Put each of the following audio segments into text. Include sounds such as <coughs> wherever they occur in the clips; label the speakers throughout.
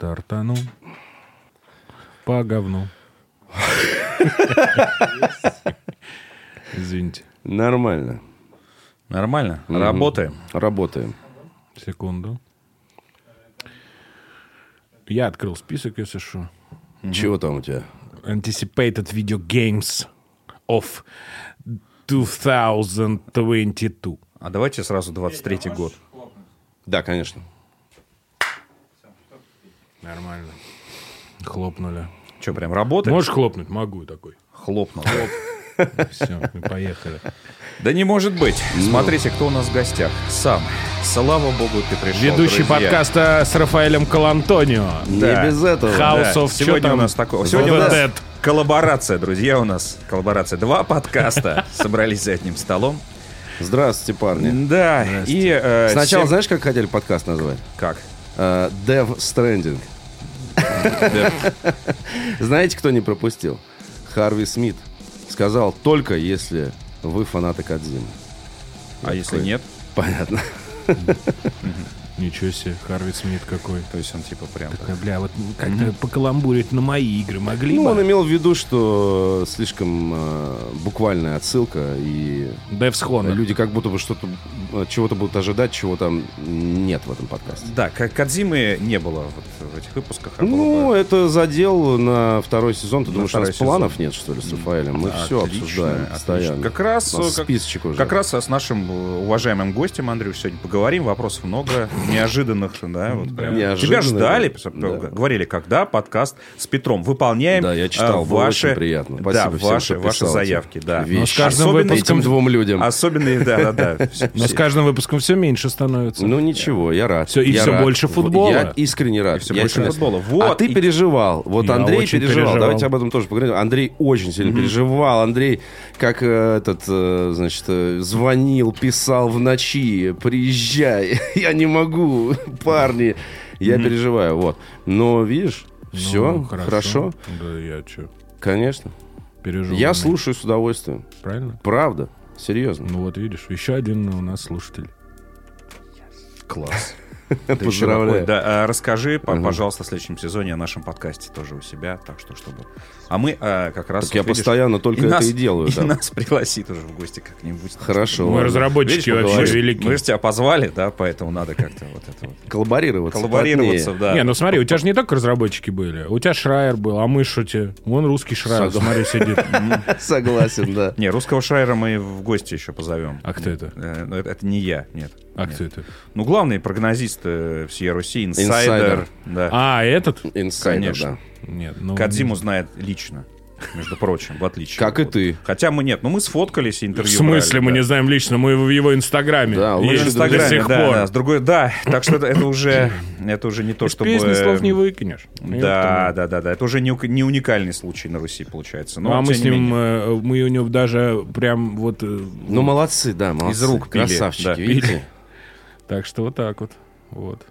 Speaker 1: Стартанул. По говну. Извините.
Speaker 2: Нормально.
Speaker 3: Нормально. Работаем.
Speaker 2: Работаем.
Speaker 1: Секунду. Я открыл список, если что.
Speaker 2: Чего там у тебя?
Speaker 1: Anticipated video games of 2022.
Speaker 3: А давайте сразу 23-й год.
Speaker 2: Да, конечно.
Speaker 1: Нормально. Хлопнули.
Speaker 3: Че, прям работаем?
Speaker 1: Можешь хлопнуть? Могу такой.
Speaker 3: Хлопнул.
Speaker 1: Все, поехали.
Speaker 3: Да не может быть. Смотрите, кто у нас в гостях. Сам. Слава богу, ты пришел.
Speaker 1: Ведущий
Speaker 3: друзья.
Speaker 1: подкаста с Рафаэлем Калантонио.
Speaker 3: Да.
Speaker 2: Не без этого.
Speaker 1: Ха- House of чё
Speaker 3: Сегодня у
Speaker 1: там?
Speaker 3: нас такое. Сегодня у
Speaker 1: The
Speaker 3: нас
Speaker 1: Dead.
Speaker 3: коллаборация, друзья, у нас коллаборация. Два подкаста собрались за одним столом.
Speaker 2: Здравствуйте, парни.
Speaker 3: Да. И э,
Speaker 2: Сначала,
Speaker 3: всем-
Speaker 2: знаешь, как хотели подкаст назвать?
Speaker 3: как?
Speaker 2: Э, Dev Stranding. Знаете, кто не пропустил? Харви Смит сказал, только если вы фанаты Кадзимы.
Speaker 3: А если
Speaker 2: такой.
Speaker 3: нет?
Speaker 2: Понятно.
Speaker 1: Ничего себе, Харви Смит какой.
Speaker 3: То есть он типа прям.
Speaker 1: Такой, бля, вот ну, как-то покаламбурить на мои игры могли
Speaker 2: Ну, он
Speaker 1: бы.
Speaker 2: имел в виду, что слишком э, буквальная отсылка, и
Speaker 1: Девс Хонор.
Speaker 2: люди как будто бы что-то, э, чего-то будут ожидать, чего там нет в этом подкасте.
Speaker 3: Да, как Кадзимы не было вот в этих выпусках. а было
Speaker 2: Ну,
Speaker 3: бы-
Speaker 2: это задел на второй сезон. Ты
Speaker 3: На
Speaker 2: думаешь, у нас
Speaker 3: второй сезон.
Speaker 2: планов нет, что ли, с Рафаэлем? Мы все
Speaker 3: Отлично,
Speaker 2: обсуждаем
Speaker 3: отлично.
Speaker 2: постоянно.
Speaker 3: Как раз, э,
Speaker 2: У нас
Speaker 3: как-
Speaker 2: списочек уже.
Speaker 3: Как раз с нашим э, уважаемым гостем, Андрю, сегодня поговорим. Вопросов много, неожиданных, да. вот прям. Тебя
Speaker 2: Неожиданно.
Speaker 3: ждали,
Speaker 2: Да.
Speaker 3: говорили, когда подкаст с Петром. Выполняем
Speaker 2: Да, я читал,
Speaker 3: э,
Speaker 2: было
Speaker 3: ваши,
Speaker 2: очень приятно. Ну,
Speaker 3: да,
Speaker 2: Спасибо всем,
Speaker 3: ваши,
Speaker 2: кто
Speaker 3: ваши
Speaker 2: писал эти
Speaker 3: заявки, да.
Speaker 2: вещи.
Speaker 1: Но с каждым
Speaker 3: Особенно
Speaker 2: Этим
Speaker 1: выпуском...
Speaker 2: двум людям.
Speaker 3: Особенные, да, да,
Speaker 2: <laughs>
Speaker 3: да. все-
Speaker 1: Но с
Speaker 3: все.
Speaker 1: каждым выпуском все меньше становится.
Speaker 2: Ну ничего, я рад.
Speaker 1: Всё, и
Speaker 2: Я
Speaker 1: всё
Speaker 2: рад.
Speaker 1: больше футбола.
Speaker 2: Я искренне рад.
Speaker 3: И всё
Speaker 2: Я
Speaker 3: больше
Speaker 2: искренне-
Speaker 3: футбола.
Speaker 2: А
Speaker 3: Вот,
Speaker 2: ты
Speaker 3: и-
Speaker 2: переживал. Вот
Speaker 1: Я
Speaker 2: Андрей
Speaker 1: очень
Speaker 2: переживал.
Speaker 1: переживал.
Speaker 2: Давайте об этом тоже поговорим. Андрей очень сильно переживал. Андрей, как э, этот, э, значит, э, звонил, писал в ночи, приезжай, <laughs> я не могу, парни, я переживаю. Вот. Но видишь,
Speaker 1: Ну,
Speaker 2: все хорошо.
Speaker 1: Да я что,
Speaker 2: конечно.
Speaker 1: переживаю.
Speaker 2: Я слушаю с удовольствием.
Speaker 1: Правильно?
Speaker 2: Правда, серьезно.
Speaker 1: Ну вот видишь, еще один у нас слушатель.
Speaker 3: Класс. Ты еще какой,
Speaker 2: Поздравляю.
Speaker 3: Да, а, расскажи, по-
Speaker 2: Мгм.
Speaker 3: пожалуйста, в следующем сезоне о нашем подкасте тоже у себя, так что чтобы. А мы а, как раз.
Speaker 2: Так я
Speaker 3: вот видишь,
Speaker 2: постоянно только
Speaker 3: и
Speaker 2: это
Speaker 3: нас-
Speaker 2: и делаю.
Speaker 3: и
Speaker 2: там.
Speaker 3: нас пригласит уже в гости как-нибудь. там,
Speaker 2: Хорошо.
Speaker 1: Мы
Speaker 2: ладно.
Speaker 1: разработчики
Speaker 3: Ну, Видишь,
Speaker 1: вообще
Speaker 3: мы, ж-
Speaker 1: великие.
Speaker 3: мы же тебя позвали, да, поэтому надо как-то вот это вот
Speaker 2: Коллаборироваться.
Speaker 3: коллаборироваться,
Speaker 2: плотнее.
Speaker 3: да.
Speaker 1: Не, ну смотри, у тебя же не только разработчики были. У тебя Шрайер был, а мы шути. Вон русский Шрайер, смотри,
Speaker 3: <laughs>
Speaker 1: сидит. А
Speaker 2: <laughs> Согласен, да.
Speaker 3: Не, русского шайра мы в гости еще позовем.
Speaker 1: А кто это?
Speaker 3: Э, ну, Это, это не я, нет.
Speaker 1: А
Speaker 3: Нет.
Speaker 1: кто это?
Speaker 3: Ну, главный прогнозист э, всей Руси, инсайдер.
Speaker 2: Инсайдер.
Speaker 3: Да.
Speaker 1: А, этот?
Speaker 2: Инсайдер,
Speaker 3: Конечно.
Speaker 2: да.
Speaker 1: Нет, ну...
Speaker 3: Кадзиму знает лично, между прочим, в отличие.
Speaker 2: Как и
Speaker 3: Вот.
Speaker 2: ты.
Speaker 3: Хотя мы нет, ну мы сфоткались,
Speaker 1: В
Speaker 3: интервью.
Speaker 1: смысле,
Speaker 3: брали,
Speaker 1: мы
Speaker 3: да.
Speaker 1: не знаем лично, мы в его инстаграме.
Speaker 2: Да,
Speaker 1: Есть
Speaker 2: лучше
Speaker 3: в
Speaker 2: До
Speaker 3: Инстаграме,
Speaker 1: до сих
Speaker 3: да,
Speaker 1: пор.
Speaker 3: да, с другой, да, так что это, это уже, это уже не то,
Speaker 1: Из
Speaker 3: чтобы... эм,
Speaker 1: песни слов не выкинешь. Ну,
Speaker 3: Да, да, да, да, это уже не, ук- не уникальный случай на Руси, получается. Но,
Speaker 1: Ну, а мы
Speaker 3: тем
Speaker 1: с
Speaker 3: не
Speaker 1: ним,
Speaker 3: менее.
Speaker 1: э, мы у него даже прям вот... э,
Speaker 2: Ну, молодцы, да, молодцы.
Speaker 3: рук пили,
Speaker 2: Красавчики,
Speaker 3: да.
Speaker 1: Пили.
Speaker 2: видите?
Speaker 1: Так что вот так вот. Вот.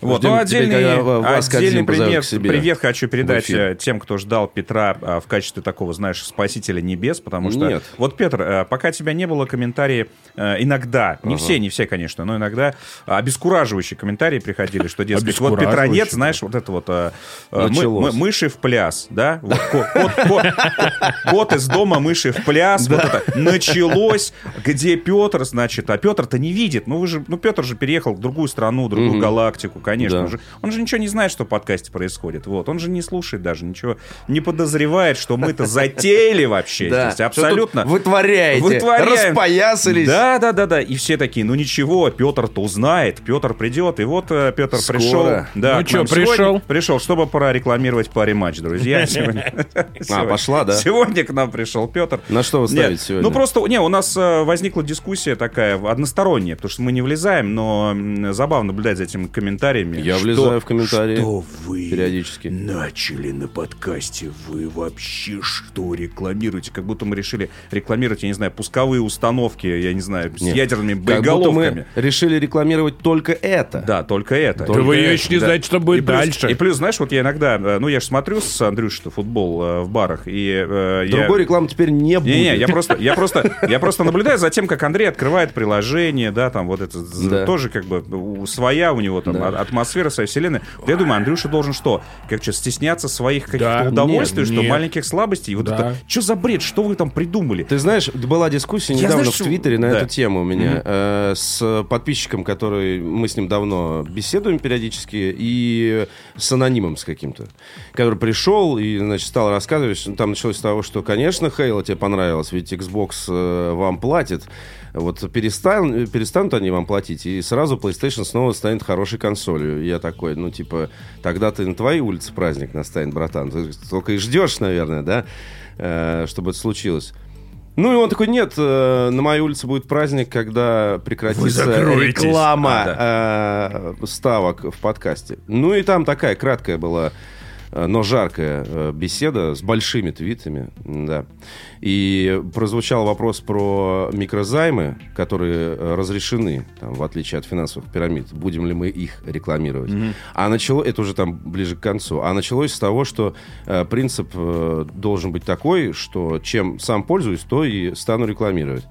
Speaker 3: Вот,
Speaker 2: Ждем
Speaker 3: ну,
Speaker 2: теперь,
Speaker 3: отдельный,
Speaker 2: когда в- вас Кадзим
Speaker 3: отдельный
Speaker 2: позовет
Speaker 3: привет,
Speaker 2: к себе
Speaker 3: привет хочу передать
Speaker 2: эфир.
Speaker 3: э, тем, кто ждал Петра а, в качестве такого, знаешь, спасителя небес, потому что...
Speaker 2: Нет.
Speaker 3: Вот, Петр, э, пока тебя не было, комментарии э, иногда, не все, не все, конечно, но иногда а, обескураживающие комментарии приходили, что, дескать, вот Петра нет,
Speaker 1: Обескураживающие,
Speaker 3: знаешь, вот это вот... э, э, мы- мы-
Speaker 2: Началось.
Speaker 3: Мыши в пляс, да? Вот ко- кот- кот- Кот из дома, мыши в пляс, вот это началось. Где Петр, значит? А Петр-то не видит. Ну, вы же, ну, Петр же переехал в другую страну, другую
Speaker 2: Мгм.
Speaker 3: галактику, конечно.
Speaker 2: Да.
Speaker 3: Он же- Он же ничего не знает, что в подкасте происходит. Вот. Он же не слушает даже, ничего не подозревает, что мы-то затеяли вообще здесь.
Speaker 2: Что тут
Speaker 3: Абсолютно.
Speaker 2: Вытворяете.
Speaker 3: Вытворяем.
Speaker 2: Распоясались.
Speaker 3: Да, да, да, да. И все такие, ну ничего, Петр-то узнает, Петр придет. И вот э, Петр
Speaker 2: Скоро.
Speaker 3: пришел. Да,
Speaker 1: Ну
Speaker 3: к
Speaker 1: чё,
Speaker 3: нам сегодня.
Speaker 1: пришел?
Speaker 3: Пришел, чтобы пора рекламировать паре матч, друзья. Сегодня-
Speaker 2: <laughs>
Speaker 3: <laughs>
Speaker 2: А, пошла, да?
Speaker 3: Сегодня к нам пришел Петр.
Speaker 2: На что вы
Speaker 3: Нет,
Speaker 2: ставите сегодня?
Speaker 3: Ну просто, не, у нас э, возникла дискуссия такая односторонняя, потому что мы не влезаем, но м, забавно наблюдать за этими комментариями.
Speaker 2: Я
Speaker 3: Что-
Speaker 2: влезаю в комментарии
Speaker 3: Что вы
Speaker 2: периодически.
Speaker 3: начали на подкасте? Вы вообще что рекламируете? Как будто мы решили рекламировать, я не знаю, пусковые установки, я не знаю, с
Speaker 2: Нет.
Speaker 3: ядерными
Speaker 2: Как будто
Speaker 3: боеголовками.
Speaker 2: мы решили рекламировать только это.
Speaker 3: Да, только это.
Speaker 1: Да вы
Speaker 2: это,
Speaker 1: еще не
Speaker 3: да.
Speaker 1: знаете, что
Speaker 3: и
Speaker 1: будет
Speaker 3: плюс,
Speaker 1: дальше.
Speaker 3: И плюс, знаешь, вот я иногда, э, ну я же смотрю с Андрюшей что футбол э, в барах, и э, я-
Speaker 2: Другой рекламы теперь не будет.
Speaker 3: не-не, я просто, я, просто, я просто наблюдаю за тем, как Андрей открывает приложение, да, там вот это з-
Speaker 2: Да.
Speaker 3: тоже как бы у- своя у него там
Speaker 2: Да.
Speaker 3: от- атмосфера, своей вселенной. Да я думаю, Андрюша должен что? Как что, стесняться своих каких-то
Speaker 1: Да.
Speaker 3: удовольствий,
Speaker 1: Нет,
Speaker 3: что
Speaker 1: нет.
Speaker 3: маленьких слабостей? И Вот
Speaker 1: Да.
Speaker 3: это, что за бред, что вы там придумали?
Speaker 2: Ты знаешь, была дискуссия
Speaker 3: Я
Speaker 2: недавно
Speaker 3: знаешь,
Speaker 2: в
Speaker 3: что-
Speaker 2: Твиттере на
Speaker 3: Да.
Speaker 2: эту тему у меня э, с подписчиком, который мы с ним давно беседуем периодически, и с анонимом с каким-то, который пришел и, значит, стал рассказывать, что там началось с того, что, конечно, Хейла тебе понравилось, ведь Xbox э, вам платит, вот перестан- перестанут они вам платить, и сразу PlayStation снова станет хорошей консолью. И Я такой, ну, типа, тогда ты на твоей улице праздник настанет, братан. Ты только и ждешь, наверное, да, э, чтобы это случилось. Ну и он такой, нет, э, на моей улице будет праздник, когда прекратится
Speaker 3: закроетесь.
Speaker 2: реклама
Speaker 3: А, да.
Speaker 2: э, ставок в подкасте. Ну и там такая краткая была, э, но жаркая э, беседа с большими твитами, да. И прозвучал вопрос про микрозаймы, которые э, разрешены, там, в отличие от финансовых пирамид. Будем ли мы их рекламировать? А начало, это уже там ближе к концу. А началось с того, что э, принцип э, должен быть такой, что чем сам пользуюсь, то и стану рекламировать.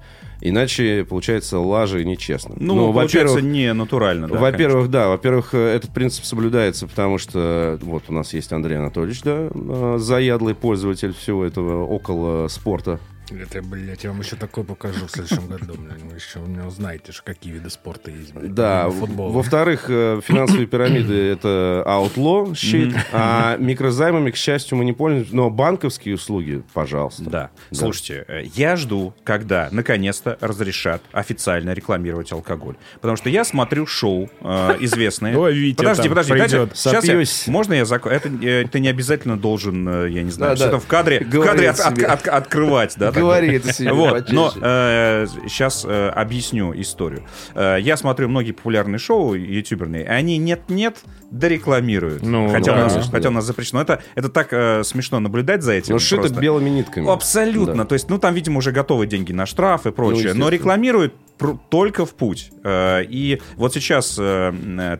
Speaker 2: Иначе получается лажа и нечестно.
Speaker 3: Ну,
Speaker 2: Ну,
Speaker 3: получается, не натурально. да,
Speaker 2: Во-первых, да, во-первых, э, этот принцип соблюдается, потому что э, вот у нас есть Андрей Анатольевич, да, э, заядлый пользователь всего этого около спорта.
Speaker 1: Это, блядь, я вам еще такое покажу в следующем году. блядь. Вы еще у меня узнаете, что какие виды спорта есть. блядь,
Speaker 2: Да,
Speaker 1: кроме футбола.
Speaker 2: в- во-вторых, э,
Speaker 3: <coughs>
Speaker 2: финансовые пирамиды это outlaw щит, а микрозаймами, к счастью, мы не пользуемся, но банковские услуги, пожалуйста.
Speaker 3: Да. Слушайте, э, я жду, когда наконец-то разрешат официально рекламировать алкоголь. Потому что я смотрю шоу
Speaker 2: <laughs>
Speaker 3: э, известные.
Speaker 1: Ой, Витя
Speaker 3: Подожди,
Speaker 1: там
Speaker 3: подожди,
Speaker 1: придет,
Speaker 3: сейчас
Speaker 2: сопьюсь.
Speaker 3: можно я зак- Это э, ты не обязательно должен, э, я не знаю,
Speaker 2: Да, да.
Speaker 3: что-то в кадре, в
Speaker 2: Говори
Speaker 3: кадре от-
Speaker 2: это себе.
Speaker 3: от- от- открывать, да? так
Speaker 2: Говори это себе
Speaker 3: Вот,
Speaker 2: почаще.
Speaker 3: но э, сейчас объясню историю. Э, Я смотрю многие популярные шоу ютуберные, и они нет-нет, да рекламируют.
Speaker 1: Ну,
Speaker 3: хотя,
Speaker 2: ну,
Speaker 3: у нас,
Speaker 2: конечно,
Speaker 3: хотя
Speaker 2: да. Ну,
Speaker 3: у нас запрещено. Это, это так э, смешно наблюдать за этим.
Speaker 2: Но шито
Speaker 3: просто.
Speaker 2: белыми нитками.
Speaker 3: Абсолютно.
Speaker 2: Да.
Speaker 3: То есть, ну, там, видимо, уже готовы деньги на штраф и
Speaker 1: Ну,
Speaker 3: прочее.
Speaker 2: естественно.
Speaker 3: но рекламируют пру- только в путь. Э, И вот сейчас, э, м,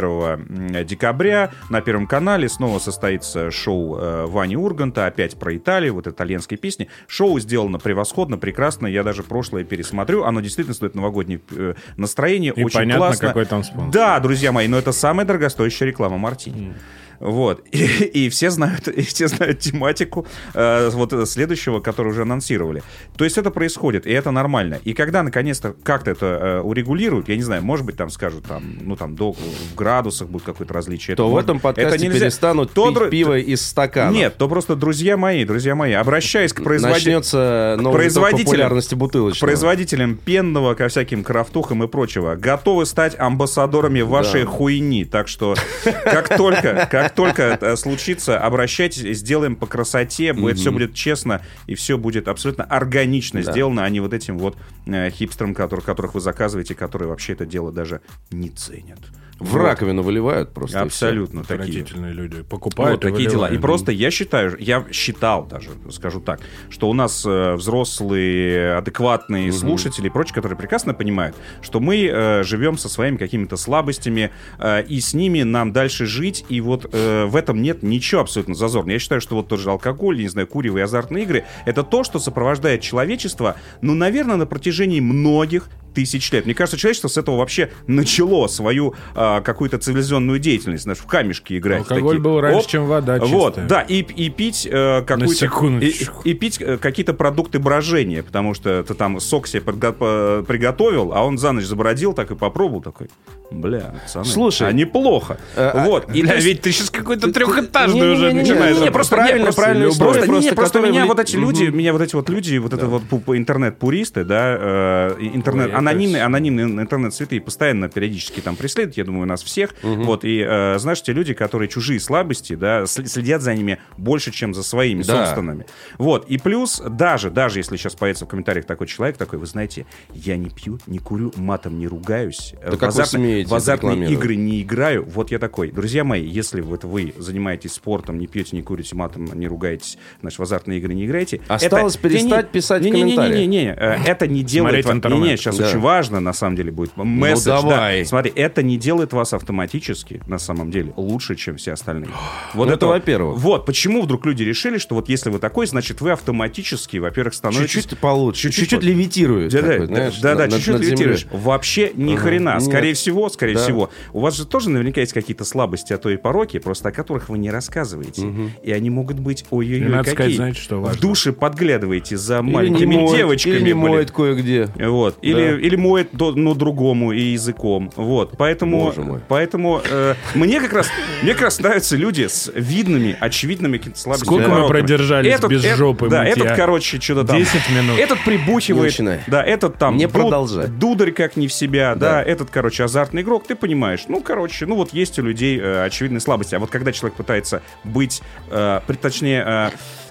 Speaker 3: 31 м, декабря, на Первом канале снова состоится шоу э, Вани Урганта, опять про Италию, вот итальянские песни. Шоу сделано превосходно, прекрасно. Я даже прошлое пересмотрю. Оно действительно стоит новогоднее э, настроение.
Speaker 1: И
Speaker 3: очень
Speaker 1: понятно,
Speaker 3: классно.
Speaker 1: какой там спонсор.
Speaker 3: Да, друзья мои, но это самая дорогостоящая реклама Мартини. Вот. <laughs> И, и все знают, и все знают тематику э, вот э, следующего, который уже анонсировали. То есть это происходит, и это нормально. И когда наконец-то как-то это э, урегулируют, я не знаю, может быть, там скажут, там, ну там до, в градусах будет какое-то различие.
Speaker 2: То
Speaker 3: Это
Speaker 2: в
Speaker 3: может-
Speaker 2: этом подкасте
Speaker 3: это нельзя.
Speaker 2: перестанут
Speaker 3: То
Speaker 2: пить
Speaker 3: дру-
Speaker 2: пиво из стакана.
Speaker 3: Нет, то просто, друзья мои, друзья мои, обращаясь к производителю.
Speaker 2: Начнется новый
Speaker 3: производителям-
Speaker 2: виток популярности бутылочного.
Speaker 3: производителям пенного ко всяким крафтухам и прочего, готовы стать амбассадорами вашей хуйни. Так что как только, как только это случится, обращайтесь, сделаем по красоте, будет все будет честно и все будет абсолютно органично сделано, а не вот этим вот э, хипстерам, котор- которых вы заказываете, которые вообще это дело даже не ценят.
Speaker 2: В
Speaker 3: Вот.
Speaker 2: раковину выливают просто. и
Speaker 3: Абсолютно такие.
Speaker 1: Ну, Отвратительные люди.
Speaker 3: Вот
Speaker 1: Покупают и
Speaker 3: такие дела.
Speaker 1: выливают.
Speaker 3: И просто я считаю, я считал даже, скажу так, что у нас э, взрослые, адекватные слушатели и прочие, которые прекрасно понимают, что мы э, живем со своими какими-то слабостями, э, и с ними нам дальше жить, и вот э, в этом нет ничего абсолютно зазорного. Я считаю, что вот тоже алкоголь, не знаю, куревые азартные игры, это то, что сопровождает человечество, ну, наверное, на протяжении многих тысяч лет. Мне кажется, человечество с этого вообще начало свою а, какую-то цивилизационную деятельность, знаешь, в камешки играть.
Speaker 1: Алкоголь
Speaker 3: такие.
Speaker 1: был раньше,
Speaker 3: Оп.
Speaker 1: чем вода чистая.
Speaker 3: Вот, да, и, и пить э, какую-то... И,
Speaker 1: секундочку.
Speaker 3: и пить э, какие-то продукты брожения, потому что ты там сок себе подго- по- приготовил, а он за ночь забродил, так и попробовал, такой, бля, пацаны,
Speaker 2: Слушай.
Speaker 3: а неплохо.
Speaker 1: а,
Speaker 2: Э,
Speaker 3: вот, и то есть-
Speaker 1: ты сейчас какой-то
Speaker 2: Не-не-не-не,
Speaker 1: трехэтажный
Speaker 2: не-не-не,
Speaker 3: не, просто
Speaker 2: правильно,
Speaker 3: правильно,
Speaker 2: правильно,
Speaker 3: Просто,
Speaker 2: просто,
Speaker 3: не, просто
Speaker 2: которые
Speaker 3: меня
Speaker 2: вли-
Speaker 3: вот эти люди,
Speaker 2: Мгм.
Speaker 3: меня вот эти вот люди, вот это вот пу- пу- интернет-пуристы, да, э, и интернет,
Speaker 1: Ой, это
Speaker 3: анонимные,
Speaker 1: всё.
Speaker 3: анонимные интернет-святые постоянно периодически там преследуют, я думаю, нас всех. Вот, и э, знаешь, те люди, которые чужие слабости, да, сл- следят за ними больше, чем за своими
Speaker 2: Да.
Speaker 3: собственными. Вот, и плюс, даже, даже если сейчас появится в комментариях такой человек, такой, вы знаете, я не пью, не курю, матом не ругаюсь, э,
Speaker 2: Да как вы смеете
Speaker 3: в азартные
Speaker 2: рекламировать?
Speaker 3: игры игры не играю. Вот я такой. Друзья мои, если вот вы занимаетесь спортом, не пьете, не курите матом, не ругаетесь, значит, в азартные игры не играете.
Speaker 2: А Осталось перестать писать
Speaker 3: не,
Speaker 2: комментарии.
Speaker 3: Не, не, не, не, не, э, это не делает
Speaker 1: Смотреть
Speaker 3: вам. Не,
Speaker 1: интернет.
Speaker 3: сейчас
Speaker 2: Да. Ну
Speaker 3: очень важно, на самом деле, будет месседж. да.
Speaker 2: давай.
Speaker 3: Смотри, это не делает вас автоматически, на самом деле, лучше, чем
Speaker 2: <gasps>
Speaker 3: все остальные. Вот
Speaker 2: Ну, это во-первых.
Speaker 3: Вот, почему вдруг люди решили, что вот если вы такой, значит, вы автоматически, во-первых, становитесь...
Speaker 2: Чуть-чуть получше.
Speaker 3: Чуть-чуть
Speaker 2: Чуть-чуть
Speaker 3: вот.
Speaker 2: левитирует.
Speaker 3: Да,
Speaker 2: такой,
Speaker 3: да,
Speaker 2: знаешь,
Speaker 3: да,
Speaker 2: на-
Speaker 3: да,
Speaker 2: над-
Speaker 3: чуть-чуть
Speaker 2: над землей.
Speaker 3: левитируешь. Вообще ни
Speaker 2: Ага.
Speaker 3: хрена.
Speaker 2: Нет.
Speaker 3: Скорее всего, скорее
Speaker 2: Да.
Speaker 3: всего. У вас же тоже наверняка есть какие-то слабости, а то и пороки, просто о которых вы не рассказываете. И они могут быть ой-ой-ой
Speaker 1: И надо
Speaker 3: какие.
Speaker 1: сказать, знаете, что важно?
Speaker 3: В душе подглядываете за
Speaker 2: Или не
Speaker 3: маленькими
Speaker 2: моет,
Speaker 3: девочками.
Speaker 2: Или не
Speaker 3: блин.
Speaker 2: моет кое-где.
Speaker 3: Вот. Или, или моет, до- но другому и языком. Вот. Поэтому,
Speaker 2: Боже мой.
Speaker 3: поэтому э, мне, как раз, мне как раз нравятся люди с видными, очевидными какими-то слабостями.
Speaker 1: Сколько мы
Speaker 3: пороками.
Speaker 1: продержались без
Speaker 3: эт-
Speaker 1: жопы
Speaker 3: Да,
Speaker 1: мытья?
Speaker 3: этот, короче, что-то там.
Speaker 1: 10 минут.
Speaker 3: Этот
Speaker 2: Не
Speaker 3: прибухивает.
Speaker 2: начинай.
Speaker 3: да, этот там.
Speaker 2: Не
Speaker 3: дуд-
Speaker 2: продолжай.
Speaker 3: Дударь как не в себя. Да.
Speaker 2: Да.
Speaker 3: этот, короче, азартный игрок. Ты понимаешь, ну, короче, ну вот есть у людей э, очевидные слабости. А вот когда человек пытается быть, э, при- точнее... э,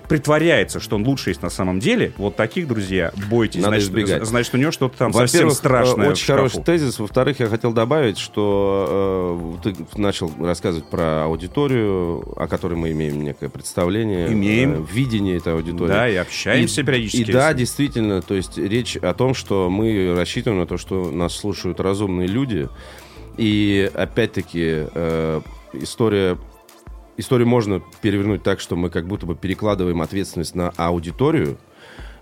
Speaker 3: притворяется, что он лучше есть на самом деле, вот таких, друзья, бойтесь.
Speaker 2: Надо
Speaker 3: значит, э,
Speaker 2: избегать.
Speaker 3: значит, у него что-то там совсем
Speaker 2: Во-первых,
Speaker 3: страшное.
Speaker 2: э,
Speaker 3: в
Speaker 2: Очень
Speaker 3: шкафу.
Speaker 2: хороший тезис. Во-вторых, я хотел добавить, что э, ты начал рассказывать про аудиторию, о которой мы имеем некое представление.
Speaker 3: Имеем.
Speaker 2: э, видение этой аудитории.
Speaker 3: Да, и общаемся
Speaker 2: И-
Speaker 3: периодически.
Speaker 2: И да,
Speaker 3: с ним.
Speaker 2: действительно, то есть речь о том, что мы рассчитываем на то, что нас слушают разумные люди. И опять-таки э, история... Историю можно перевернуть так, что мы как будто бы перекладываем ответственность на аудиторию.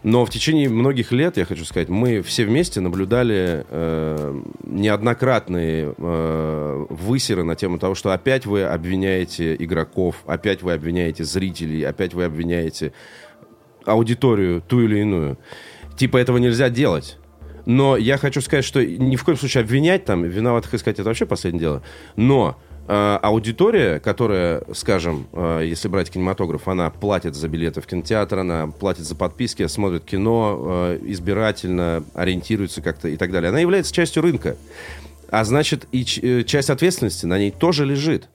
Speaker 2: Но в течение многих лет, я хочу сказать, мы все вместе наблюдали э, неоднократные э, высеры на тему того, что опять вы обвиняете игроков, опять вы обвиняете зрителей, опять вы обвиняете аудиторию ту или иную. Типа этого нельзя делать. Но я хочу сказать, что ни в коем случае обвинять там, виноватых искать, это вообще последнее дело. Но э, аудитория, которая, скажем, э, если брать кинематограф, она платит за билеты в кинотеатр, она платит за подписки, смотрит кино, э, избирательно ориентируется как-то и так далее. Она является частью рынка. А значит, и ч- э, часть ответственности на ней тоже лежит.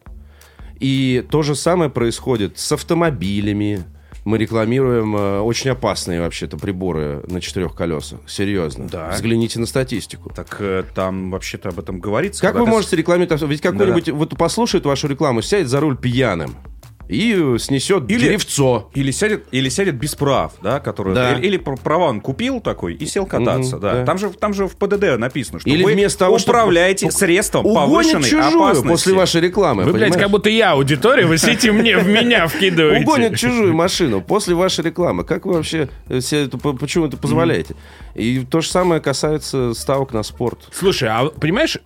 Speaker 2: И то же самое происходит с автомобилями. Мы рекламируем э, очень опасные вообще-то приборы на четырех колесах. Серьезно.
Speaker 3: Да.
Speaker 2: Взгляните на статистику.
Speaker 3: Так э, там вообще-то об этом говорится.
Speaker 2: Как
Speaker 3: когда
Speaker 2: вы
Speaker 3: ты с-
Speaker 2: можете рекламировать? авто- Ведь какой-нибудь вот послушает вашу рекламу, сядет за руль пьяным и э, снесет
Speaker 3: Или-
Speaker 2: деревцо.
Speaker 3: Или сядет, или сядет без прав, да, который...
Speaker 2: Да.
Speaker 3: Или, или пр- права он купил такой и сел кататься,
Speaker 2: Мгм,
Speaker 3: да.
Speaker 2: да.
Speaker 3: Там, же, там же в ПДД написано, что
Speaker 2: Или
Speaker 3: вы
Speaker 2: вместо того, чтобы-
Speaker 3: управляете средством
Speaker 2: Угонит
Speaker 3: повышенной
Speaker 2: чужую
Speaker 3: опасности.
Speaker 2: после вашей рекламы.
Speaker 1: Вы, блядь,
Speaker 2: понимаешь?
Speaker 1: как будто я аудитория, вы сидите мне, в меня вкидываете.
Speaker 2: Угонят чужую машину после вашей рекламы. Как вы вообще э, себе это, по- почему это позволяете? И то же самое касается ставок на спорт.
Speaker 1: Слушай, а понимаешь,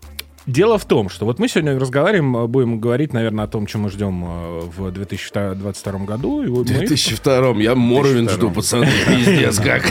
Speaker 1: дело в том, что вот мы сегодня разговариваем, э, будем говорить, наверное, о том, чем мы ждем э, в 2022 году. И вот мы-
Speaker 2: 2002 я Моровин жду, пацаны, пиздец как.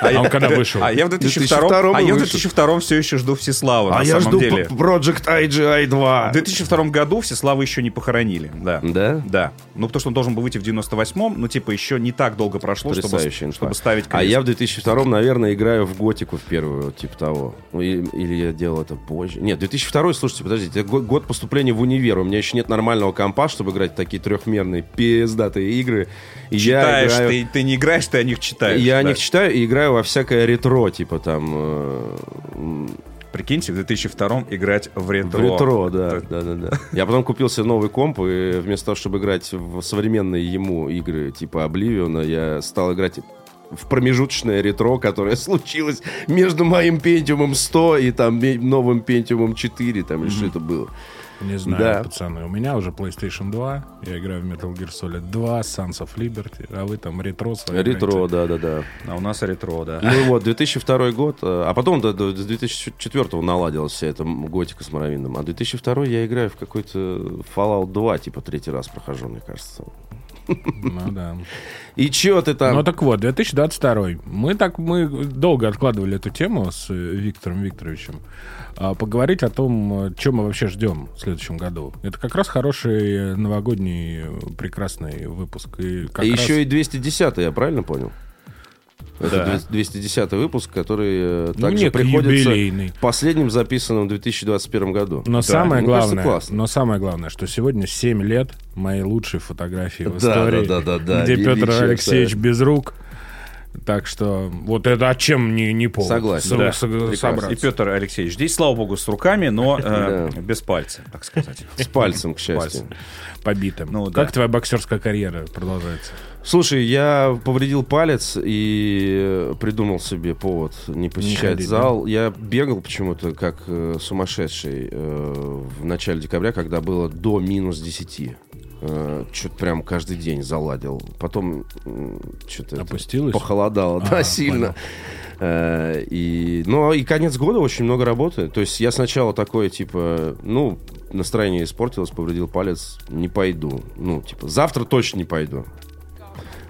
Speaker 1: А он
Speaker 2: <laughs>
Speaker 1: когда вышел?
Speaker 3: А я в 2002,
Speaker 2: 2002
Speaker 3: а я в
Speaker 2: вышел.
Speaker 3: 2002 все еще жду Всеслава,
Speaker 2: А
Speaker 3: на
Speaker 2: я
Speaker 3: самом
Speaker 2: жду
Speaker 3: деле.
Speaker 2: P- Project IGI
Speaker 3: В
Speaker 2: 2.
Speaker 3: 2002 году Всеслава еще не похоронили, да.
Speaker 2: Да?
Speaker 3: Да. Ну, потому что он должен был выйти в 98-м, ну, типа, еще не так долго прошло, Ну, чтобы,
Speaker 2: Потрясающая инфа.
Speaker 3: чтобы ставить
Speaker 2: А
Speaker 3: крест.
Speaker 2: я в 2002, наверное, играю в готику в первую, типа того. Ну, и- Или я делал это позже. Нет, 2002, слушайте, подождите, это го- год поступления в универ. У меня еще нет нормального компа, чтобы играть в такие трехмерные пиздатые игры. И я
Speaker 3: Читаешь,
Speaker 2: играю-
Speaker 3: ты, ты не играешь, ты о них читаешь.
Speaker 2: Я о
Speaker 3: да.
Speaker 2: них читаю и играю во всякое ретро, типа там... э, м,
Speaker 3: Прикиньте, в 2002 играть в ретро.
Speaker 2: В ретро, да,
Speaker 3: Это-
Speaker 2: да, да, да. Я потом купил себе новый комп, и вместо того, чтобы играть в современные ему игры типа Oblivion, я стал играть в промежуточное ретро, которое <laughs> случилось между моим Pentium 100 и там ми- новым Pentium 4, там, или что это было.
Speaker 1: Не знаю,
Speaker 2: Да.
Speaker 1: пацаны. У меня уже PlayStation 2. Я играю в Metal Gear Solid 2, Sons of Liberty. А вы там ретро свои
Speaker 2: Ретро,
Speaker 1: играете.
Speaker 2: да, да, да.
Speaker 3: А у нас ретро, да.
Speaker 2: Ну и вот, 2002 год, э, а потом до, до 2004 наладилась вся эта м- готика с Моровином, а 2002 я играю в какой-то Fallout 2, типа третий раз прохожу, мне кажется.
Speaker 1: Ну да.
Speaker 2: И чё ты там?
Speaker 1: Ну так вот, 2022. Мы так мы долго откладывали эту тему с э, Виктором Викторовичем. А, Поговорить о том, чем мы вообще ждем в следующем году. Это как раз хороший э, новогодний э, прекрасный выпуск. И как
Speaker 2: и
Speaker 1: раз-
Speaker 2: еще и 210 я правильно понял? Это
Speaker 3: Да.
Speaker 2: 210 выпуск, который э,
Speaker 1: Ну,
Speaker 2: также
Speaker 1: некий
Speaker 2: приходится
Speaker 1: юбилейный.
Speaker 2: к последним записанным в 2021 году.
Speaker 1: Но
Speaker 2: Да.
Speaker 1: самое
Speaker 2: Мне кажется,
Speaker 1: главное, ну,
Speaker 2: классно.
Speaker 1: но самое главное, что сегодня 7 лет моей лучшей фотографии в
Speaker 2: Да,
Speaker 1: истории,
Speaker 2: да, да, да, да.
Speaker 1: где Петр
Speaker 2: Величие,
Speaker 1: Алексеевич без рук Так что вот это а чем не, не повод?
Speaker 2: Согласен.
Speaker 1: со-
Speaker 3: Да.
Speaker 1: со-
Speaker 2: Прекрасно.
Speaker 1: собраться.
Speaker 3: И Петр Алексеевич здесь, слава богу, с
Speaker 2: <laughs>
Speaker 3: руками, но э,
Speaker 2: Да.
Speaker 3: без пальца, так сказать.
Speaker 2: С пальцем, к счастью.
Speaker 3: Пальцем.
Speaker 1: побитым.
Speaker 3: Ну, да.
Speaker 1: как твоя боксерская карьера продолжается?
Speaker 2: Слушай, я повредил палец и э, придумал себе повод не посещать
Speaker 1: ходить,
Speaker 2: зал. Я бегал почему-то как э, сумасшедший э, в начале декабря, когда было до минус 10. Что-то прям каждый день заладил. Потом
Speaker 1: А
Speaker 2: что-то
Speaker 1: Опустилась?
Speaker 2: похолодало,
Speaker 1: А,
Speaker 2: да, сильно. Э, И, но и конец года очень много работы. То есть я сначала такое, типа, ну, настроение испортилось, повредил палец, не пойду. Ну, типа, завтра точно не пойду.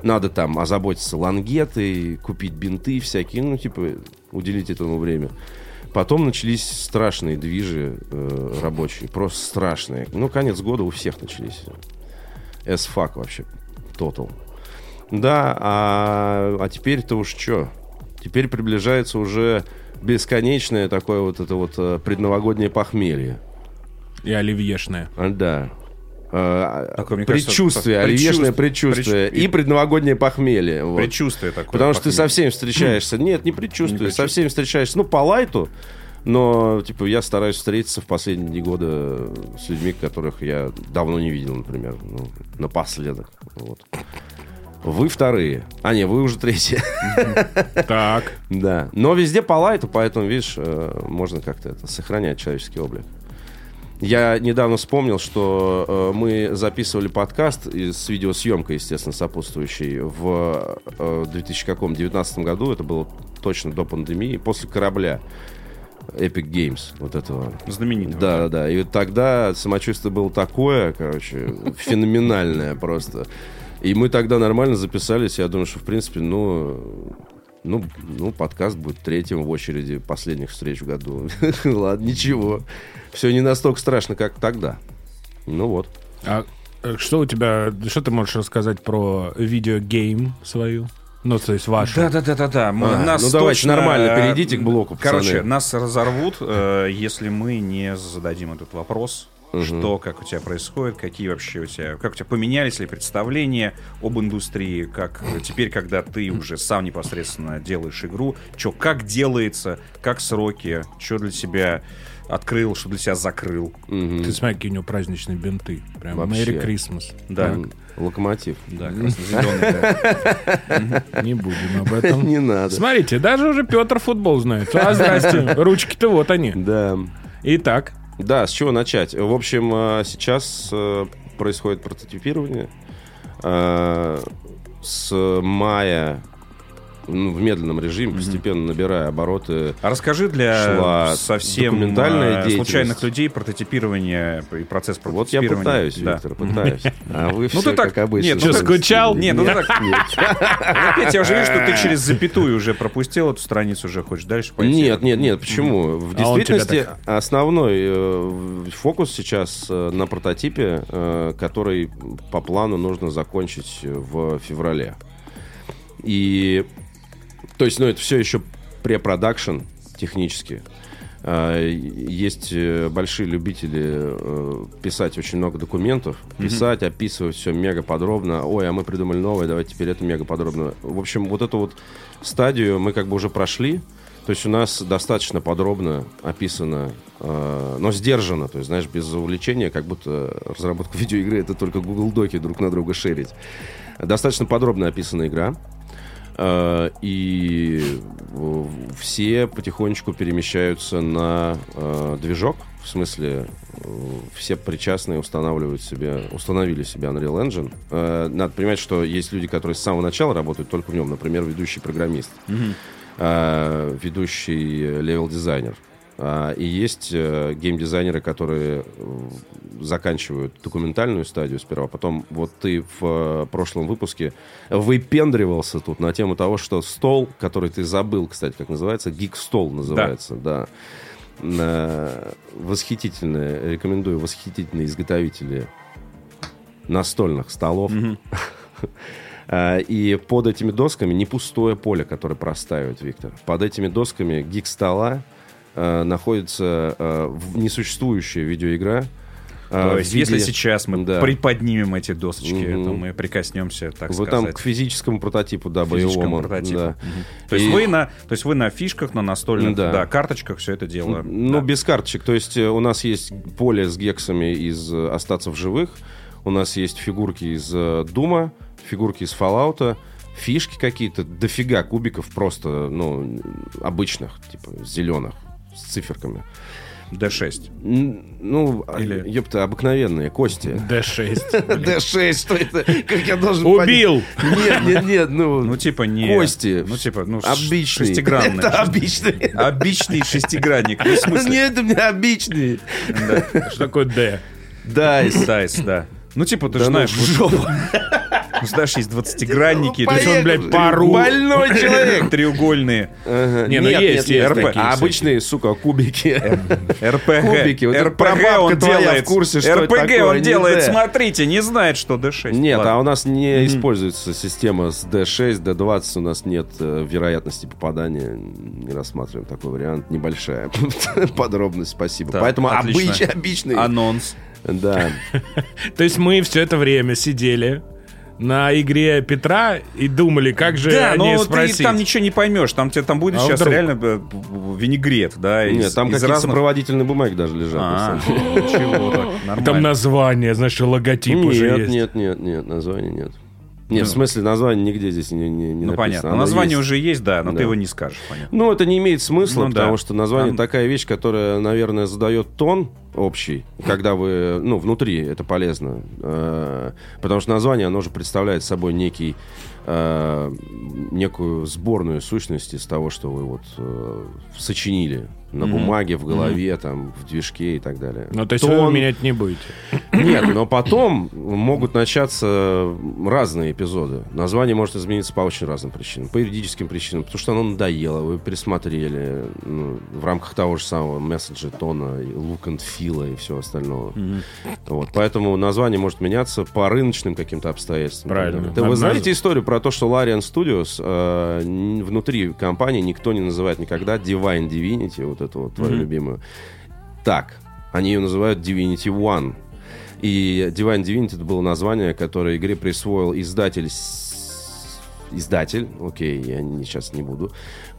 Speaker 2: Надо там озаботиться лангеты, купить бинты всякие, ну, типа, уделить этому время. Потом начались страшные движи э, рабочие, просто страшные. Ну, конец года у всех начались. С-фак вообще, тотал. Да, а, а теперь-то уж что? Теперь приближается уже бесконечное такое вот это вот э, предновогоднее похмелье.
Speaker 1: И оливьешная.
Speaker 2: А, Да. Э,
Speaker 3: Такое, а мне кажется,
Speaker 2: предчувствие,
Speaker 3: просто
Speaker 2: оливьешное
Speaker 3: предчувствие.
Speaker 2: предчувствие и предновогоднее похмелье. вот.
Speaker 3: Предчувствие такое.
Speaker 2: Потому что ты
Speaker 3: похмелье.
Speaker 2: со всеми встречаешься. Нет, не предчувствие,
Speaker 3: Не
Speaker 2: со всеми встречаешься. Ну, по лайту, но, типа, я стараюсь встретиться в последние годы с людьми, которых я давно не видел, например. Ну, напоследок. Вот. Вы вторые. А, не, вы уже третьи.
Speaker 1: Так.
Speaker 2: Да. Но везде по лайту, поэтому, видишь, э, можно как-то это сохранять человеческий облик. Я недавно вспомнил, что э, мы записывали подкаст и с видеосъемкой, естественно, сопутствующей в э, 2019 году. Это было точно до пандемии, после корабля Epic Games вот этого.
Speaker 3: Знаменитого.
Speaker 2: Да, да, да. И вот тогда самочувствие было такое, короче, феноменальное просто. И мы тогда нормально записались. Я думаю, что, в принципе, ну, ну, ну, подкаст будет третьим в очереди последних встреч в году. <laughs> Ладно, ничего. Все не настолько страшно, как тогда. Ну вот.
Speaker 1: А э, что у тебя, что ты можешь рассказать про видеогейм свою? Ну, то есть вашу.
Speaker 3: Да, да, да, да, да. Мы-
Speaker 2: А,
Speaker 3: нас
Speaker 2: ну давайте
Speaker 3: точно,
Speaker 2: нормально,
Speaker 3: э,
Speaker 2: перейдите к блоку, пацаны.
Speaker 3: Короче, нас разорвут, э, если мы не зададим этот вопрос.
Speaker 2: Мгм.
Speaker 3: Что, как у тебя происходит, какие вообще у тебя, как у тебя поменялись ли представления об индустрии, как э, теперь, когда ты уже сам непосредственно делаешь игру, что, как делается, как сроки, что для себя открыл, что для себя закрыл.
Speaker 2: Мгм.
Speaker 1: Ты смотри, какие у него праздничные бинты. Прям
Speaker 2: Вообще.
Speaker 1: Merry Christmas. Ну,
Speaker 3: Да,
Speaker 2: М, Локомотив.
Speaker 3: да, красно-зеленый, да.
Speaker 1: Не будем
Speaker 3: <laughs>
Speaker 1: об этом.
Speaker 2: <laughs> Не надо.
Speaker 1: Смотрите, даже уже Петр футбол знает. А, здрасте. Ручки-то вот они.
Speaker 2: Да.
Speaker 1: Итак,
Speaker 2: Да, с чего начать? В общем, э, сейчас э, происходит прототипирование. Э, С мая ну, в медленном режиме, постепенно набирая обороты.
Speaker 3: А расскажи для
Speaker 2: Шла
Speaker 3: совсем
Speaker 2: документальная
Speaker 3: э,
Speaker 2: деятельность.
Speaker 3: случайных людей прототипирование и процесс
Speaker 2: Вот я
Speaker 3: прототипирования.
Speaker 2: пытаюсь,
Speaker 3: Да.
Speaker 2: Виктор, пытаюсь. А вы
Speaker 3: Ну,
Speaker 2: все
Speaker 3: ты так-
Speaker 2: как обычно.
Speaker 3: нет, ну, Чё,
Speaker 2: Вы-
Speaker 1: скучал?
Speaker 3: Не, ну, ты
Speaker 2: Нет,
Speaker 3: так-
Speaker 2: нет.
Speaker 3: Опять А, я уже
Speaker 2: <laughs>
Speaker 3: вижу, что ты через запятую уже пропустил эту страницу, уже хочешь дальше пойти.
Speaker 2: Нет, нет, нет, почему? В
Speaker 1: А он тебя
Speaker 2: действительности основной э, фокус сейчас э, на прототипе, э, который по плану нужно закончить в феврале. И то есть, ну, это все еще препродакшн технически. А, и- Есть э, большие любители э, писать очень много документов, писать, описывать все мега подробно. Ой, а мы придумали новое, давайте теперь это мега подробно. В общем, вот эту вот стадию мы как бы уже прошли. То есть у нас достаточно подробно описано, э, но сдержано. То есть, знаешь, без увлечения, как будто разработка <laughs> видеоигры это только Google Доки друг на друга шерить. Достаточно подробно описана игра. Э, И э, все потихонечку перемещаются на э, движок. В смысле, э, все причастные устанавливают себе, установили себе Unreal Engine. Э, Надо понимать, что есть люди, которые с самого начала работают только в нем. Например, ведущий программист, э, ведущий левел-дизайнер. А, И есть э, геймдизайнеры, которые э, заканчивают документальную стадию сперва, потом вот ты в э, прошлом выпуске выпендривался тут на тему того, что стол, который ты забыл, кстати, как называется, гик-стол называется, да. Э, Восхитительное, рекомендую, восхитительные изготовители настольных столов. <laughs> А, И под этими досками не пустое поле, которое простаивает Виктор. Под этими досками а, гик стола э, находится э, в- несуществующая а, видеоигра, а,
Speaker 3: То
Speaker 2: в
Speaker 3: есть, если
Speaker 2: виде-
Speaker 3: сейчас мы
Speaker 2: Да.
Speaker 3: приподнимем эти досочки,
Speaker 2: Мгм.
Speaker 3: то мы прикоснемся, так
Speaker 2: Вы там
Speaker 3: сказать.
Speaker 2: к физическому прототипу, да,
Speaker 3: к физическому
Speaker 2: боевому.
Speaker 3: прототипу.
Speaker 2: да.
Speaker 3: Мгм. То есть
Speaker 2: И-
Speaker 3: вы на, то есть вы на фишках, на настольных,
Speaker 2: Да.
Speaker 3: да, карточках все это дело.
Speaker 2: Ну,
Speaker 3: да.
Speaker 2: без карточек. То есть э, у нас есть поле с гексами из э, «Остаться в живых», у нас есть фигурки из э, «Дума», фигурки из «Фоллаута», фишки какие-то, дофига кубиков просто, ну, обычных, типа зеленых, с циферками.
Speaker 3: D6.
Speaker 2: Н- Ну, а,
Speaker 3: Или-
Speaker 2: ёпта, обыкновенные
Speaker 3: <laughs>
Speaker 2: кости.
Speaker 1: D6.
Speaker 2: D6, что это? Как я должен
Speaker 1: Убил!
Speaker 2: понять? Нет, нет, нет,
Speaker 3: Ну,
Speaker 2: ну...
Speaker 3: типа не...
Speaker 2: Кости.
Speaker 3: Ну, типа, ну, ш-
Speaker 2: Обычный.
Speaker 3: шестигранный.
Speaker 2: <laughs> Это обычный.
Speaker 3: Обычный шестигранник. Ну, в смысле?
Speaker 2: Нет, у меня обычный.
Speaker 3: Да.
Speaker 2: <laughs>
Speaker 1: Что такое D?
Speaker 2: Дайс.
Speaker 3: Дайс, да. Ну, типа, ты
Speaker 2: Да
Speaker 3: же
Speaker 2: ну,
Speaker 3: знаешь,
Speaker 2: в
Speaker 3: вот, <laughs>
Speaker 2: жопу.
Speaker 3: ну, знаешь, есть двадцатигранники,
Speaker 2: Ну,
Speaker 3: то есть он,
Speaker 2: поехали.
Speaker 1: блядь, пару.
Speaker 3: <laughs>
Speaker 2: Больной человек.
Speaker 3: треугольные,
Speaker 2: Ага.
Speaker 1: Не, ну
Speaker 2: Нет,
Speaker 1: есть,
Speaker 2: нет, нет,
Speaker 1: есть
Speaker 2: РП.
Speaker 1: такие
Speaker 2: А
Speaker 1: всякие.
Speaker 2: обычные, сука,
Speaker 3: Э,
Speaker 2: кубики.
Speaker 3: РПГ.
Speaker 2: Кубики, вот это
Speaker 3: РПГ
Speaker 2: прабабка
Speaker 3: он
Speaker 2: твоя в
Speaker 3: делает.
Speaker 2: курсе, что это
Speaker 3: РПГ
Speaker 2: такое,
Speaker 3: он
Speaker 2: не
Speaker 3: делает,
Speaker 2: знаю.
Speaker 3: смотрите, не знает, что D6.
Speaker 2: Нет,
Speaker 3: Ладно.
Speaker 2: а у нас не используется система с D6, D20, у нас нет э, вероятности попадания, не рассматриваем такой вариант, небольшая <laughs> подробность, спасибо.
Speaker 3: Так,
Speaker 2: Поэтому <laughs>
Speaker 3: отлично. А,
Speaker 2: обыч- обычный,
Speaker 3: Анонс. <laughs>
Speaker 2: да.
Speaker 1: То есть мы все это время сидели на игре Петра и думали, как же
Speaker 3: Да,
Speaker 1: они
Speaker 3: но ты
Speaker 1: спросить.
Speaker 3: там ничего не поймешь. Там, тебе, там
Speaker 1: А
Speaker 3: будет сейчас
Speaker 1: вдруг?
Speaker 3: реально э, винегрет, да, из,
Speaker 2: Нет, там
Speaker 3: из
Speaker 2: какие-то
Speaker 3: разных...
Speaker 2: сопроводительные бумаги даже лежат.
Speaker 3: А, <laughs>
Speaker 2: на самом деле.
Speaker 3: ничего, нормально.
Speaker 1: Там название, знаешь, и логотип уже
Speaker 2: Нет,
Speaker 1: есть.
Speaker 2: нет, нет, нет, названия нет. Нет,
Speaker 3: Ну.
Speaker 2: в смысле, название нигде здесь не, не, не
Speaker 3: Ну,
Speaker 2: написано.
Speaker 3: понятно.
Speaker 2: Оно
Speaker 3: Название
Speaker 2: есть.
Speaker 3: уже есть, да, но
Speaker 2: Да.
Speaker 3: ты его не скажешь, понятно.
Speaker 2: Ну, это не имеет смысла,
Speaker 3: Ну да.
Speaker 2: потому что название
Speaker 3: Там-
Speaker 2: такая вещь, которая, наверное, задает тон общий, когда вы, ну, внутри это полезно. Э, Потому что название, оно же представляет собой некий, э, некую сборную сущность из того, что вы вот э, сочинили на
Speaker 1: Мгм.
Speaker 2: бумаге, в голове, там, в движке и так далее.
Speaker 1: Ну, то есть вы его
Speaker 2: Тон-
Speaker 1: менять не будете.
Speaker 2: нет, но потом могут начаться разные эпизоды. Название может измениться по очень разным причинам. По юридическим причинам, потому что оно надоело, вы пересмотрели ну, в рамках того же самого месседжа, тона, и look and feel и всего остального. Вот, поэтому название может меняться по рыночным каким-то обстоятельствам.
Speaker 1: Правильно.
Speaker 2: Да, Вы
Speaker 1: Однажды-
Speaker 2: знаете историю про то, что Larian Studios э, н- внутри компании никто не называет никогда Divine Divinity, вот эту вот твою
Speaker 1: Мгм.
Speaker 2: любимую, так. Они ее называют Divinity One. И Divine Divinity это было название, которое игре присвоил издатель... с- Издатель, окей, я не- сейчас не буду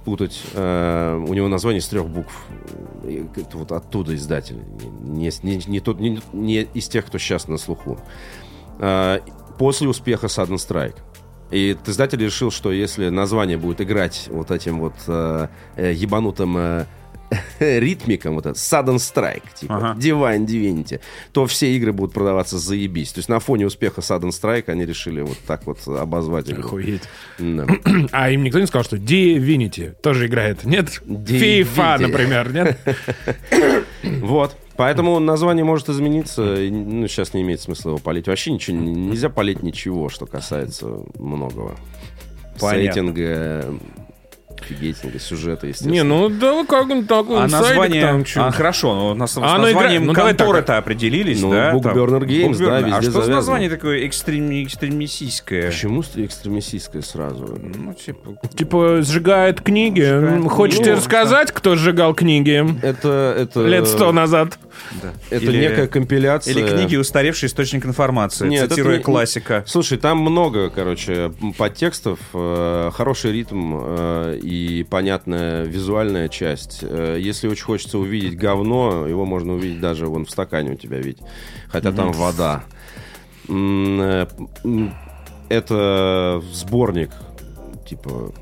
Speaker 2: путать. Э, у него название из трех букв. И как-то вот оттуда издатель. Не, с- не- не тот, не, не из тех, кто сейчас на слуху. Э, после успеха Sudden Strike. И этот издатель решил, что если название будет играть вот этим вот э, э, ебанутым э, <laughs> ритмиком, вот этот Sudden Strike, типа
Speaker 3: Ага.
Speaker 2: Divine Divinity, то все игры будут продаваться заебись. То есть на фоне успеха Sudden Strike они решили вот так вот обозвать игру.
Speaker 1: Охуеть.
Speaker 2: Да. <clears throat>
Speaker 1: А им никто не сказал, что Divinity тоже играет, нет?
Speaker 2: Divinity.
Speaker 1: FIFA, например, нет?
Speaker 3: <laughs>
Speaker 2: Вот. Поэтому название может измениться. и, Ну, сейчас не имеет смысла его палить. Вообще ничего, не- нельзя палить ничего, что касается многого.
Speaker 3: Понятно.
Speaker 2: Сеттинга, фигетинга, сюжета, естественно.
Speaker 1: Не, ну да, как он такой,
Speaker 3: А
Speaker 1: сайтик
Speaker 3: название...
Speaker 1: там, чё.
Speaker 3: а, хорошо, но на, с с
Speaker 1: А, ну, игра-
Speaker 3: названием
Speaker 1: ну, давай
Speaker 3: конторы-то определились,
Speaker 2: Ну,
Speaker 3: да? там.
Speaker 2: Bookburner Games, да,
Speaker 3: Bookburner.
Speaker 2: везде
Speaker 3: А что за
Speaker 2: завязано.
Speaker 3: название такое экстрем... экстремистическое?
Speaker 2: Почему с- экстремистское сразу?
Speaker 3: Ну, типа...
Speaker 1: Типа, сжигает книги.
Speaker 3: Сжигает
Speaker 1: Хочете
Speaker 3: книги.
Speaker 1: рассказать, кто сжигал книги
Speaker 2: Это, это,
Speaker 1: лет
Speaker 3: Э.
Speaker 1: сто назад?
Speaker 3: да.
Speaker 2: это
Speaker 3: Или-
Speaker 2: некая компиляция.
Speaker 3: Или книги «Устаревший источник информации»,
Speaker 2: Нет, это
Speaker 3: цитируя
Speaker 2: не-
Speaker 3: классика.
Speaker 2: Слушай, там много, короче, м, подтекстов, э, хороший ритм э, и понятная визуальная часть. Э, если очень хочется увидеть говно, его можно увидеть даже вон в стакане у тебя видеть, хотя там вода. М, э, м, Это сборник, типа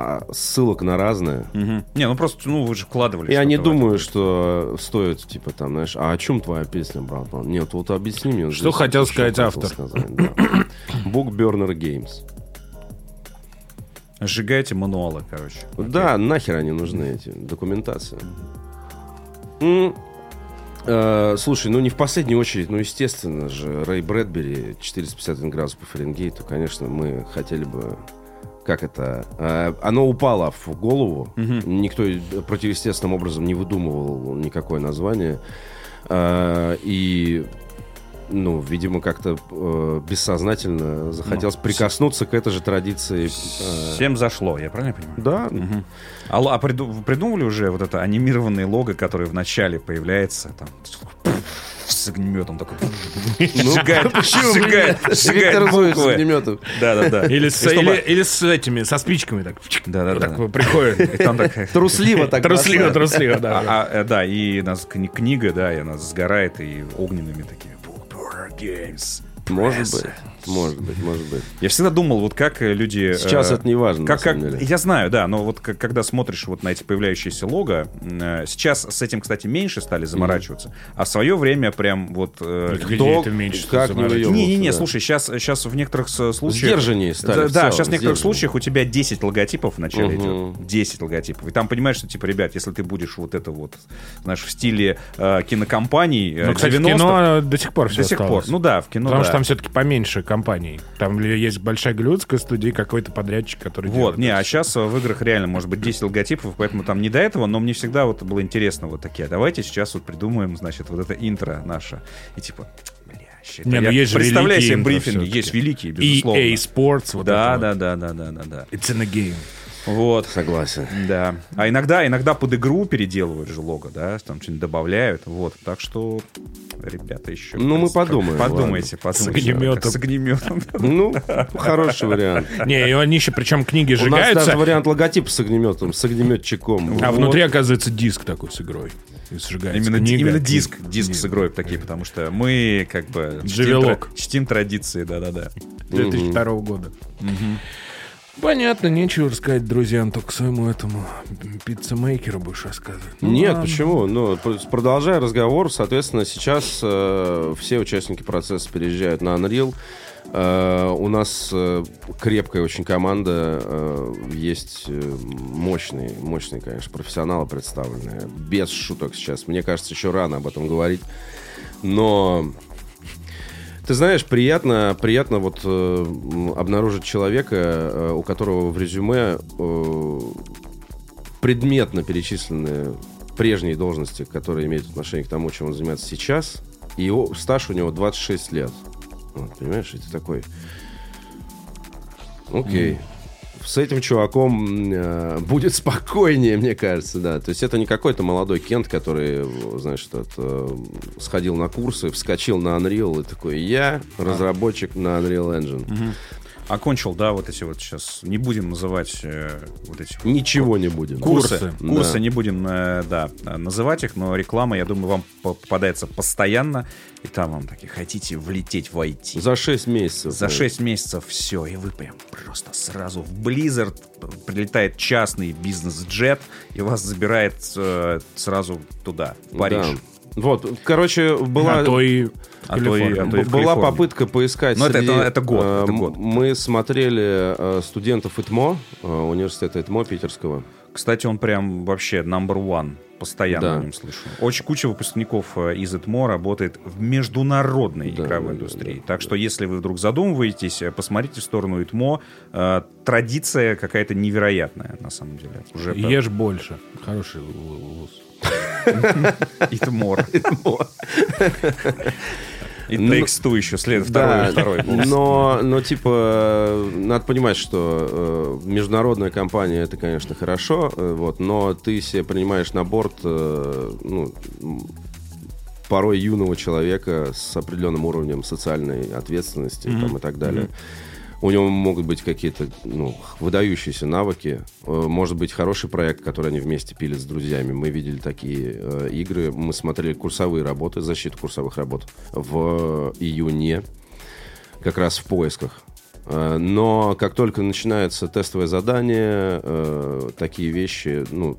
Speaker 2: а, ссылок на разное.
Speaker 3: Мгм. Не, ну просто, ну вы же вкладывали.
Speaker 2: Я не
Speaker 3: что-то в это.
Speaker 2: думаю, что стоит, типа, там, знаешь, а о чем твоя песня, брат? Нет, вот объясни мне.
Speaker 1: Что хотел сказать автор?
Speaker 2: Букбернер Геймс.
Speaker 3: Сжигайте мануалы, короче.
Speaker 2: Да, нахер они нужны, эти документации. М. Э, Слушай, ну не в последнюю очередь, ну естественно же, Рэй Брэдбери, 451 градус по Фаренгейту, конечно, мы хотели бы как это, э, оно упало в голову. Никто э, противоестественным образом не выдумывал никакое название. Э, и, ну, видимо, как-то э, бессознательно захотелось прикоснуться к этой же традиции. э,
Speaker 3: Всем зашло, я правильно понимаю?
Speaker 2: да,
Speaker 3: А, л- а приду- вы придумали уже вот это анимированное лого, которое в начале появляется? Там, с огнеметом такой.
Speaker 2: Ну, <laughs>
Speaker 3: Сжигает,
Speaker 2: почему бы
Speaker 3: сжигает,
Speaker 2: нет?
Speaker 3: сжигает
Speaker 2: Виктор Зуев с
Speaker 3: буквы.
Speaker 2: огнеметом.
Speaker 3: Да, да, да.
Speaker 1: <laughs> Или с,
Speaker 3: И чтобы-
Speaker 1: или, или с этими, со спичками так.
Speaker 3: Да, да,
Speaker 1: Вот
Speaker 3: да.
Speaker 1: так вот приходит.
Speaker 3: <laughs> И
Speaker 1: <laughs>
Speaker 3: там так.
Speaker 2: Трусливо так.
Speaker 1: Трусливо,
Speaker 2: бросает.
Speaker 1: трусливо,
Speaker 3: А,
Speaker 1: да.
Speaker 3: а, э, да, и у нас кни- книга, да, и она сгорает, и огненными такими. Burger Games.
Speaker 2: Может
Speaker 3: Press.
Speaker 2: быть. Может быть, может быть.
Speaker 3: Я всегда думал, вот как э, люди...
Speaker 2: Сейчас
Speaker 3: э,
Speaker 2: это не важно,
Speaker 3: Как,
Speaker 2: на
Speaker 3: как,
Speaker 2: самом деле.
Speaker 3: я знаю, да, но вот к- когда смотришь вот на эти появляющиеся лого, м, э, сейчас с этим, кстати, меньше стали заморачиваться, а в свое время прям вот... э,
Speaker 1: Как людей
Speaker 3: кто-
Speaker 1: это меньше
Speaker 2: как не
Speaker 1: заморачивает.
Speaker 2: выебываться,
Speaker 3: Не-не-не,
Speaker 2: да.
Speaker 3: слушай, сейчас, сейчас в некоторых с- случаях...
Speaker 2: Сдержаннее стали.
Speaker 3: Да,
Speaker 2: в
Speaker 3: да,
Speaker 2: целом,
Speaker 3: сейчас в некоторых
Speaker 2: сдержаннее.
Speaker 3: случаях у тебя 10 логотипов вначале
Speaker 2: Мгм.
Speaker 3: идет. 10 логотипов. И там понимаешь, что, типа, ребят, если ты будешь вот это вот, знаешь, в стиле э, кинокомпаний э,
Speaker 1: Ну, кстати,
Speaker 3: 90-х,
Speaker 1: кино до сих пор все
Speaker 3: до сих пор. Ну да, в кино,
Speaker 1: Потому
Speaker 3: да.
Speaker 1: что там все-таки поменьше компаний. Там ли- есть большая голливудская студия и какой-то подрядчик, который
Speaker 3: Вот,
Speaker 1: делает
Speaker 3: не,
Speaker 1: это
Speaker 3: а
Speaker 1: всё.
Speaker 3: сейчас в играх реально может быть 10 логотипов, поэтому там не до этого, но мне всегда вот было интересно вот такие, а давайте сейчас вот придумаем, значит, вот это интро наше. И типа, бля, щит.
Speaker 1: Не, ну
Speaker 3: Я
Speaker 1: есть же
Speaker 3: Представляю
Speaker 1: великие
Speaker 3: себе
Speaker 1: интро
Speaker 3: брифинги,
Speaker 1: всё-таки.
Speaker 3: есть великие, безусловно.
Speaker 1: EA Sports. вот
Speaker 3: да,
Speaker 1: это
Speaker 3: да,
Speaker 1: вот.
Speaker 3: да, да, да, да, да.
Speaker 1: It's in a game.
Speaker 3: Вот.
Speaker 2: Согласен.
Speaker 3: Да. А иногда, иногда под игру переделывают же лого, да, там что-нибудь добавляют, вот. Так что, ребята, еще...
Speaker 2: Ну, мы подумаем,
Speaker 3: Подумайте, подумайте.
Speaker 1: огнемётом.
Speaker 3: С огнеметом.
Speaker 2: Ну, хороший вариант.
Speaker 1: Не, и они еще, причем книги
Speaker 2: У нас даже
Speaker 1: сжигаются,
Speaker 2: вариант логотипа с огнеметом, с огнеметчиком.
Speaker 1: а внутри, оказывается, диск такой с игрой. И сжигается
Speaker 3: Именно,
Speaker 1: книга.
Speaker 3: именно диск, диск с игрой такие, потому что мы как бы чтим
Speaker 1: Джевелок.
Speaker 3: тра- чтим традиции, да-да-да.
Speaker 1: 2002 года. Понятно, нечего рассказать друзьям, только своему этому пиццемейкеру будешь рассказывать. Ну,
Speaker 2: Нет,
Speaker 1: ладно.
Speaker 2: почему? Ну, п- продолжая разговор, соответственно, сейчас э, все участники процесса переезжают на Unreal. Э, у нас э, крепкая очень команда, э, есть э, мощные, мощные, конечно, профессионалы представленные. Без шуток сейчас. Мне кажется, еще рано об этом говорить. Но ты знаешь, приятно, приятно вот э, м, обнаружить человека, э, у которого в резюме э, предметно перечислены прежние должности, которые имеют отношение к тому, чем он занимается сейчас. И его стаж у него 26 лет. Вот, понимаешь, и ты такой. Окей. С этим чуваком м, э, будет спокойнее, мне кажется, да. То есть это не какой-то молодой Кент, который, значит, от, э, сходил на курсы, вскочил на Unreal и такой, я
Speaker 3: А.
Speaker 2: разработчик на Unreal Engine.
Speaker 3: Окончил, да, вот эти вот сейчас, не будем называть э, вот эти
Speaker 2: Ничего не будет.
Speaker 3: курсы.
Speaker 1: Курсы.
Speaker 3: Курсы
Speaker 2: Да.
Speaker 3: не будем, э, да, называть их, но реклама, я думаю, вам по- попадается постоянно. И там вам такие, хотите влететь в IT.
Speaker 2: За 6 месяцев.
Speaker 3: За
Speaker 2: да.
Speaker 3: 6 месяцев все, и вы прям просто сразу в Blizzard прилетает частный бизнес-джет и вас забирает э, сразу туда, в Париж.
Speaker 2: Да. Вот, короче, была...
Speaker 1: А то и в
Speaker 3: А то и-
Speaker 1: Калифорнии.
Speaker 3: а то
Speaker 2: Б-
Speaker 3: и в
Speaker 2: Была
Speaker 3: Калифорнии.
Speaker 2: попытка поискать.
Speaker 3: Но Ну, это-
Speaker 2: среди,
Speaker 3: это- это год,
Speaker 2: э,
Speaker 3: это год.
Speaker 2: м- Мы смотрели э, студентов ИТМО, э, университета ИТМО питерского.
Speaker 3: Кстати, он прям вообще number one. Постоянно
Speaker 2: Да.
Speaker 3: о нем слышу. Очень куча выпускников э, из ЭТМО работает в международной
Speaker 2: Да,
Speaker 3: игровой
Speaker 2: да,
Speaker 3: индустрии. так что, если вы вдруг задумываетесь, э, посмотрите в сторону ИТМО. Э, Традиция какая-то невероятная, на самом деле. Уже
Speaker 1: И Ешь больше. Хороший вуз.
Speaker 3: прям
Speaker 2: <laughs>
Speaker 3: ИТМОР. И Takes Two еще след, второй,
Speaker 2: Ну, Да,
Speaker 3: второй. был.
Speaker 2: но, но типа э, надо понимать, что э, международная компания это, конечно, хорошо, э, вот, но ты себе принимаешь на борт э, ну, м, порой юного человека с определенным уровнем социальной ответственности там, и так далее. У него могут быть какие-то ну, выдающиеся навыки, э, может быть хороший проект, который они вместе пилят с друзьями. Мы видели такие э, игры, мы смотрели курсовые работы, защиту курсовых работ в июне как раз в поисках. Э, Но как только начинается тестовое задание, э, такие вещи, ну,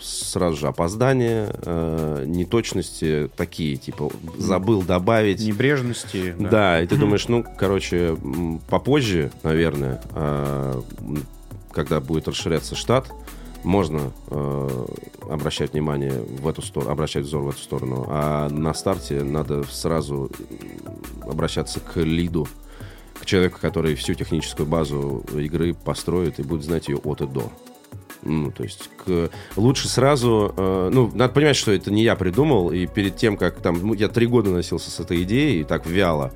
Speaker 2: сразу же опоздание, э, неточности такие, типа, забыл добавить.
Speaker 3: Небрежности.
Speaker 2: Да. и ты думаешь, ну, короче, м, попозже, наверное, а, м, когда будет расширяться штат, можно э, обращать внимание в эту сторону, обращать взор в эту сторону. А на старте надо сразу м, обращаться к лиду, к человеку, который всю техническую базу игры построит и будет знать ее от и до. Ну, то есть к- лучше сразу... э, ну, надо понимать, что это не я придумал, и перед тем, как там... ну, я три года носился с этой идеей, и так вяло.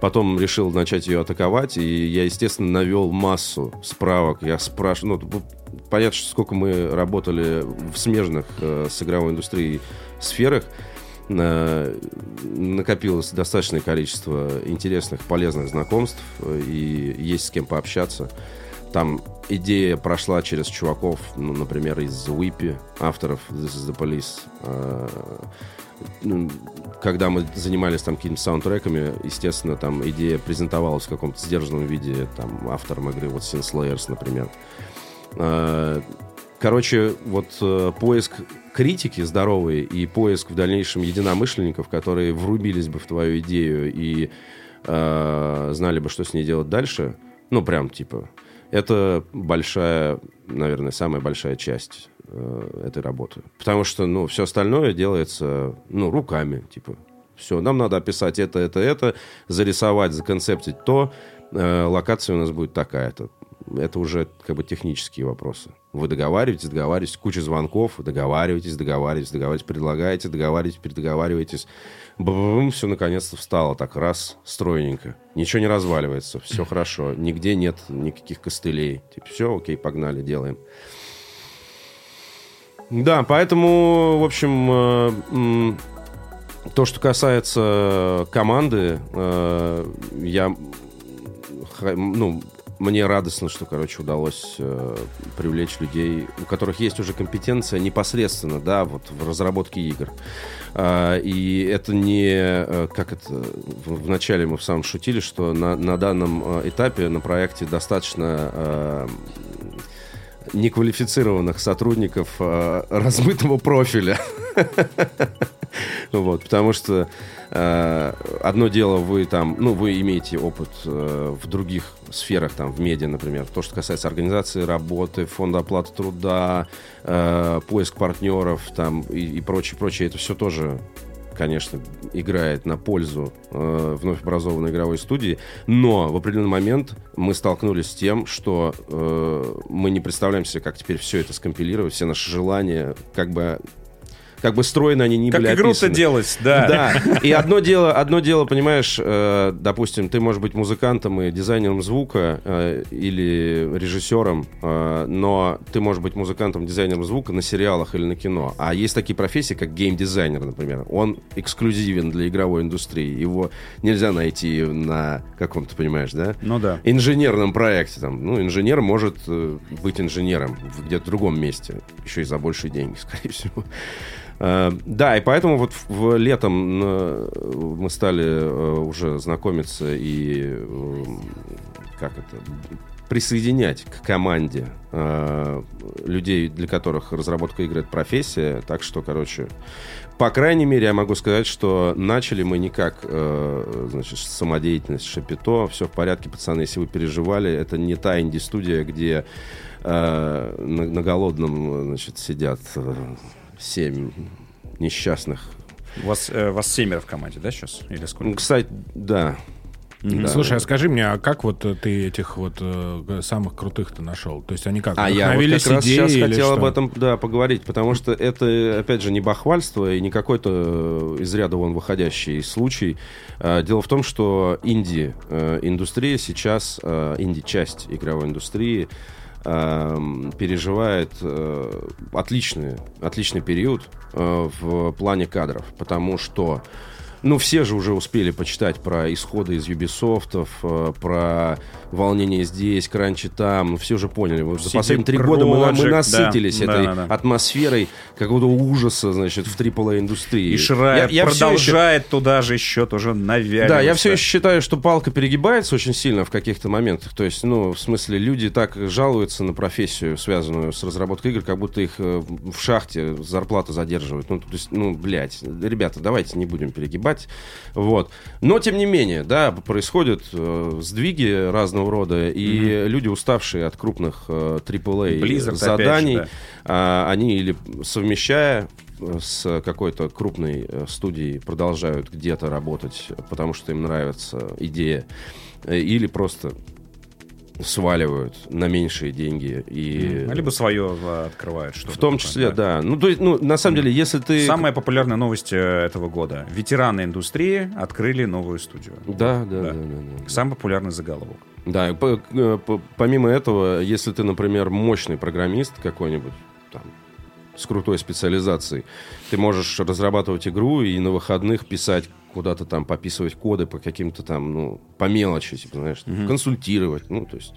Speaker 2: Потом решил начать ее атаковать, и я, естественно, навел массу справок. Я спрашивал... Ну, понятно, что сколько мы работали в смежных э, с игровой индустрией сферах, э, накопилось достаточное количество интересных, полезных знакомств, э, и есть с кем пообщаться. Там идея прошла через чуваков, ну, например, из Уипи, авторов This is the Police. Э, ну, Когда мы занимались там какими-то саундтреками, естественно, там идея презентовалась в каком-то сдержанном виде, там, автором игры, вот Sin Slayers, например. Э, Короче, вот э, поиск критики здоровой и поиск в дальнейшем единомышленников, которые врубились бы в твою идею и э, знали бы, что с ней делать дальше, ну, прям типа, это большая, наверное, самая большая часть э, этой работы. Потому что, ну, все остальное делается, ну, руками, типа. Все, нам надо описать это, это, это, зарисовать, законцептить то, э, локация у нас будет такая-то это уже как бы технические вопросы. Вы договариваетесь, договариваетесь, куча звонков, договариваетесь, договариваетесь, договариваетесь, предлагаете, договариваетесь, передоговариваетесь. Бум, все наконец-то встало так раз, стройненько. Ничего не разваливается, все хорошо, нигде нет никаких костылей. Типа, все, окей, погнали, делаем. Да, поэтому, в общем, э, м, то, что касается команды, э, я ха- ну, мне радостно, что, короче, удалось э, привлечь людей, у которых есть уже компетенция непосредственно, да, вот в разработке игр. А, и это не, э, как это, в- вначале мы в самом шутили, что на, на данном э, этапе на проекте достаточно э, неквалифицированных сотрудников э, <laughs> размытого профиля. Вот, потому что э, одно дело вы там, ну, вы имеете опыт э, в других сферах, там, в медиа, например, то, что касается организации работы, фонда оплаты труда, э, поиск партнеров, там, и, и прочее, прочее, это все тоже конечно, играет на пользу э, вновь образованной игровой студии, но в определенный момент мы столкнулись с тем, что э, мы не представляем себе, как теперь все это скомпилировать, все наши желания, как бы как бы стройно они ни
Speaker 3: Как
Speaker 2: были
Speaker 3: игру-то
Speaker 2: описаны.
Speaker 3: делать, да.
Speaker 2: Да. <laughs> И одно дело, одно дело, понимаешь, э, допустим, ты можешь быть музыкантом и дизайнером звука э, или режиссером, э, но ты можешь быть музыкантом, дизайнером звука на сериалах или на кино. А есть такие профессии, как гейм-дизайнер, например. Он эксклюзивен для игровой индустрии. Его нельзя найти на каком-то, понимаешь, да?
Speaker 3: Ну да.
Speaker 2: инженерном проекте. Там, ну, инженер может э, быть инженером в где-то другом месте, еще и за большие деньги, <laughs> скорее всего. Э, Да, и поэтому вот в- в летом э, мы стали э, уже знакомиться и э, как это присоединять к команде э, людей, для которых разработка игр это профессия. Так что, короче, по крайней мере, я могу сказать, что начали мы не как, э, значит, самодеятельность Шапито. Все в порядке, пацаны, если вы переживали. Это не та инди-студия, где э, на, на голодном, э, значит, сидят э, семь несчастных.
Speaker 3: У вас, э, вас семеро в команде, да, сейчас? Или
Speaker 2: Ну,
Speaker 3: сколько?
Speaker 2: Кстати, да. Да.
Speaker 1: Слушай, а скажи мне, а как вот э, ты этих вот э, самых крутых-то нашел? То есть они как,
Speaker 2: А я вот
Speaker 1: вдохновились
Speaker 2: как раз
Speaker 1: идеей
Speaker 2: сейчас
Speaker 1: или
Speaker 2: хотел
Speaker 1: что?
Speaker 2: об этом да, поговорить, потому что это, опять же, не бахвальство и не какой-то э, из ряда вон выходящий случай. Э, Дело в том, что инди-индустрия сейчас, э, инди-часть игровой индустрии эм, переживает э, отличный, отличный период э, в плане кадров, потому что ну, все же уже успели почитать про исходы из Ubisoft, э, про волнение здесь, кранчи там. Все уже поняли. Вот за
Speaker 3: CD
Speaker 2: последние три года мы, мы
Speaker 3: Projekt, да.
Speaker 2: насытились этой
Speaker 3: Да, да, да.
Speaker 2: атмосферой какого-то ужаса, значит, в AAA-индустрии.
Speaker 3: И Шрайер
Speaker 2: всё ещё-
Speaker 3: продолжает туда же еще тоже навязываться.
Speaker 2: да, я все еще считаю, что палка перегибается очень сильно в каких-то моментах. То есть, ну, в смысле, люди так жалуются на профессию, связанную с разработкой игр, как будто их э, в шахте зарплату задерживают. Ну, то есть, ну, блядь, ребята, давайте не будем перегибать. Вот. Но, тем не менее, да, происходят э, сдвиги разного рода, и люди, уставшие от крупных э, AAA
Speaker 3: Blizzard,
Speaker 2: заданий,
Speaker 3: опять же,
Speaker 2: а, они или совмещая э, с какой-то крупной э, студией продолжают где-то работать, потому что им нравится идея, э, или просто сваливают на меньшие деньги и
Speaker 3: М, Либо свое открывают что-то.
Speaker 2: в том
Speaker 3: такое,
Speaker 2: числе, да. Ну, то есть, ну, на самом деле, если ты
Speaker 3: Самая популярная новость э, этого года. Ветераны индустрии открыли новую студию.
Speaker 2: да, да,
Speaker 3: Да.
Speaker 2: да, да, да.
Speaker 3: Самый популярный заголовок.
Speaker 2: Да, и по- э, по- помимо этого, если ты, например, мощный программист какой-нибудь, там, с крутой специализацией. Ты можешь разрабатывать игру и на выходных писать куда-то там, пописывать коды по каким-то там, ну, по мелочи, типа, знаешь, консультировать, ну, то есть,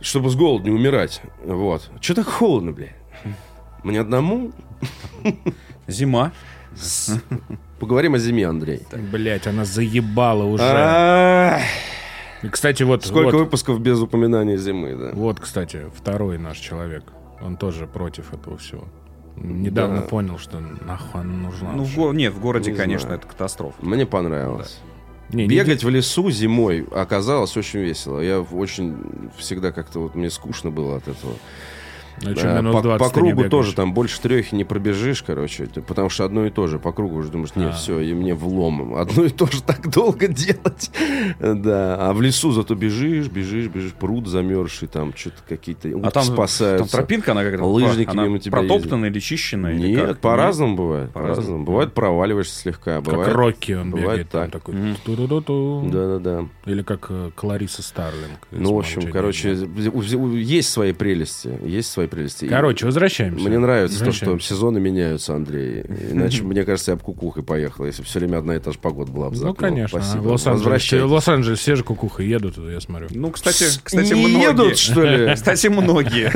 Speaker 2: чтобы с голоду не умирать, вот. Че так холодно, бля? Мне одному?
Speaker 3: Зима.
Speaker 2: Поговорим о зиме, Андрей.
Speaker 1: Блять, она заебала уже.
Speaker 2: А,
Speaker 1: И, Кстати, вот...
Speaker 2: Сколько
Speaker 1: вот-
Speaker 2: выпусков без упоминания зимы, да?
Speaker 1: Вот, кстати, второй наш человек. Он тоже против этого всего. Недавно
Speaker 2: Да.
Speaker 1: понял, что нахуй она нужна.
Speaker 3: Ну, в
Speaker 1: вообще.
Speaker 3: го- нет, в городе,
Speaker 2: Не
Speaker 3: конечно,
Speaker 2: знаю.
Speaker 3: это катастрофа.
Speaker 2: Мне понравилось.
Speaker 1: Не, не
Speaker 2: Бегать в лесу зимой оказалось очень весело. Я в- очень всегда как-то вот мне скучно было от этого.
Speaker 1: Ну, чё,
Speaker 2: Э,
Speaker 1: минус
Speaker 2: по,
Speaker 1: 20
Speaker 2: по
Speaker 1: ты не
Speaker 2: кругу
Speaker 1: бегаешь?
Speaker 2: тоже там больше трех не пробежишь, короче, ты- потому что одно и то же по кругу уже думаешь, не,
Speaker 1: А.
Speaker 2: все, и мне влом. Одно и то же так долго <laughs> делать, да. А в лесу зато бежишь, бежишь, бежишь, пруд замерзший, там что-то какие-то утки
Speaker 3: А там, там
Speaker 2: Ну, спасаются.
Speaker 3: тропинка, она как-то
Speaker 2: Лыжники
Speaker 3: она
Speaker 2: мимо тебя
Speaker 3: протоптанная или чищенная? или
Speaker 2: Нет,
Speaker 3: как?
Speaker 2: по-разному бывает,
Speaker 3: По-разному.
Speaker 2: по-разному. Бывает проваливаешься слегка,
Speaker 1: Как
Speaker 2: бывает.
Speaker 1: Рокки он
Speaker 2: бывает
Speaker 1: бегает. там
Speaker 2: так.
Speaker 1: такой
Speaker 3: Мгм.
Speaker 1: ту-ду-ду-ду.
Speaker 2: Да-да-да.
Speaker 1: Или как э, Клариса Старлинг. из
Speaker 2: Ну, в общем,
Speaker 1: «Молчания
Speaker 2: короче,
Speaker 1: ягнят».
Speaker 2: у- у- есть свои прелести, есть свои прелести. И-
Speaker 1: Короче, возвращаемся.
Speaker 2: Мне нравится то, что
Speaker 1: Возвращаемся.
Speaker 2: сезоны меняются, Андрей.
Speaker 3: <laughs>
Speaker 2: Иначе, мне кажется, я бы кукухой поехал, если все время одна и та же погода была бы. за
Speaker 1: Ну,
Speaker 2: окном.
Speaker 1: конечно. а,
Speaker 2: Спасибо.
Speaker 1: Лос-Анджелес.
Speaker 2: Возвращайтесь.
Speaker 1: Лос-Анджелес, все же кукухой едут, я
Speaker 2: <laughs>
Speaker 1: смотрю.
Speaker 3: Ну, кстати,
Speaker 2: С-
Speaker 3: кстати,
Speaker 2: не
Speaker 3: многие.
Speaker 2: едут, что
Speaker 3: <laughs>
Speaker 2: ли? <laughs>
Speaker 3: Кстати, многие.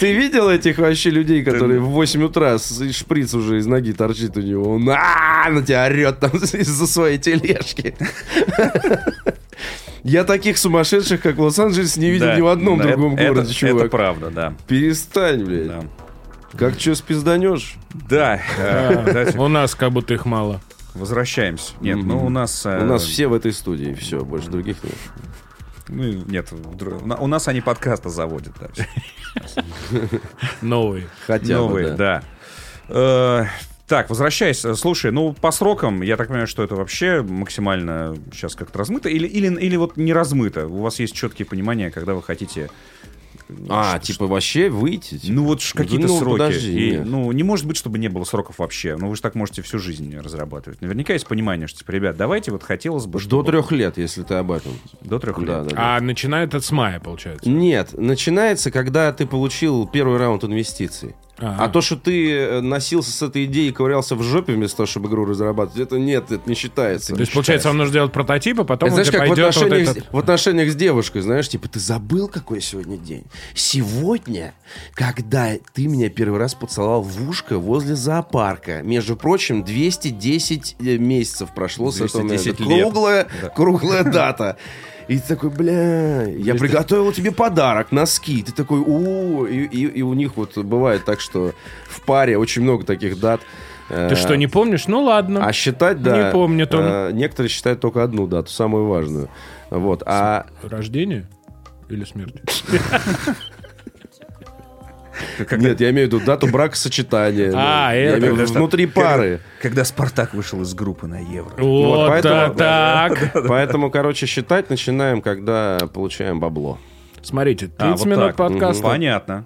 Speaker 2: Ты видел этих вообще людей, которые в 8 утра с- и шприц уже из ноги торчит у него? Он «А, на тебя орет там <laughs> из-за своей тележки. <laughs> Я таких сумасшедших, как Лос-Анджелес, не видел
Speaker 3: Да,
Speaker 2: ни в одном
Speaker 3: да,
Speaker 2: другом
Speaker 3: это-
Speaker 2: городе,
Speaker 3: это- Это
Speaker 2: чувак.
Speaker 3: правда, да.
Speaker 2: Перестань, блядь.
Speaker 3: Да.
Speaker 2: Как что спизданешь?
Speaker 3: Да, э,
Speaker 2: А.
Speaker 3: давайте
Speaker 1: У нас как будто их мало.
Speaker 3: возвращаемся. Нет, ну у нас... э,
Speaker 2: У нас все в этой студии, все, больше других нет.
Speaker 3: Ну, нет, вдруг- у на- у нас они подкасты заводят. да,
Speaker 2: <laughs>
Speaker 3: всё.
Speaker 1: Новые.
Speaker 2: Хотя бы,
Speaker 3: Новые,
Speaker 2: да.
Speaker 3: да. Э, Так, возвращаясь, э, слушай, ну по срокам, я так понимаю, что это вообще максимально сейчас как-то размыто, или, или, или вот не размыто. У вас есть четкие понимания, когда вы хотите.
Speaker 2: А, типа вообще выйти? типа?
Speaker 3: Ну вот ж какие-то
Speaker 2: ну,
Speaker 3: сроки.
Speaker 2: подожди,
Speaker 3: И,
Speaker 2: нет.
Speaker 3: ну, не может быть, чтобы не было сроков вообще. Ну, вы же так можете всю жизнь разрабатывать. Наверняка есть понимание, что типа, ребят, давайте, вот хотелось
Speaker 1: Ну,
Speaker 3: бы.
Speaker 2: До
Speaker 3: чтобы-
Speaker 2: трех лет, если ты об этом.
Speaker 3: До трех лет.
Speaker 2: Да, да, да. Ну,
Speaker 1: А начинает это с мая, получается.
Speaker 2: Нет, начинается, когда ты получил первый раунд инвестиций.
Speaker 1: А,
Speaker 2: А то, что ты э, носился с этой идеей и ковырялся в жопе вместо того, чтобы игру разрабатывать, это нет, это не считается.
Speaker 1: То есть, получается, вам нужно делать прототип, а потом
Speaker 2: Это, знаешь,
Speaker 1: уже
Speaker 2: как в
Speaker 1: пойдет вот
Speaker 2: отношениях,
Speaker 1: этот...
Speaker 2: с- в отношениях с девушкой, знаешь, типа, ты забыл, какой сегодня день? Сегодня, когда ты меня первый раз поцеловал в ушко возле зоопарка. Между прочим, 210 месяцев прошло с этого
Speaker 3: 210
Speaker 2: момента.
Speaker 3: лет.
Speaker 2: Круглая, круглая дата. И ты такой, бля, я приготовил тебе подарок, носки. Ты такой, у и, и- и у них вот бывает так, что в паре очень много таких дат.
Speaker 1: Ты что, не помнишь? Ну ладно.
Speaker 2: А считать, да.
Speaker 1: Не помню, Том.
Speaker 2: э, некоторые считают только одну дату, самую важную. Вот. А
Speaker 1: Рождение или
Speaker 2: <laughs>
Speaker 1: смерть?
Speaker 3: Как-
Speaker 2: нет, я имею в виду
Speaker 1: <laughs>
Speaker 2: дату бракосочетания.
Speaker 1: А,
Speaker 2: да. Я
Speaker 1: это
Speaker 2: имею в виду
Speaker 3: когда-
Speaker 2: внутри пары.
Speaker 3: Когда Спартак вышел из группы на Евро.
Speaker 1: Вот
Speaker 2: поэтому-
Speaker 1: а
Speaker 2: <laughs>
Speaker 1: так.
Speaker 2: Поэтому, короче, считать начинаем, когда получаем бабло.
Speaker 1: Смотрите,
Speaker 3: А,
Speaker 1: 30
Speaker 3: вот
Speaker 1: минут
Speaker 3: так.
Speaker 1: подкаста.
Speaker 3: Понятно.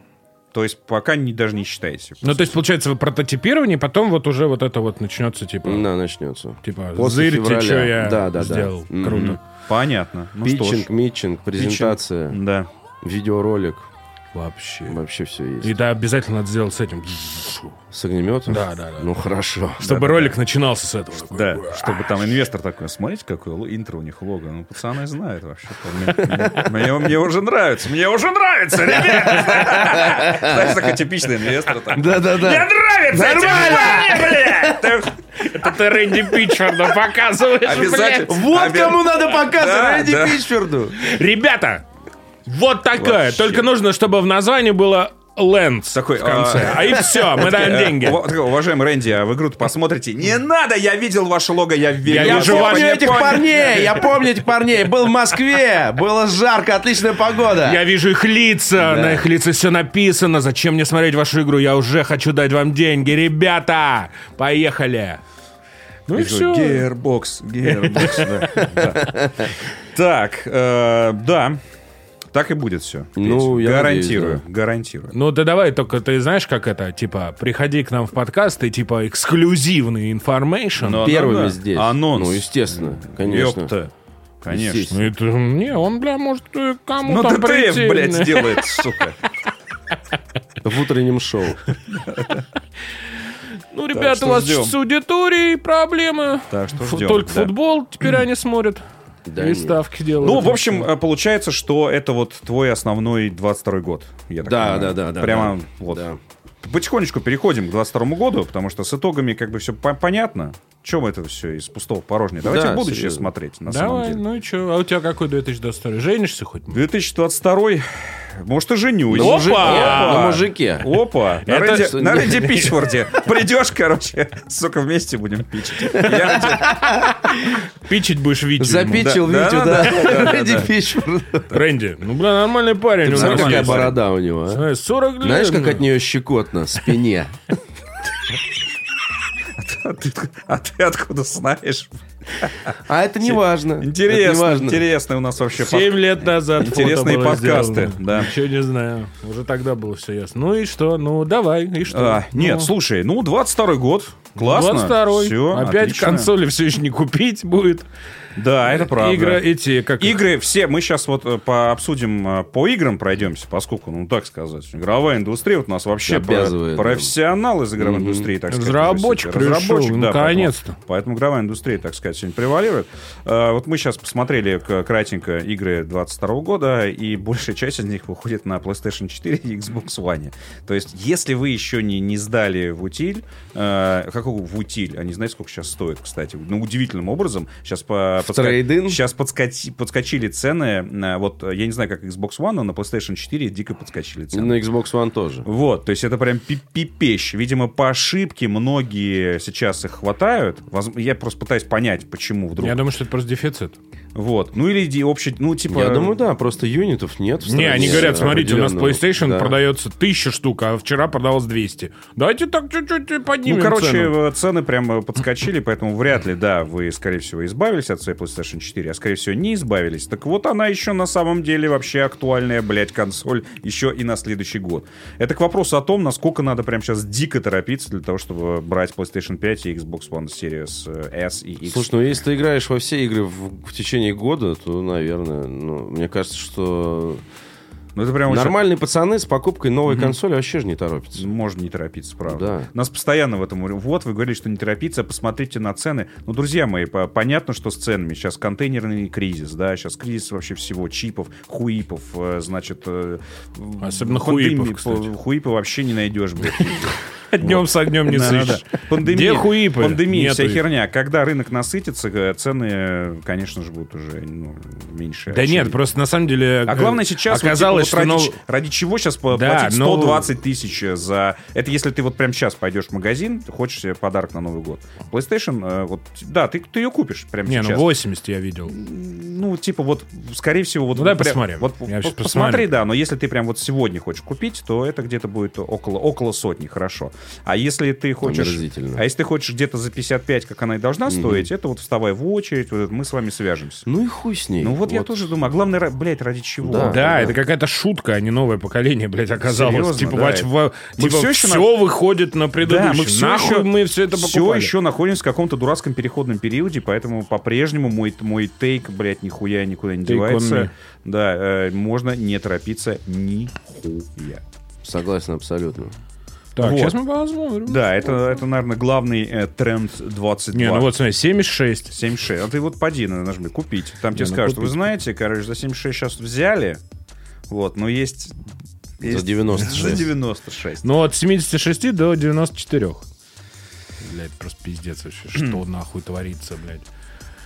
Speaker 3: То есть пока не, даже не считаете.
Speaker 1: Ну, то есть, получается, вы прототипирование, потом вот уже вот это вот начнется, типа,
Speaker 2: Да, начнется.
Speaker 1: типа,
Speaker 2: После
Speaker 1: зырьте,
Speaker 2: февраля.
Speaker 1: что я
Speaker 2: Да, да, да.
Speaker 1: сделал.
Speaker 2: Мгм.
Speaker 1: Круто.
Speaker 3: Понятно. Ну что ж.
Speaker 2: Питчинг, митчинг, презентация,
Speaker 3: Да.
Speaker 2: видеоролик.
Speaker 1: Вообще.
Speaker 2: Вообще все есть.
Speaker 1: И да, обязательно надо сделать с этим.
Speaker 2: С огнеметом?
Speaker 1: Да, да, да.
Speaker 2: Ну хорошо.
Speaker 1: Чтобы ролик начинался с этого.
Speaker 3: Да, чтобы там инвестор такой, «А смотрите, какое ло- интро у них лого. Ну, пацаны знают вообще. Мне- Мне мне уже нравится, мне уже нравится, ребят! Знаешь, такой типичный инвестор. там.
Speaker 2: Да, да,
Speaker 3: Мне
Speaker 2: да.
Speaker 3: нравится эти парни, блядь! Ты-
Speaker 1: Это ты Рэнди Пичфорда показываешь,
Speaker 3: Обязательно.
Speaker 1: блядь.
Speaker 2: Вот
Speaker 3: Обе-
Speaker 2: кому надо
Speaker 3: Да,
Speaker 2: показывать
Speaker 3: да.
Speaker 2: Рэнди Пичфорду.
Speaker 1: Ребята, вот такое.
Speaker 3: Вообще.
Speaker 1: Только нужно, чтобы в названии было Лэндс
Speaker 3: Такой,
Speaker 1: в конце.
Speaker 3: а-
Speaker 1: А, и все, мы даем
Speaker 3: Э,
Speaker 1: деньги.
Speaker 3: ув- такой, Уважаемый Рэнди, а в игру-то посмотрите. Не надо, я видел ваше лого, я верю.
Speaker 1: Я
Speaker 2: Я
Speaker 1: вижу
Speaker 3: понял,
Speaker 1: ваш-
Speaker 2: помню
Speaker 1: я
Speaker 2: этих
Speaker 3: понял».
Speaker 2: парней, я помню этих парней. Был в Москве, было жарко, отличная погода.
Speaker 1: Я вижу их лица, на их лицах все написано. Зачем мне смотреть вашу игру? Я уже хочу дать вам деньги, ребята. Поехали. Ну и все.
Speaker 3: Гербокс, гербокс, да. да. Так, э, да. Так и будет все.
Speaker 2: Ну, я
Speaker 3: гарантирую,
Speaker 2: надеюсь,
Speaker 3: гарантирую.
Speaker 1: Ну ты давай, только ты знаешь, как это, типа, приходи к нам в подкаст и, типа, эксклюзивный информейшн.
Speaker 3: Но-
Speaker 2: Первыми
Speaker 3: да.
Speaker 2: здесь.
Speaker 3: Анонс.
Speaker 2: Ну, естественно, конечно.
Speaker 3: Ёпта. Конечно.
Speaker 2: Естественно.
Speaker 1: Ну, это, не, он, бля, может, э, кому
Speaker 3: Ну,
Speaker 1: там
Speaker 3: ДТФ,
Speaker 1: прийти.
Speaker 3: блядь, сделает, сука.
Speaker 2: в утреннем шоу.
Speaker 1: Ну, ребята, у
Speaker 3: что
Speaker 1: вас
Speaker 3: ждем.
Speaker 1: с аудиторией проблемы.
Speaker 3: Так что
Speaker 1: Фу-
Speaker 3: ждем,
Speaker 1: Только
Speaker 3: да.
Speaker 1: футбол теперь они смотрят.
Speaker 2: Да
Speaker 1: и
Speaker 2: нет.
Speaker 1: ставки делают.
Speaker 3: Ну, в общем, э, получается, что это вот твой основной 22 год. Я так
Speaker 2: Да,
Speaker 3: понимаю.
Speaker 2: да, да, да,
Speaker 3: Прямо
Speaker 2: да.
Speaker 3: вот.
Speaker 2: Да.
Speaker 3: Потихонечку переходим к 22 году, потому что с итогами как бы все понятно. Чем это все из пустого в порожнее? Давайте
Speaker 2: Да,
Speaker 3: в будущее
Speaker 2: серьезно.
Speaker 3: смотреть, на самом
Speaker 1: Давай,
Speaker 3: деле.
Speaker 1: ну и что? А у тебя какой 2022? Женишься хоть?
Speaker 3: 2022 может, и женюсь.
Speaker 1: Ну, опа!
Speaker 2: Нет,
Speaker 3: Опа!
Speaker 2: Э, На мужике.
Speaker 3: Опа! На
Speaker 1: Это
Speaker 3: Рэнди-
Speaker 2: что,
Speaker 3: на
Speaker 2: не-
Speaker 3: Рэнди Пичфорде. Придешь, короче, сука, вместе будем пичить. Я тебя-
Speaker 1: Пичить будешь Витю.
Speaker 2: Запичил
Speaker 3: Да,
Speaker 2: Витю, да.
Speaker 3: да, да, да, да,
Speaker 2: Ради
Speaker 3: да.
Speaker 2: пищи.
Speaker 1: ему. Рэнди, ну, бля, нормальный парень. у
Speaker 2: Смотри,
Speaker 1: нас
Speaker 2: какая
Speaker 1: есть.
Speaker 2: борода у него, а.
Speaker 1: Э, 40 лет.
Speaker 2: Знаешь, как
Speaker 1: ну.
Speaker 2: от нее щекотно спине?
Speaker 3: А ты- А ты откуда знаешь?
Speaker 2: А это не важно. Это не
Speaker 3: Интересно,
Speaker 2: важно.
Speaker 3: интересный у нас вообще
Speaker 1: Семь лет назад фото
Speaker 3: Интересные
Speaker 1: было
Speaker 3: подкасты,
Speaker 1: сделано.
Speaker 3: да.
Speaker 1: Ничего не знаю. Уже тогда было все ясно. Ну и что? Ну давай, и что?
Speaker 3: А, нет,
Speaker 1: Ну,
Speaker 3: слушай, ну 22 год, классно.
Speaker 1: 22-й.
Speaker 3: Все,
Speaker 1: Опять консоли все еще не купить будет.
Speaker 3: Да, А это правда.
Speaker 1: Игры эти, как их?
Speaker 3: Игры все, мы сейчас вот э, пообсудим, э, по играм пройдемся, поскольку, ну так сказать, игровая индустрия вот у нас вообще про-
Speaker 2: Обязывает, да.
Speaker 3: профессионал из игровой индустрии, так сказать.
Speaker 1: Разработчик
Speaker 3: уже сидит.
Speaker 1: пришел,
Speaker 3: да, поэтому-
Speaker 1: наконец-то.
Speaker 3: Поэтому, игровая индустрия, так сказать, сегодня превалирует. Э, вот мы сейчас посмотрели к- кратенько игры 22 года, и большая часть из них выходит на PlayStation 4 и Xbox One. То есть, если вы еще не, не сдали в утиль, э, какого в утиль, а не знаете, сколько сейчас стоит, кстати, ну, удивительным образом, сейчас по,
Speaker 2: В трейд-ин?
Speaker 3: Сейчас подскочили цены. на- Вот э, я не знаю, как Xbox One, но на PlayStation 4 дико подскочили цены.
Speaker 2: На Xbox One тоже.
Speaker 3: Вот, то есть это прям пи- пипещ. Видимо, по ошибке многие сейчас их хватают. Воз- Я просто пытаюсь понять, почему вдруг.
Speaker 1: Я думаю, что это просто дефицит.
Speaker 3: Вот. Ну или ди- общий, ну типа...
Speaker 2: Я думаю, да, просто юнитов нет. в
Speaker 1: Не,
Speaker 2: стране
Speaker 1: они говорят, смотрите, у нас
Speaker 2: определенного.
Speaker 1: PlayStation
Speaker 2: Да.
Speaker 1: продается тысяча штук, а вчера продалось 200. Давайте так чуть-чуть поднимем
Speaker 3: Ну, короче,
Speaker 1: цену.
Speaker 3: э, цены прям э, подскочили, поэтому вряд ли, да, вы, скорее всего, избавились от своей PlayStation 4, а, скорее всего, не избавились. Так вот, она еще на самом деле вообще актуальная, блядь, консоль еще и на следующий год. Это к вопросу о том, насколько надо прям сейчас дико торопиться для того, чтобы брать PlayStation 5 и Xbox One Series э, S и X.
Speaker 2: Слушай, ну если ты играешь во все игры в, в течение года, то, наверное, ну, мне кажется, что
Speaker 3: ну это прям очень-
Speaker 2: нормальные пацаны с покупкой новой консоли вообще же не торопятся.
Speaker 3: Можно не торопиться, правда.
Speaker 2: Да.
Speaker 3: Нас постоянно в этом... говорят, Вот, вы говорили, что не торопиться, а посмотрите на цены. Ну, друзья мои, по- понятно, что с ценами. Сейчас контейнерный кризис, да, сейчас кризис вообще всего. Чипов, хуипов, э, значит... э,
Speaker 1: Особенно
Speaker 3: пандемии-
Speaker 1: хуипов, кстати.
Speaker 3: по- Хуипа вообще не
Speaker 1: <laughs>
Speaker 3: найдешь, блядь.
Speaker 1: Днем с огнем не
Speaker 3: Да, да,
Speaker 1: сыщешь.
Speaker 3: да. Пандемия,
Speaker 1: Где хуипы?
Speaker 3: пандемия,
Speaker 1: Нету
Speaker 3: вся
Speaker 1: их.
Speaker 3: херня. Когда рынок насытится, э, цены, э, конечно же, будут уже ну, меньше.
Speaker 1: Да
Speaker 3: очевидно.
Speaker 1: нет, просто на самом деле...
Speaker 3: А
Speaker 1: э,
Speaker 3: главное сейчас, вот,
Speaker 1: оказалось,
Speaker 3: типа, вот
Speaker 1: что...
Speaker 3: ради,
Speaker 1: нов-
Speaker 3: ч- ради чего сейчас
Speaker 1: Да, ну
Speaker 3: платить
Speaker 1: но-
Speaker 3: 120 тысяч за... Это если ты вот прямо сейчас пойдешь в магазин, ты хочешь себе подарок на Новый год. PlayStation, э, вот, да, ты, ты ее купишь прямо
Speaker 1: Не, ну
Speaker 3: сейчас.
Speaker 1: 80 я видел.
Speaker 3: Ну, типа вот, скорее всего... Вот,
Speaker 1: Ну, давай
Speaker 3: вот прям-
Speaker 1: посмотрим.
Speaker 3: Вот,
Speaker 1: Я
Speaker 3: вот
Speaker 1: щас
Speaker 3: посмотри,
Speaker 1: посмотрю.
Speaker 3: да, но если ты прям вот сегодня хочешь купить, то это где-то будет около, около сотни, хорошо. А если ты хочешь...
Speaker 2: Омерзительно.
Speaker 3: А если ты хочешь где-то за 55, как она и должна стоить, это вот вставай в очередь, вот это мы с вами свяжемся.
Speaker 2: Ну и хуй с ней.
Speaker 3: Ну вот, я тоже думаю, а главное, ра- блядь, ради чего?
Speaker 2: Да.
Speaker 1: Да, это какая-то шутка, а не новое поколение, блядь, оказалось.
Speaker 3: Серьезно,
Speaker 1: типа,
Speaker 3: да. Мы
Speaker 1: все,
Speaker 3: всё еще на-
Speaker 1: выходит на предыдущем.
Speaker 3: Да, мы все
Speaker 1: Нахуй
Speaker 3: еще,
Speaker 1: мы все это
Speaker 3: Все
Speaker 1: покупали.
Speaker 3: еще находимся в каком-то дурацком переходном периоде, поэтому по-прежнему мой, мой тейк, блядь, нихуя никуда не
Speaker 1: Take on me.
Speaker 3: девается. Да, э, можно не торопиться нихуя.
Speaker 2: Согласен абсолютно.
Speaker 1: Так,
Speaker 3: Вот.
Speaker 1: сейчас мы посмотрим.
Speaker 3: Да, это, это наверное, главный э, тренд 22.
Speaker 1: Не, ну вот смотри, 76.
Speaker 3: 7.6. А ты вот поди на- нажми «Купить». Там тебе
Speaker 1: ну
Speaker 3: скажут, вы
Speaker 1: купить.
Speaker 3: знаете, короче, за 7.6 сейчас взяли, вот, но есть... есть-
Speaker 2: 96.
Speaker 3: <laughs> За 96.
Speaker 1: Ну, от 76 до 94. Блядь, просто пиздец вообще. Что нахуй творится, блядь.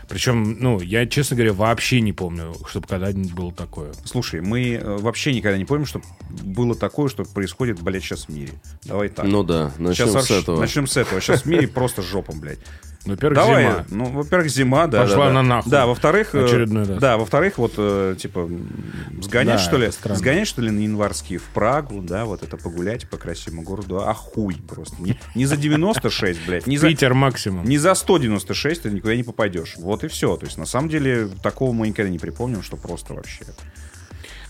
Speaker 1: Причем, ну, я, честно говоря, вообще не помню, чтобы когда-нибудь было такое.
Speaker 3: Слушай, мы э, вообще никогда не помним, что было такое, что происходит, блядь, сейчас в мире. Давай так.
Speaker 2: Ну да, начнем
Speaker 3: Сейчас
Speaker 2: с
Speaker 3: вообще-
Speaker 2: этого.
Speaker 3: Начнем с этого. Сейчас
Speaker 2: <laughs>
Speaker 3: в мире просто жопом, блядь.
Speaker 1: Ну, во-первых,
Speaker 3: Давай,
Speaker 1: зима.
Speaker 3: ну, во-первых, зима, да.
Speaker 1: Пошла
Speaker 3: да, да.
Speaker 1: она нахуй.
Speaker 3: Да, во-вторых... э,
Speaker 1: Очередной раз.
Speaker 3: Да, во-вторых, вот, э, типа, м, сгонять,
Speaker 1: Да,
Speaker 3: что ли,
Speaker 1: это странно.
Speaker 3: сгонять, что ли, на январские в Прагу, да, вот это погулять по красивому городу, а хуй просто. Не, не за 96, блядь, не за...
Speaker 1: Питер максимум.
Speaker 3: Не за 196 ты никуда не попадешь. Вот и все. То есть, на самом деле, такого мы никогда не припомним, что просто вообще...
Speaker 1: Да,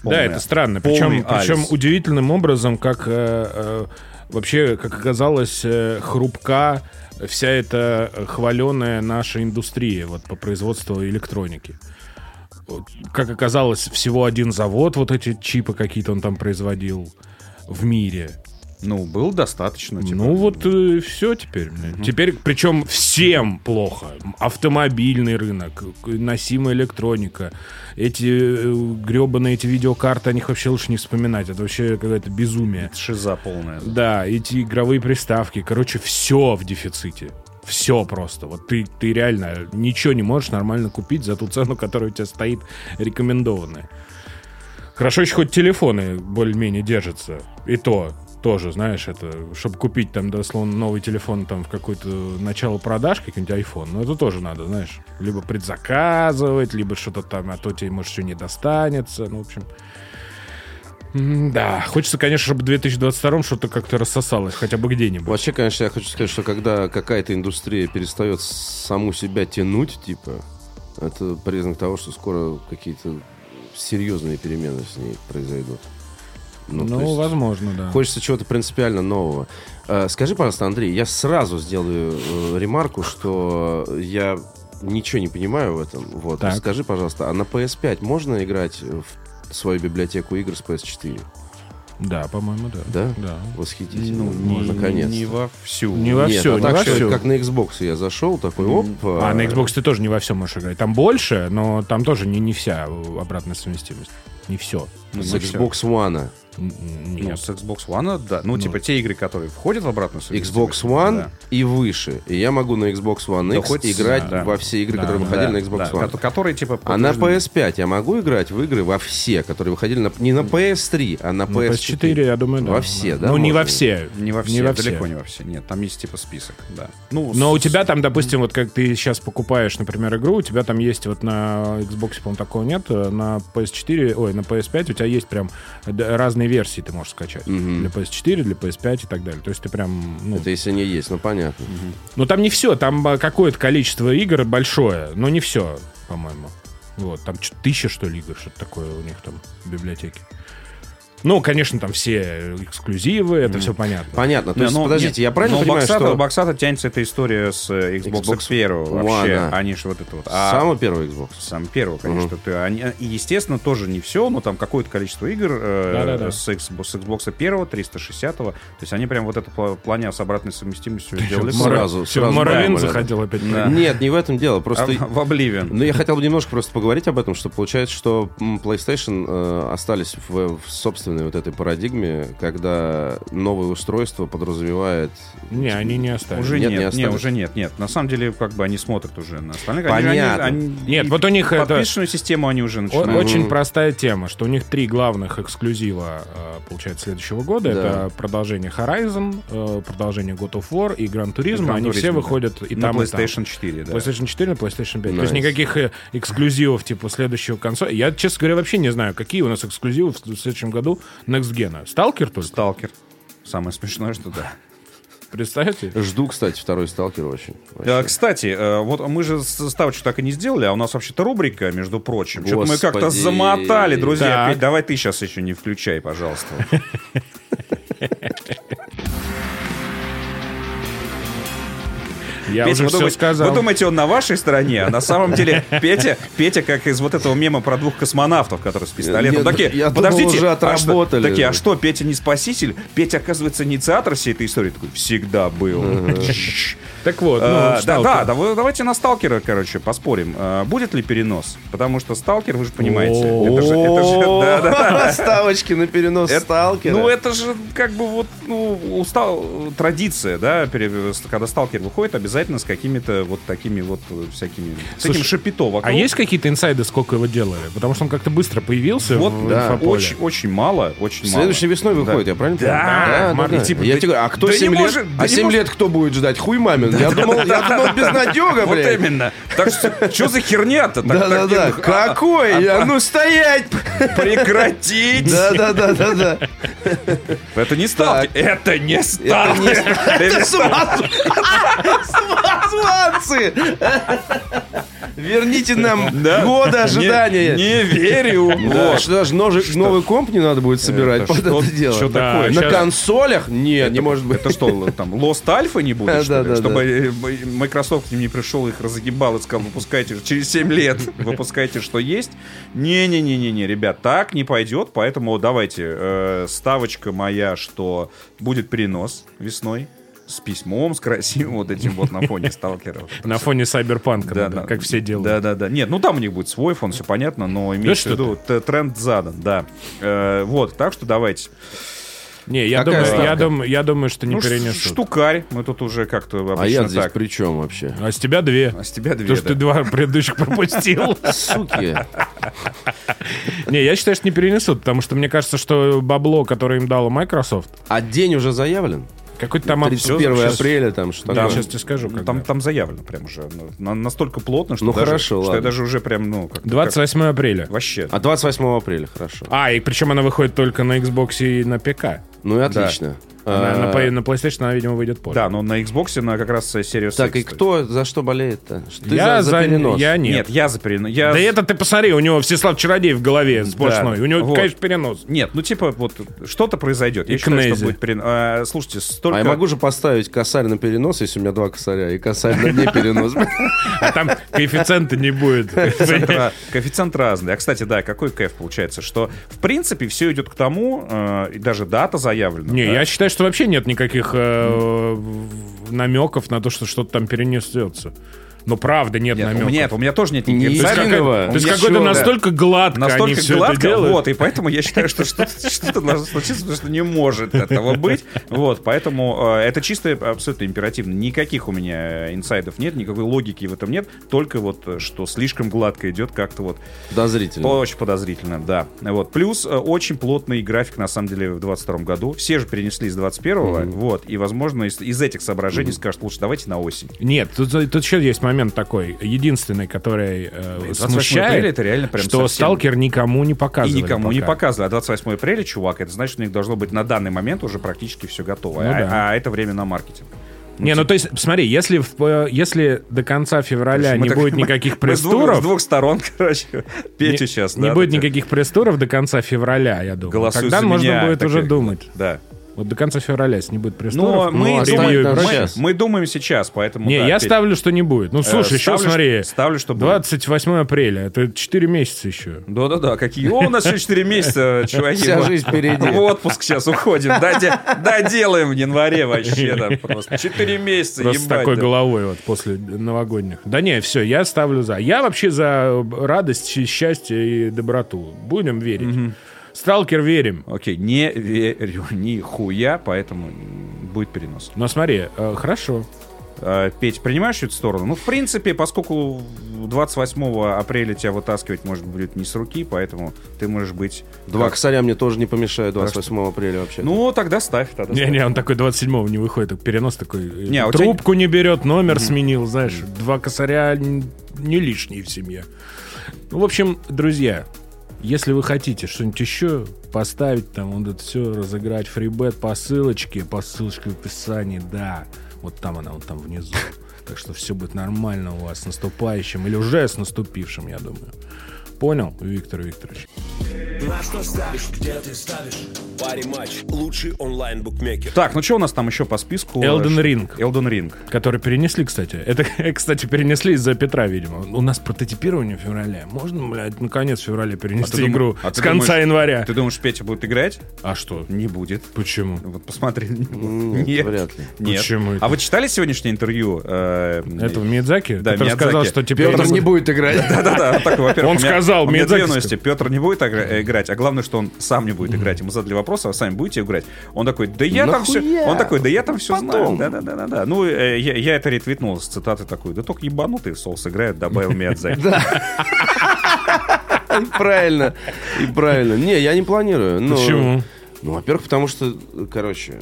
Speaker 3: полная-
Speaker 1: это странно.
Speaker 3: полный
Speaker 1: Причем, причем
Speaker 3: алис.
Speaker 1: удивительным образом, как э, э, вообще, как оказалось, э, хрупка вся эта хваленая наша индустрия вот, по производству электроники. Вот, Как оказалось, всего один завод, вот эти чипы какие-то он там производил в мире.
Speaker 3: Ну, был достаточно. типа.
Speaker 1: Ну вот все теперь. Теперь, причем всем плохо. Автомобильный рынок, к- носимая электроника, эти гребаные эти видеокарты, о них вообще лучше не вспоминать. Это вообще какое-то безумие.
Speaker 3: Шиза полная. Ну,
Speaker 1: Да, эти игровые приставки, короче, все в дефиците. Все просто. Вот ты, ты реально ничего не можешь нормально купить за ту цену, которая у тебя стоит рекомендованная. Хорошо еще хоть телефоны более-менее держатся. И то тоже, знаешь, это, чтобы купить там, дословно, новый телефон там в какое-то начало продаж, какой-нибудь iPhone, ну это тоже надо, знаешь, либо предзаказывать, либо что-то там, а то тебе, может, все не достанется, ну, в общем. М, Да, хочется, конечно, чтобы в 2022 что-то как-то рассосалось, хотя бы где-нибудь.
Speaker 2: Вообще, конечно, я хочу сказать, что когда какая-то индустрия перестает саму себя тянуть, типа, это признак того, что скоро какие-то серьезные перемены с ней произойдут.
Speaker 1: Ну,
Speaker 2: то есть-
Speaker 1: возможно, да.
Speaker 2: Хочется чего-то принципиально нового. Э, Скажи, пожалуйста, Андрей, я сразу сделаю э, ремарку, что я ничего не понимаю в этом. Вот.
Speaker 1: Так.
Speaker 2: Скажи, пожалуйста, а на PS5 можно играть в свою библиотеку игр с PS4?
Speaker 1: Да, по-моему, да.
Speaker 2: Да?
Speaker 1: Да.
Speaker 2: Восхитительно.
Speaker 3: не-
Speaker 2: наконец.
Speaker 3: не вовсю.
Speaker 1: Ну, Не во
Speaker 2: Нет,
Speaker 1: всё,
Speaker 2: а
Speaker 1: не
Speaker 2: так
Speaker 1: во
Speaker 2: что это
Speaker 1: всё.
Speaker 2: Как на Xbox я зашел, такой оп.
Speaker 1: А на Xbox ты тоже не во всем можешь играть. Там больше, но там тоже не, не вся обратная совместимость. Не все.
Speaker 3: Ну,
Speaker 2: С
Speaker 3: не всё.
Speaker 2: Xbox One.
Speaker 3: Ну,
Speaker 1: Нет.
Speaker 3: с Xbox One, да. Ну,
Speaker 1: Ну.
Speaker 3: типа те игры, которые входят в обратную
Speaker 2: Xbox
Speaker 3: совместимость,
Speaker 2: One
Speaker 3: да.
Speaker 2: и выше. И я могу на Xbox One
Speaker 3: Да
Speaker 2: X
Speaker 3: хоть с-
Speaker 2: играть
Speaker 3: да.
Speaker 2: во все игры,
Speaker 1: Да,
Speaker 2: которые
Speaker 1: да,
Speaker 2: выходили
Speaker 3: Да,
Speaker 2: на Xbox
Speaker 3: да,
Speaker 2: One.
Speaker 3: кот- Которые, типа...
Speaker 2: А на
Speaker 3: подтверждены.
Speaker 2: PS5 я могу играть в игры во все, которые выходили на, не на PS3, а на
Speaker 1: На
Speaker 2: PS4.
Speaker 1: PS4, я думаю, да.
Speaker 2: Во все, да,
Speaker 1: Ну, не
Speaker 2: можно?
Speaker 1: во все.
Speaker 3: Не во все, далеко не во все. Нет, там есть, типа, список, да. Ну,
Speaker 1: Но
Speaker 3: с-
Speaker 1: у тебя там, допустим, вот как ты сейчас покупаешь, например, игру, у тебя там есть вот на Xbox, по-моему, такого нет, э, на PS4, ой, на PS5 у тебя есть прям э, д- разные версии ты можешь скачать.
Speaker 2: Мгм.
Speaker 1: Для PS4, для PS5 и так далее. То есть ты прям... Ну,
Speaker 2: Это если они есть, ну понятно.
Speaker 1: ну там не все, там э, какое-то количество игр большое, но не все, по-моему. Вот, там чё- тысяча, что ли, игр, что-то такое у них там в библиотеке. Ну, конечно, там все эксклюзивы, это все понятно.
Speaker 2: Понятно. То
Speaker 3: Не,
Speaker 2: есть,
Speaker 3: ну,
Speaker 2: подождите,
Speaker 3: нет.
Speaker 2: я правильно
Speaker 3: Но у
Speaker 2: понимаю,
Speaker 3: Боксата-
Speaker 2: что
Speaker 3: у Боксата тянется эта история с э, Xbox,
Speaker 2: Xbox
Speaker 3: первого вообще,
Speaker 2: One, а.
Speaker 3: они же вот это вот. А
Speaker 2: самый первый Xbox?
Speaker 3: сам первого, конечно. ты- они- и, естественно, тоже не все, но там какое-то количество игр э,
Speaker 1: Да-да-да.
Speaker 3: с, Xbox, с Xbox первого, 360 То есть они прям вот это по плане с обратной совместимостью сделали.
Speaker 2: Мора- сразу,
Speaker 1: Всё,
Speaker 2: сразу
Speaker 1: Моровин
Speaker 2: прямо, да.
Speaker 1: захотел опять.
Speaker 3: Да.
Speaker 2: Нет, не в этом дело.
Speaker 3: А,
Speaker 2: Просто
Speaker 3: в Oblivion.
Speaker 2: Ну, я хотел бы немножко просто поговорить об этом, что получается, что м, PlayStation э, остались в, в собственной вот этой парадигме, когда новое устройство подразумевает...
Speaker 1: Не, они не оставили.
Speaker 3: Уже
Speaker 2: Нет,
Speaker 3: нет,
Speaker 2: не
Speaker 3: нет,
Speaker 2: осталось.
Speaker 3: уже нет, нет. На самом деле, как бы они смотрят уже на остальных.
Speaker 2: Понятно.
Speaker 1: Нет, вот у них это-
Speaker 3: подписочную систему они уже
Speaker 1: О-
Speaker 3: начинают.
Speaker 1: Очень простая тема, что у них три главных эксклюзива, э, получается, следующего года.
Speaker 2: Да.
Speaker 1: Это продолжение Horizon, э, продолжение God of War и Gran Turismo.
Speaker 3: Gran
Speaker 1: Они
Speaker 3: Turismo,
Speaker 1: все
Speaker 3: да.
Speaker 1: выходят и
Speaker 3: на
Speaker 1: там, и там.
Speaker 3: PlayStation 4, да.
Speaker 1: PlayStation 4 на PlayStation 5. То есть
Speaker 2: Nice.
Speaker 1: никаких э, эксклюзивов типа следующего консоля. Я, честно говоря, вообще не знаю, какие у нас эксклюзивы в следующем году Next Gen. Сталкер только?
Speaker 3: Сталкер. Самое смешное, что <laughs> да.
Speaker 1: Представьте?
Speaker 2: Жду, кстати, второй сталкер очень.
Speaker 3: Э, Кстати, э, вот мы же с- ставочку так и не сделали, а у нас вообще-то рубрика, между прочим. Что-то мы
Speaker 2: Господи.
Speaker 3: как-то замотали, друзья.
Speaker 1: Так.
Speaker 3: Опять давай ты сейчас еще не включай, пожалуйста.
Speaker 1: Я
Speaker 3: Петя,
Speaker 1: уже
Speaker 3: вы
Speaker 1: все
Speaker 3: думаете-
Speaker 1: сказал.
Speaker 3: Вы думаете, он на вашей стороне, а на самом деле Петя, Петя как из вот этого мема про двух космонавтов, которые с пистолетом.
Speaker 2: Нет,
Speaker 3: такие,
Speaker 2: я думал,
Speaker 3: подождите,
Speaker 2: уже
Speaker 3: а что-
Speaker 2: отработали.
Speaker 3: такие, а что, Петя не спаситель? Петя, оказывается, инициатор всей этой истории. Такой, всегда был.
Speaker 1: Так вот, ну,
Speaker 3: Э, Да,
Speaker 1: Сталкер.
Speaker 3: да, да, вы- давайте на сталкера, короче, поспорим. Э, Будет ли перенос? Потому что сталкер, вы же понимаете, это же, это же, да, да,
Speaker 2: <laughs>
Speaker 3: да.
Speaker 2: Ставочки на перенос
Speaker 3: Это-
Speaker 2: сталкера.
Speaker 3: Ну, это же как бы вот, ну, устал, традиция, да, пере- когда сталкер выходит, обязательно с какими-то вот такими вот э, всякими, с
Speaker 1: Слушай,
Speaker 3: таким шапито вокруг.
Speaker 1: А есть какие-то инсайды, сколько его делали? Потому что он как-то быстро появился
Speaker 3: Вот,
Speaker 1: в
Speaker 2: да,
Speaker 1: инфополе.
Speaker 3: очень, очень мало, очень мало.
Speaker 2: Следующей весной выходит, я правильно понимаю?
Speaker 1: Марк, и типа,
Speaker 2: я
Speaker 1: да-
Speaker 2: тебе говорю, а кто
Speaker 3: да не
Speaker 2: 7 лет?
Speaker 3: может, да
Speaker 2: а
Speaker 3: не
Speaker 2: 7
Speaker 3: может.
Speaker 2: лет кто будет ждать? Хуй мамин. Я думал, я думал безнадега,
Speaker 3: Вот
Speaker 2: блядь.
Speaker 3: именно. Так что, что за херня-то? Так- так
Speaker 2: Да-да-да.
Speaker 3: я- а,
Speaker 2: Какой? я? ну стоять!
Speaker 3: Прекратить!
Speaker 2: Да-да-да-да-да.
Speaker 3: Это не сталкер. Это не сталкер. Это
Speaker 2: Смазанцы! Верните нам
Speaker 3: Да.
Speaker 2: годы
Speaker 3: Не,
Speaker 2: ожидания.
Speaker 3: не верю.
Speaker 2: <laughs> Да,
Speaker 3: Вот.
Speaker 2: что даже ножи- новый комп не надо будет собирать под
Speaker 3: что-
Speaker 2: это дело.
Speaker 3: что
Speaker 1: Да,
Speaker 3: такое?
Speaker 2: На
Speaker 1: щас-
Speaker 2: консолях? Нет, не
Speaker 3: Это-
Speaker 2: может быть.
Speaker 3: Это что, л- там, Lost Alpha не
Speaker 2: <laughs> Да,
Speaker 3: будет, что ли?
Speaker 2: да,
Speaker 3: Чтобы э, м- Microsoft к ним не пришел, их разогибал и сказал, выпускайте через 7
Speaker 2: <laughs>
Speaker 3: лет, выпускайте, что есть. Не-не-не-не-не, ребят, так не пойдет, поэтому давайте, э, ставочка моя, что будет перенос весной с письмом, с красивым вот этим вот на фоне
Speaker 2: <laughs>
Speaker 3: сталкера.
Speaker 1: На фоне Сайберпанка,
Speaker 3: Да,
Speaker 1: надо,
Speaker 3: да.
Speaker 1: как все делают.
Speaker 3: Да, да, да. Нет, ну там у них будет свой фон, все понятно, но имеется в
Speaker 1: что
Speaker 3: виду т- тренд задан, да. Э, вот, так что давайте.
Speaker 1: Не, я
Speaker 2: Какая
Speaker 1: думаю, я,
Speaker 2: ставка?
Speaker 1: думаю, я думаю, что не
Speaker 3: Ну, ш-
Speaker 1: перенесут.
Speaker 3: штукарь, мы тут уже как-то обычно
Speaker 2: А я здесь
Speaker 3: так.
Speaker 2: при чем вообще?
Speaker 1: А с тебя две.
Speaker 3: А с тебя две,
Speaker 1: Потому что ты
Speaker 3: да.
Speaker 1: два <laughs> предыдущих
Speaker 3: <laughs>
Speaker 1: пропустил.
Speaker 2: Суки.
Speaker 1: Не, я считаю, что не перенесут, потому что мне кажется, что бабло, которое им дала Microsoft,
Speaker 2: А день уже заявлен?
Speaker 1: какой-то там... абсурд.
Speaker 2: 31
Speaker 1: Щас-
Speaker 2: апреля там что
Speaker 1: Да,
Speaker 2: такое?
Speaker 1: сейчас тебе скажу.
Speaker 3: Ну,
Speaker 1: когда.
Speaker 3: там, там заявлено прям уже. ну, на- настолько плотно, что,
Speaker 2: Ну,
Speaker 3: даже,
Speaker 2: хорошо,
Speaker 3: что я
Speaker 2: ладно.
Speaker 3: даже уже прям, ну, как
Speaker 1: 28 апреля.
Speaker 3: вообще.
Speaker 2: А 28 апреля, хорошо.
Speaker 1: А, и причем она выходит только на Xbox и на ПК.
Speaker 2: Ну и отлично.
Speaker 1: На, на
Speaker 2: А,
Speaker 1: Play- на PlayStation она, видимо, выйдет позже.
Speaker 3: Да, но на Xbox на как раз серию
Speaker 2: Так, и кто за что болеет-то? Что Ты за, за
Speaker 1: за-
Speaker 2: перенос?
Speaker 1: Я
Speaker 3: Нет,
Speaker 1: нет.
Speaker 3: я за перенос. Я...
Speaker 1: Да это ты посмотри, у него Всеслав Чародей в голове сплошной. У него,
Speaker 3: вот.
Speaker 1: конечно, перенос.
Speaker 3: Нет, ну типа вот что-то произойдет. Я
Speaker 1: И
Speaker 3: считаю,
Speaker 1: Кнези.
Speaker 3: что будет перен- а, слушайте, столько...
Speaker 2: А я могу же поставить косарь на перенос, если у меня два косаря, и косарь на дне
Speaker 1: <laughs>
Speaker 2: перенос.
Speaker 1: А там коэффициента не
Speaker 3: <laughs>
Speaker 1: будет.
Speaker 3: Коэффициент, ра- коэффициент разный. А, кстати, да, какой кайф получается, что, в принципе, все идет к тому, э, и даже дата заявлена.
Speaker 1: Не,
Speaker 3: да.
Speaker 1: я считаю, что вообще нет никаких э, в- намеков на то, что что-то там перенесется. Но правда нет,
Speaker 3: Нет, у
Speaker 1: намеков.
Speaker 3: меня, у меня тоже нет
Speaker 2: Ни
Speaker 3: никаких
Speaker 2: единого.
Speaker 3: заявлений.
Speaker 1: То есть
Speaker 3: Я
Speaker 1: какой-то
Speaker 3: чё, да.
Speaker 1: настолько гладко они
Speaker 3: настолько
Speaker 1: все это
Speaker 3: гладко,
Speaker 1: делают.
Speaker 3: вот, и поэтому я считаю, что что-то что-то должно случиться, потому что не может этого быть, вот, поэтому э, это чисто абсолютно императивно, никаких у меня инсайдов нет, никакой логики в этом нет, только вот, э, что слишком гладко идет как-то вот,
Speaker 2: Подозрительно.
Speaker 3: очень подозрительно, да, вот, плюс э, очень плотный график, на самом деле, в 22 году, все же перенесли с 21-го, вот, и, возможно, из, из этих соображений скажут, лучше давайте на осень.
Speaker 1: Нет, тут, тут еще есть момент такой, единственный, который э,
Speaker 3: 28 апреля
Speaker 1: смущает,
Speaker 3: это реально прям
Speaker 1: что
Speaker 3: совсем-
Speaker 1: сталкер никому не показывает.
Speaker 3: И никому не показывали. А 28 апреля, чувак, это значит, у них должно быть на данный момент уже практически все готово.
Speaker 1: Ну
Speaker 3: а,
Speaker 1: да.
Speaker 3: а это время на маркетинг.
Speaker 1: Не, ну то есть, смотри, если, в, э, если до конца февраля
Speaker 3: <laughs> Мы
Speaker 1: не
Speaker 3: так-
Speaker 1: будет никаких
Speaker 3: Мы с двух, с
Speaker 1: пресс-туров...
Speaker 3: двух сторон, <laughs> короче, Петю
Speaker 1: не-
Speaker 3: сейчас.
Speaker 1: Не
Speaker 3: да,
Speaker 1: будет
Speaker 3: так,
Speaker 1: никаких пресс-туров до конца февраля, я думаю.
Speaker 3: Голосуй
Speaker 1: Тогда
Speaker 3: за
Speaker 1: можно
Speaker 3: меня,
Speaker 1: будет
Speaker 3: так
Speaker 1: уже
Speaker 3: и-
Speaker 1: думать.
Speaker 3: Да.
Speaker 1: Вот до конца февраля, если не будет
Speaker 3: Но
Speaker 1: пресс-туров,
Speaker 3: а мы,
Speaker 1: ну,
Speaker 2: оставить
Speaker 1: премию и
Speaker 2: надо
Speaker 1: прочее.
Speaker 2: сейчас.
Speaker 3: думаем, мы думаем сейчас, поэтому...
Speaker 1: Не,
Speaker 3: да,
Speaker 1: я
Speaker 3: Петь,
Speaker 1: ставлю, что не будет. Ну,
Speaker 3: э,
Speaker 1: слушай, еще
Speaker 3: ставлю, что-
Speaker 1: смотри,
Speaker 3: Ставлю, что будет.
Speaker 1: 28 апреля, это 4 месяца еще.
Speaker 3: Да-да-да, какие... О, у нас еще
Speaker 1: <laughs>
Speaker 3: 4 месяца, чуваки.
Speaker 2: Вся
Speaker 3: мы
Speaker 2: жизнь впереди.
Speaker 3: В отпуск сейчас уходим. Доде- Доделаем в январе вообще.
Speaker 1: <laughs>
Speaker 3: да, просто 4 месяца,
Speaker 1: Просто с
Speaker 3: ебать,
Speaker 1: такой
Speaker 3: да.
Speaker 1: головой вот после новогодних. Да не, все, я ставлю за. Я вообще за радость, счастье и доброту. Будем верить. Сталкер верим.
Speaker 3: Окей, не верю <laughs> нихуя, поэтому м, будет перенос.
Speaker 1: Но смотри, э, хорошо.
Speaker 3: Э, Петь, принимаешь эту сторону? Ну, в принципе, поскольку 28 апреля тебя вытаскивать, может, будет не с руки, поэтому ты можешь быть...
Speaker 2: Два
Speaker 3: как-
Speaker 2: косаря мне тоже не помешают 28 апреля вообще.
Speaker 3: Ну, тогда ставь. Тогда ставь.
Speaker 1: Не-не, он такой 27-го не выходит, так перенос такой. э,
Speaker 3: Не, а у тебя-
Speaker 1: трубку не берет, номер сменил, знаешь. Два косаря н- не лишние в семье. Ну, в общем, друзья, если вы хотите что-нибудь еще поставить, там, вот это все, разыграть, фрибет по ссылочке, по ссылочке в описании, да. Вот там она, вот там
Speaker 3: <laughs>
Speaker 1: внизу. Так что все будет нормально у вас с наступающим или уже с наступившим, я думаю. Понял, Виктор Викторович?
Speaker 4: На что ставишь, где ты ставишь? Пари матч, лучший онлайн-букмекер.
Speaker 3: Так, ну что у нас там еще по списку?
Speaker 1: Elden
Speaker 3: Ш-
Speaker 1: Ring.
Speaker 3: Elden Ring. А
Speaker 1: Который перенесли, кстати. Это, <laughs> кстати, перенесли из-за Петра, видимо. У нас прототипирование в феврале. Можно, блядь, наконец в феврале
Speaker 3: А
Speaker 1: перенести
Speaker 3: ты дум-
Speaker 1: игру
Speaker 3: а ты
Speaker 1: с конца
Speaker 3: думаешь-
Speaker 1: января?
Speaker 3: Ты думаешь, Петя будет играть?
Speaker 1: А что?
Speaker 3: Не будет.
Speaker 1: Почему?
Speaker 3: Вот посмотри.
Speaker 2: Нет, Ну, вряд ли.
Speaker 3: Нет.
Speaker 1: Почему это?
Speaker 3: А вы читали сегодняшнее интервью? э,
Speaker 1: Это в Мидзаке?
Speaker 3: Да,
Speaker 1: Петр
Speaker 3: Миядзаки.
Speaker 1: сказал, что теперь...
Speaker 2: Петр не
Speaker 1: <laughs>
Speaker 2: будет играть.
Speaker 3: Да-да-да, вот так, во-первых,
Speaker 1: Он
Speaker 3: у меня-
Speaker 1: сказал,
Speaker 3: у меня две
Speaker 1: Миядзаки
Speaker 3: новости. Петр не будет игра- играть, а главное, что он сам не будет играть. Ему задали вопрос, а вы сами будете играть? Он такой, да я там все...
Speaker 2: Нахуя?
Speaker 3: Он такой, да я там все знаю.
Speaker 2: Потом.
Speaker 3: Да-да-да-да. Ну, э, я я это ретвитнул с цитаты такой, да только ебанутый соус играет,
Speaker 2: <laughs>
Speaker 3: добавил Миядзаки.
Speaker 2: И правильно. И правильно. Не, я не планирую. Ну,
Speaker 1: Почему?
Speaker 2: Ну, во-первых, потому что, короче,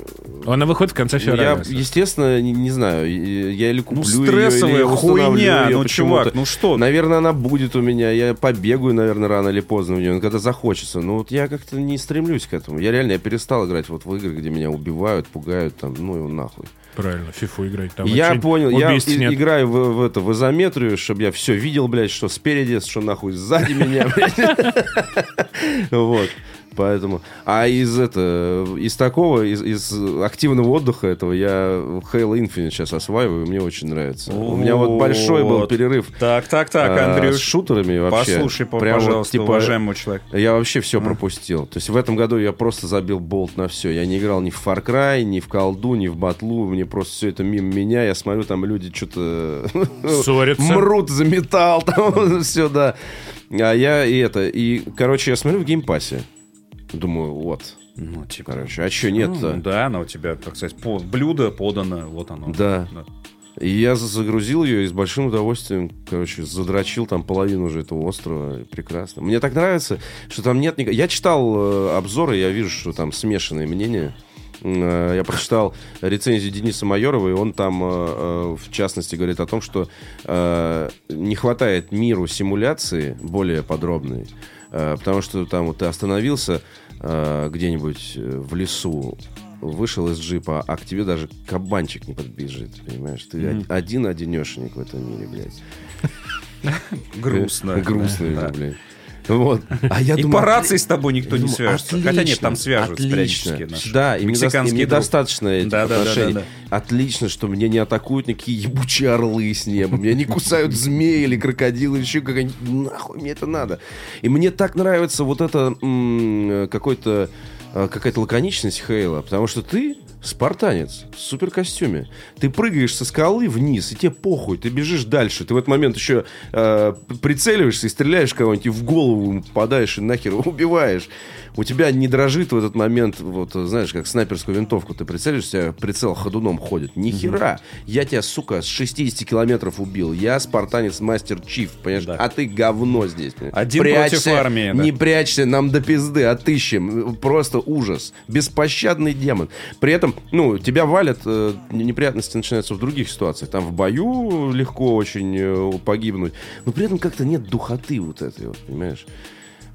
Speaker 1: Она выходит в конце февраля.
Speaker 2: Ну, я, естественно, не, не знаю, и- я или куплю
Speaker 3: Ну,
Speaker 2: её,
Speaker 3: стрессовая
Speaker 2: или я
Speaker 3: хуйня,
Speaker 2: установлю её
Speaker 3: ну,
Speaker 2: почему-то.
Speaker 3: чувак, ну что?
Speaker 2: Наверное, она будет у меня, я побегаю, наверное, рано или поздно в нее, когда захочется. Но вот я как-то не стремлюсь к этому. Я реально, я перестал играть вот в игры, где меня убивают, пугают, там, ну его нахуй.
Speaker 1: Правильно, фифу играть там.
Speaker 2: я
Speaker 1: вообще
Speaker 2: понял, я
Speaker 1: убийств
Speaker 2: и-
Speaker 1: нет.
Speaker 2: играю в, в это, в изометрию, чтобы я все видел, блядь, что спереди, что нахуй сзади меня, блядь. <laughs> Вот. Поэтому. А из это, из такого, из, из активного отдыха этого я Halo Infinite сейчас осваиваю, мне очень нравится. У меня вот большой был
Speaker 3: Вот.
Speaker 2: перерыв.
Speaker 3: Так, так, так,
Speaker 2: а,
Speaker 3: Андрюш.
Speaker 2: с шутерами вообще.
Speaker 3: Послушай, по-
Speaker 2: Прям вот,
Speaker 3: пожалуйста,
Speaker 2: типа,
Speaker 3: уважаемый человек.
Speaker 2: я вообще все пропустил. То есть в этом году я просто забил болт на все. Я не играл ни в Far Cry, ни в колду, ни в батлу. Мне просто все это мимо меня. Я смотрю, там люди что-то
Speaker 1: Ссорятся.
Speaker 2: <laughs> мрут за металл, <laughs> там все, да. А я и это. И, короче, я смотрю в геймпассе. Думаю, вот.
Speaker 3: Ну, типа.
Speaker 2: Короче, а че нет-то?
Speaker 3: Ну, да, она у тебя, так сказать, по- блюдо подано, вот оно.
Speaker 2: Да. И я за- загрузил ее и с большим удовольствием, короче, задрочил там половину уже этого острова. И Прекрасно. Мне так нравится, что там нет никак... Я читал э, обзоры, я вижу, что там смешанные мнения. М, э, Я прочитал рецензию Дениса Майорова, и он там, э, э, в частности, говорит о том, что э, не хватает миру симуляции более подробной, э, потому что там вот ты остановился э, где-нибудь э, в лесу, вышел из джипа, а к тебе даже кабанчик не подбежит, понимаешь? Ты один одинешенек в этом мире, блядь. Э,
Speaker 3: Грустно.
Speaker 2: Грустно,
Speaker 3: Да.
Speaker 2: блядь. Вот. А я
Speaker 3: И
Speaker 2: думаю,
Speaker 3: по рации с тобой никто не
Speaker 2: думаю,
Speaker 3: свяжется.
Speaker 2: отлично,
Speaker 3: Хотя нет, там свяжутся
Speaker 2: отлично.
Speaker 3: периодически. наши
Speaker 2: Да, им, недо- им
Speaker 3: мексиканские друг.
Speaker 2: недостаточно этих
Speaker 3: Да, да, да,
Speaker 2: отношений.
Speaker 3: да,
Speaker 2: Отлично, что меня не атакуют никакие ебучие орлы с неба. Меня не кусают змеи или крокодилы, или еще какая-нибудь. Нахуй мне это надо. И мне так нравится вот это м, какой-то э, какая-то лаконичность Хейла, потому что ты спартанец в суперкостюме. Ты прыгаешь со скалы вниз, и тебе похуй, ты бежишь дальше. Ты в этот момент еще э, прицеливаешься и стреляешь в кого-нибудь, и в голову ему попадаешь, и нахер его убиваешь. У тебя не дрожит в этот момент, вот, э, знаешь, как снайперскую винтовку ты прицелишься, у тебя прицел ходуном ходит. Нихера! Я тебя, сука, с 60 километров убил. Я спартанец мастер чиф, понимаешь?
Speaker 3: Да.
Speaker 2: А ты говно здесь, понимаешь?
Speaker 3: Один против армии, да.
Speaker 2: Не прячься, нам до пизды отыщем. Просто ужас. Беспощадный демон. При этом, ну, тебя валят, э, неприятности начинаются в других ситуациях. Там в бою легко очень э, погибнуть. Но при этом как-то нет духоты вот этой, вот, понимаешь?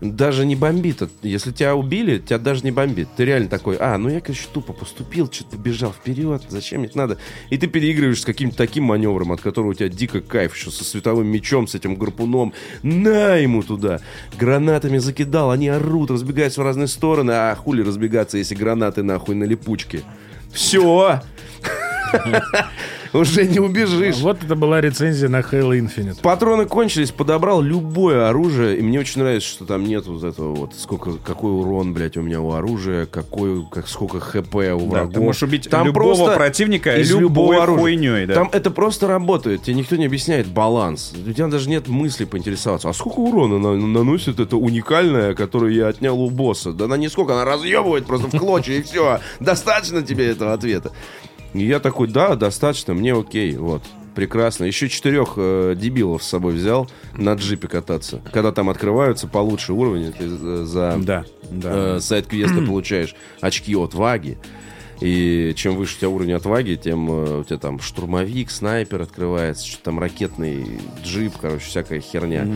Speaker 2: Даже не бомбит. от- Если тебя убили, тебя даже не бомбит. Ты реально такой, а, ну я, короче, тупо поступил, что-то побежал вперед, зачем мне это надо? И ты переигрываешь с каким-то таким маневром, от которого у тебя дико кайф, еще со световым мечом, с этим гарпуном. На ему туда! Гранатами закидал, они орут, разбегаются в разные стороны, а хули разбегаться, если гранаты нахуй на липучке. Все! Уже не убежишь.
Speaker 1: А Вот это была рецензия на Halo Infinite.
Speaker 2: Патроны кончились, подобрал любое оружие, и мне очень нравится, что там нет вот этого вот, сколько, какой урон, блядь, у меня у оружия, какой, как, сколько хп у врагов.
Speaker 3: ты можешь убить любого противника любой хуйнёй, да.
Speaker 2: Там это просто работает, тебе никто не объясняет баланс. У тебя даже нет мысли поинтересоваться, а сколько урона на- наносит это уникальное, которое я отнял у босса? Да она нисколько, она разъебывает просто в клочья, и все. Достаточно тебе этого ответа. И я такой, да, достаточно, мне окей, вот. Прекрасно. Еще четырех э, дебилов с собой взял на джипе кататься. Когда там открываются получше уровни, ты э, за
Speaker 3: Да, да.
Speaker 2: э, сайт квеста получаешь очки отваги. И чем выше у тебя уровень отваги, тем э, у тебя там штурмовик, снайпер открывается, что там ракетный джип, короче, всякая херня.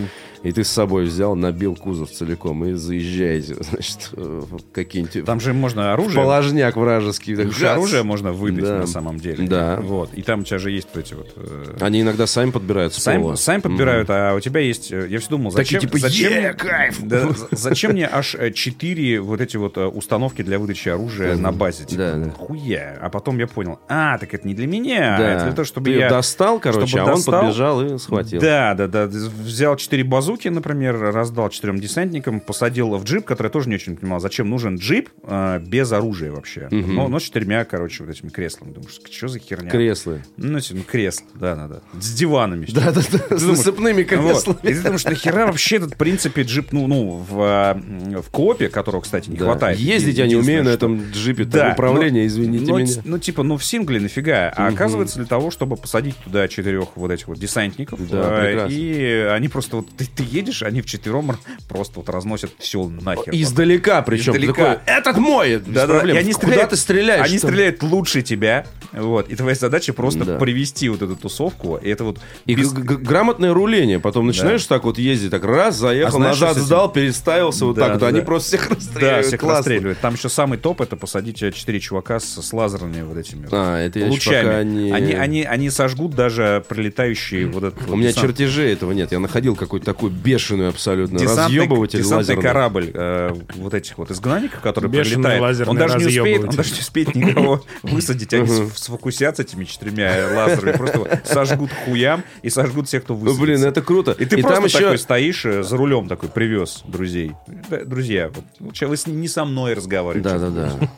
Speaker 2: И ты с собой взял, набил кузов целиком и заезжаете, <laughs> значит, э, в какие-нибудь...
Speaker 3: Там же можно
Speaker 2: в
Speaker 3: оружие
Speaker 2: положняк вражеский. так
Speaker 3: Потому что
Speaker 2: жац.
Speaker 3: оружие можно выбить
Speaker 2: Да.
Speaker 3: на самом деле.
Speaker 2: Да.
Speaker 3: Вот. И там у тебя же есть вот эти вот... э,
Speaker 2: Они иногда сами подбирают с
Speaker 3: Сами,
Speaker 2: пола.
Speaker 3: сами подбирают, а у тебя есть... э, Я все думал,
Speaker 2: Такие
Speaker 3: зачем...
Speaker 2: типа,
Speaker 3: зачем,
Speaker 2: «Е, кайф!»
Speaker 3: Да, з- зачем мне аж э, четыре вот эти вот э, установки для выдачи оружия на базе? Типа,
Speaker 2: Да, да.
Speaker 3: Хуя. А потом я понял, а, так это не для меня,
Speaker 2: Да.
Speaker 3: это для того, чтобы
Speaker 2: Ты её
Speaker 3: я...
Speaker 2: достал, короче,
Speaker 3: чтобы
Speaker 2: а он
Speaker 3: достал.
Speaker 2: подбежал и схватил.
Speaker 3: Да, да, да. Взял четыре базуки, например, раздал четырем десантникам, посадил в джип, который я тоже не очень понимал, зачем нужен джип э, без оружия вообще. Но, но с четырьмя, короче, вот этими креслами. Думаешь, что за херня?
Speaker 2: Креслы.
Speaker 3: Ну, эти, ну, кресло, да, да, да. С диванами. что ли.
Speaker 2: Да-да-да, с
Speaker 3: думаешь,
Speaker 2: насыпными
Speaker 3: Вот.
Speaker 2: креслами.
Speaker 3: И ты думаешь, нахера вообще этот, в принципе, джип, ну, ну в, э, м, в коопе, которого, кстати, не
Speaker 2: Да.
Speaker 3: хватает.
Speaker 2: Ездить я не
Speaker 3: Единственное,
Speaker 2: умею на
Speaker 3: что-
Speaker 2: этом джипе. там
Speaker 3: Да,
Speaker 2: управление,
Speaker 3: но-
Speaker 2: извините
Speaker 3: но
Speaker 2: меня.
Speaker 3: т- Ну, типа, ну, в сингле нафига. А оказывается, для того, чтобы посадить туда четырех вот этих вот десантников,
Speaker 2: Да,
Speaker 3: э,
Speaker 2: прекрасно.
Speaker 3: и они просто вот ты, ты едешь, они вчетвером <laughs> р- просто вот разносят все нахер.
Speaker 2: Издалека причем. ты
Speaker 3: Издалека.
Speaker 2: такой, Этот мой! без
Speaker 3: Да-да-да.
Speaker 2: проблем.
Speaker 3: И они
Speaker 2: Куда
Speaker 3: стреляют-
Speaker 2: ты стреляешь?
Speaker 3: Они
Speaker 2: там?
Speaker 3: стреляют лучше тебя, вот. И твоя задача просто
Speaker 2: Да.
Speaker 3: привести вот эту тусовку, и это вот...
Speaker 2: И
Speaker 3: без-
Speaker 2: г- г- грамотное руление. Потом начинаешь так вот ездить, так раз,
Speaker 3: А
Speaker 2: заехал,
Speaker 3: знаешь,
Speaker 2: назад
Speaker 3: что с этим?
Speaker 2: сдал, переставился, вот
Speaker 3: Да,
Speaker 2: так вот. а
Speaker 3: да,
Speaker 2: Они
Speaker 3: да.
Speaker 2: просто всех
Speaker 3: Да,
Speaker 2: расстреливают.
Speaker 3: всех
Speaker 2: классно.
Speaker 3: расстреливают. Там еще самый топ это посадить э, четыре чувака с, с лазерными вот этими вот
Speaker 2: А, это я ещё
Speaker 3: лучами.
Speaker 2: пока не-
Speaker 3: Они, они, они сожгут даже прилетающие вот этот
Speaker 2: У
Speaker 3: вот
Speaker 2: меня
Speaker 3: десант-
Speaker 2: чертежей этого нет. Я находил какую-то такую бешеную абсолютно
Speaker 3: десантный,
Speaker 2: разъебыватель
Speaker 3: десантный
Speaker 2: лазерный.
Speaker 3: корабль э, вот этих вот изгнанников, который
Speaker 1: Бешеный
Speaker 3: прилетает. Он
Speaker 1: лазерный
Speaker 3: даже, не успеет, он
Speaker 1: разъёбыватель.
Speaker 3: даже не успеет никого высадить. Они с- сфокусятся этими четырьмя лазерами, просто вот сожгут к хуям и сожгут всех, кто
Speaker 2: Ну,
Speaker 3: высадится.
Speaker 2: блин, это круто.
Speaker 3: И ты
Speaker 2: И
Speaker 3: просто
Speaker 2: там еще...
Speaker 3: такой стоишь э, за рулем такой, привез друзей. Да, Друзья, вот, ну, че, вы с- не со мной разговариваете.
Speaker 2: Да, да, да.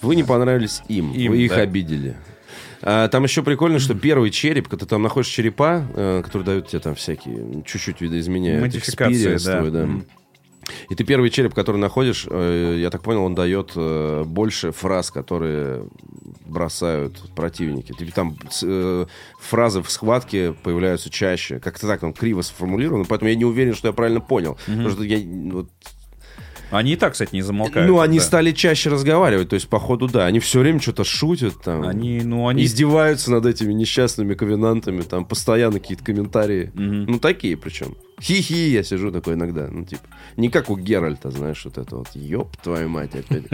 Speaker 2: Вы не понравились им,
Speaker 3: Им,
Speaker 2: вы их
Speaker 3: да.
Speaker 2: обидели. А, там еще прикольно, что первый череп, когда там находишь черепа, э, которые дают тебе там всякие, чуть-чуть видоизменяют.
Speaker 3: Модификации,
Speaker 2: experience
Speaker 3: да.
Speaker 2: твой,
Speaker 3: Мгм.
Speaker 2: И ты первый череп, который находишь, э, я так понял, он дает э, больше фраз, которые бросают противники. Ты- Там э, фразы в схватке появляются чаще. Как-то так там криво сформулировано, поэтому я не уверен, что я правильно понял. Потому что я вот,
Speaker 3: Они и так, кстати, не замолкают.
Speaker 2: ну, они
Speaker 3: да.
Speaker 2: стали чаще разговаривать, то есть, походу, да. Они все время что-то шутят там.
Speaker 3: Они, ну, они...
Speaker 2: Издеваются над этими несчастными ковенантами, там постоянно какие-то комментарии. Ну, такие причем. Хи-хи, я сижу такой иногда. Ну, типа, не как у Геральта, знаешь, вот это вот. Ёб твою мать опять.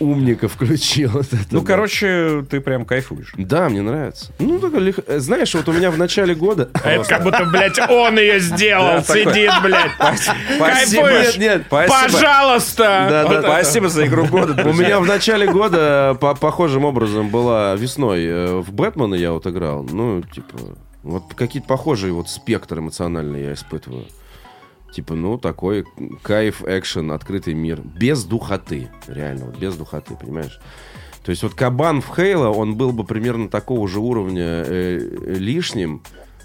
Speaker 2: Умника включил. вот это,
Speaker 3: Ну,
Speaker 2: да.
Speaker 3: короче, ты прям кайфуешь.
Speaker 2: Да, мне нравится. Ну, такой лих- э, Знаешь, вот у меня в начале года...
Speaker 1: А Это как будто, блядь, он ее сделал, сидит, блядь.
Speaker 2: Нет,
Speaker 1: Кайфуешь?
Speaker 2: нет, Да,
Speaker 1: Пожалуйста!
Speaker 2: да, да.
Speaker 3: Спасибо за игру года.
Speaker 2: У
Speaker 3: друзья.
Speaker 2: меня в начале года э, по похожим образом была весной э, в Бэтмена я вот играл. Ну, типа, вот какие-то похожие вот спектр эмоциональный я испытываю. Типа, ну, такой кайф, экшен, открытый мир. Без духоты. Реально, вот без духоты, понимаешь? То есть вот кабан в Хейла, он был бы примерно такого же уровня э, э, лишним,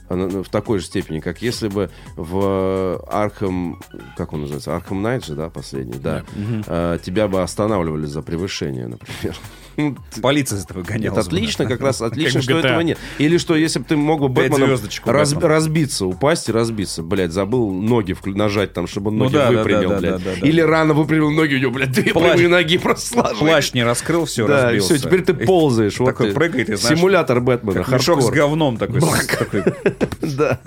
Speaker 2: а, ну, в такой же степени, как если бы в э, Архам, как он называется, Архам Найт же, да, последний, да, Э, тебя бы останавливали за превышение, например. <laughs> Ну, т-
Speaker 3: Полиция за тобой гонялась.
Speaker 2: это отлично, как
Speaker 3: <laughs>
Speaker 2: раз отлично,
Speaker 1: в
Speaker 2: что
Speaker 1: GTA.
Speaker 2: этого нет. Или что, если бы ты мог бы
Speaker 3: Пять
Speaker 2: Бэтменом
Speaker 3: звездочек у
Speaker 2: раз-
Speaker 3: Бэтмена.
Speaker 2: разбиться, упасть и разбиться. Блядь, забыл ноги вклю- нажать там, чтобы он
Speaker 3: Ну
Speaker 2: ноги
Speaker 3: да, да,
Speaker 2: выпрямил,
Speaker 3: да, да,
Speaker 2: блядь.
Speaker 3: да, да, да.
Speaker 2: Или рано выпрямил ноги, у него, блядь, две
Speaker 3: Плащ.
Speaker 2: прямые ноги просто сложились.
Speaker 3: Плащ не раскрыл, все,
Speaker 2: Да,
Speaker 3: разбился.
Speaker 2: все, теперь ты
Speaker 3: И
Speaker 2: ползаешь. вот
Speaker 3: такой
Speaker 2: ты.
Speaker 3: прыгает, и знаешь,
Speaker 2: Симулятор Бэтмена,
Speaker 3: как мешок с
Speaker 2: хардкор.
Speaker 3: говном такой. с- такой.
Speaker 2: <laughs> Да.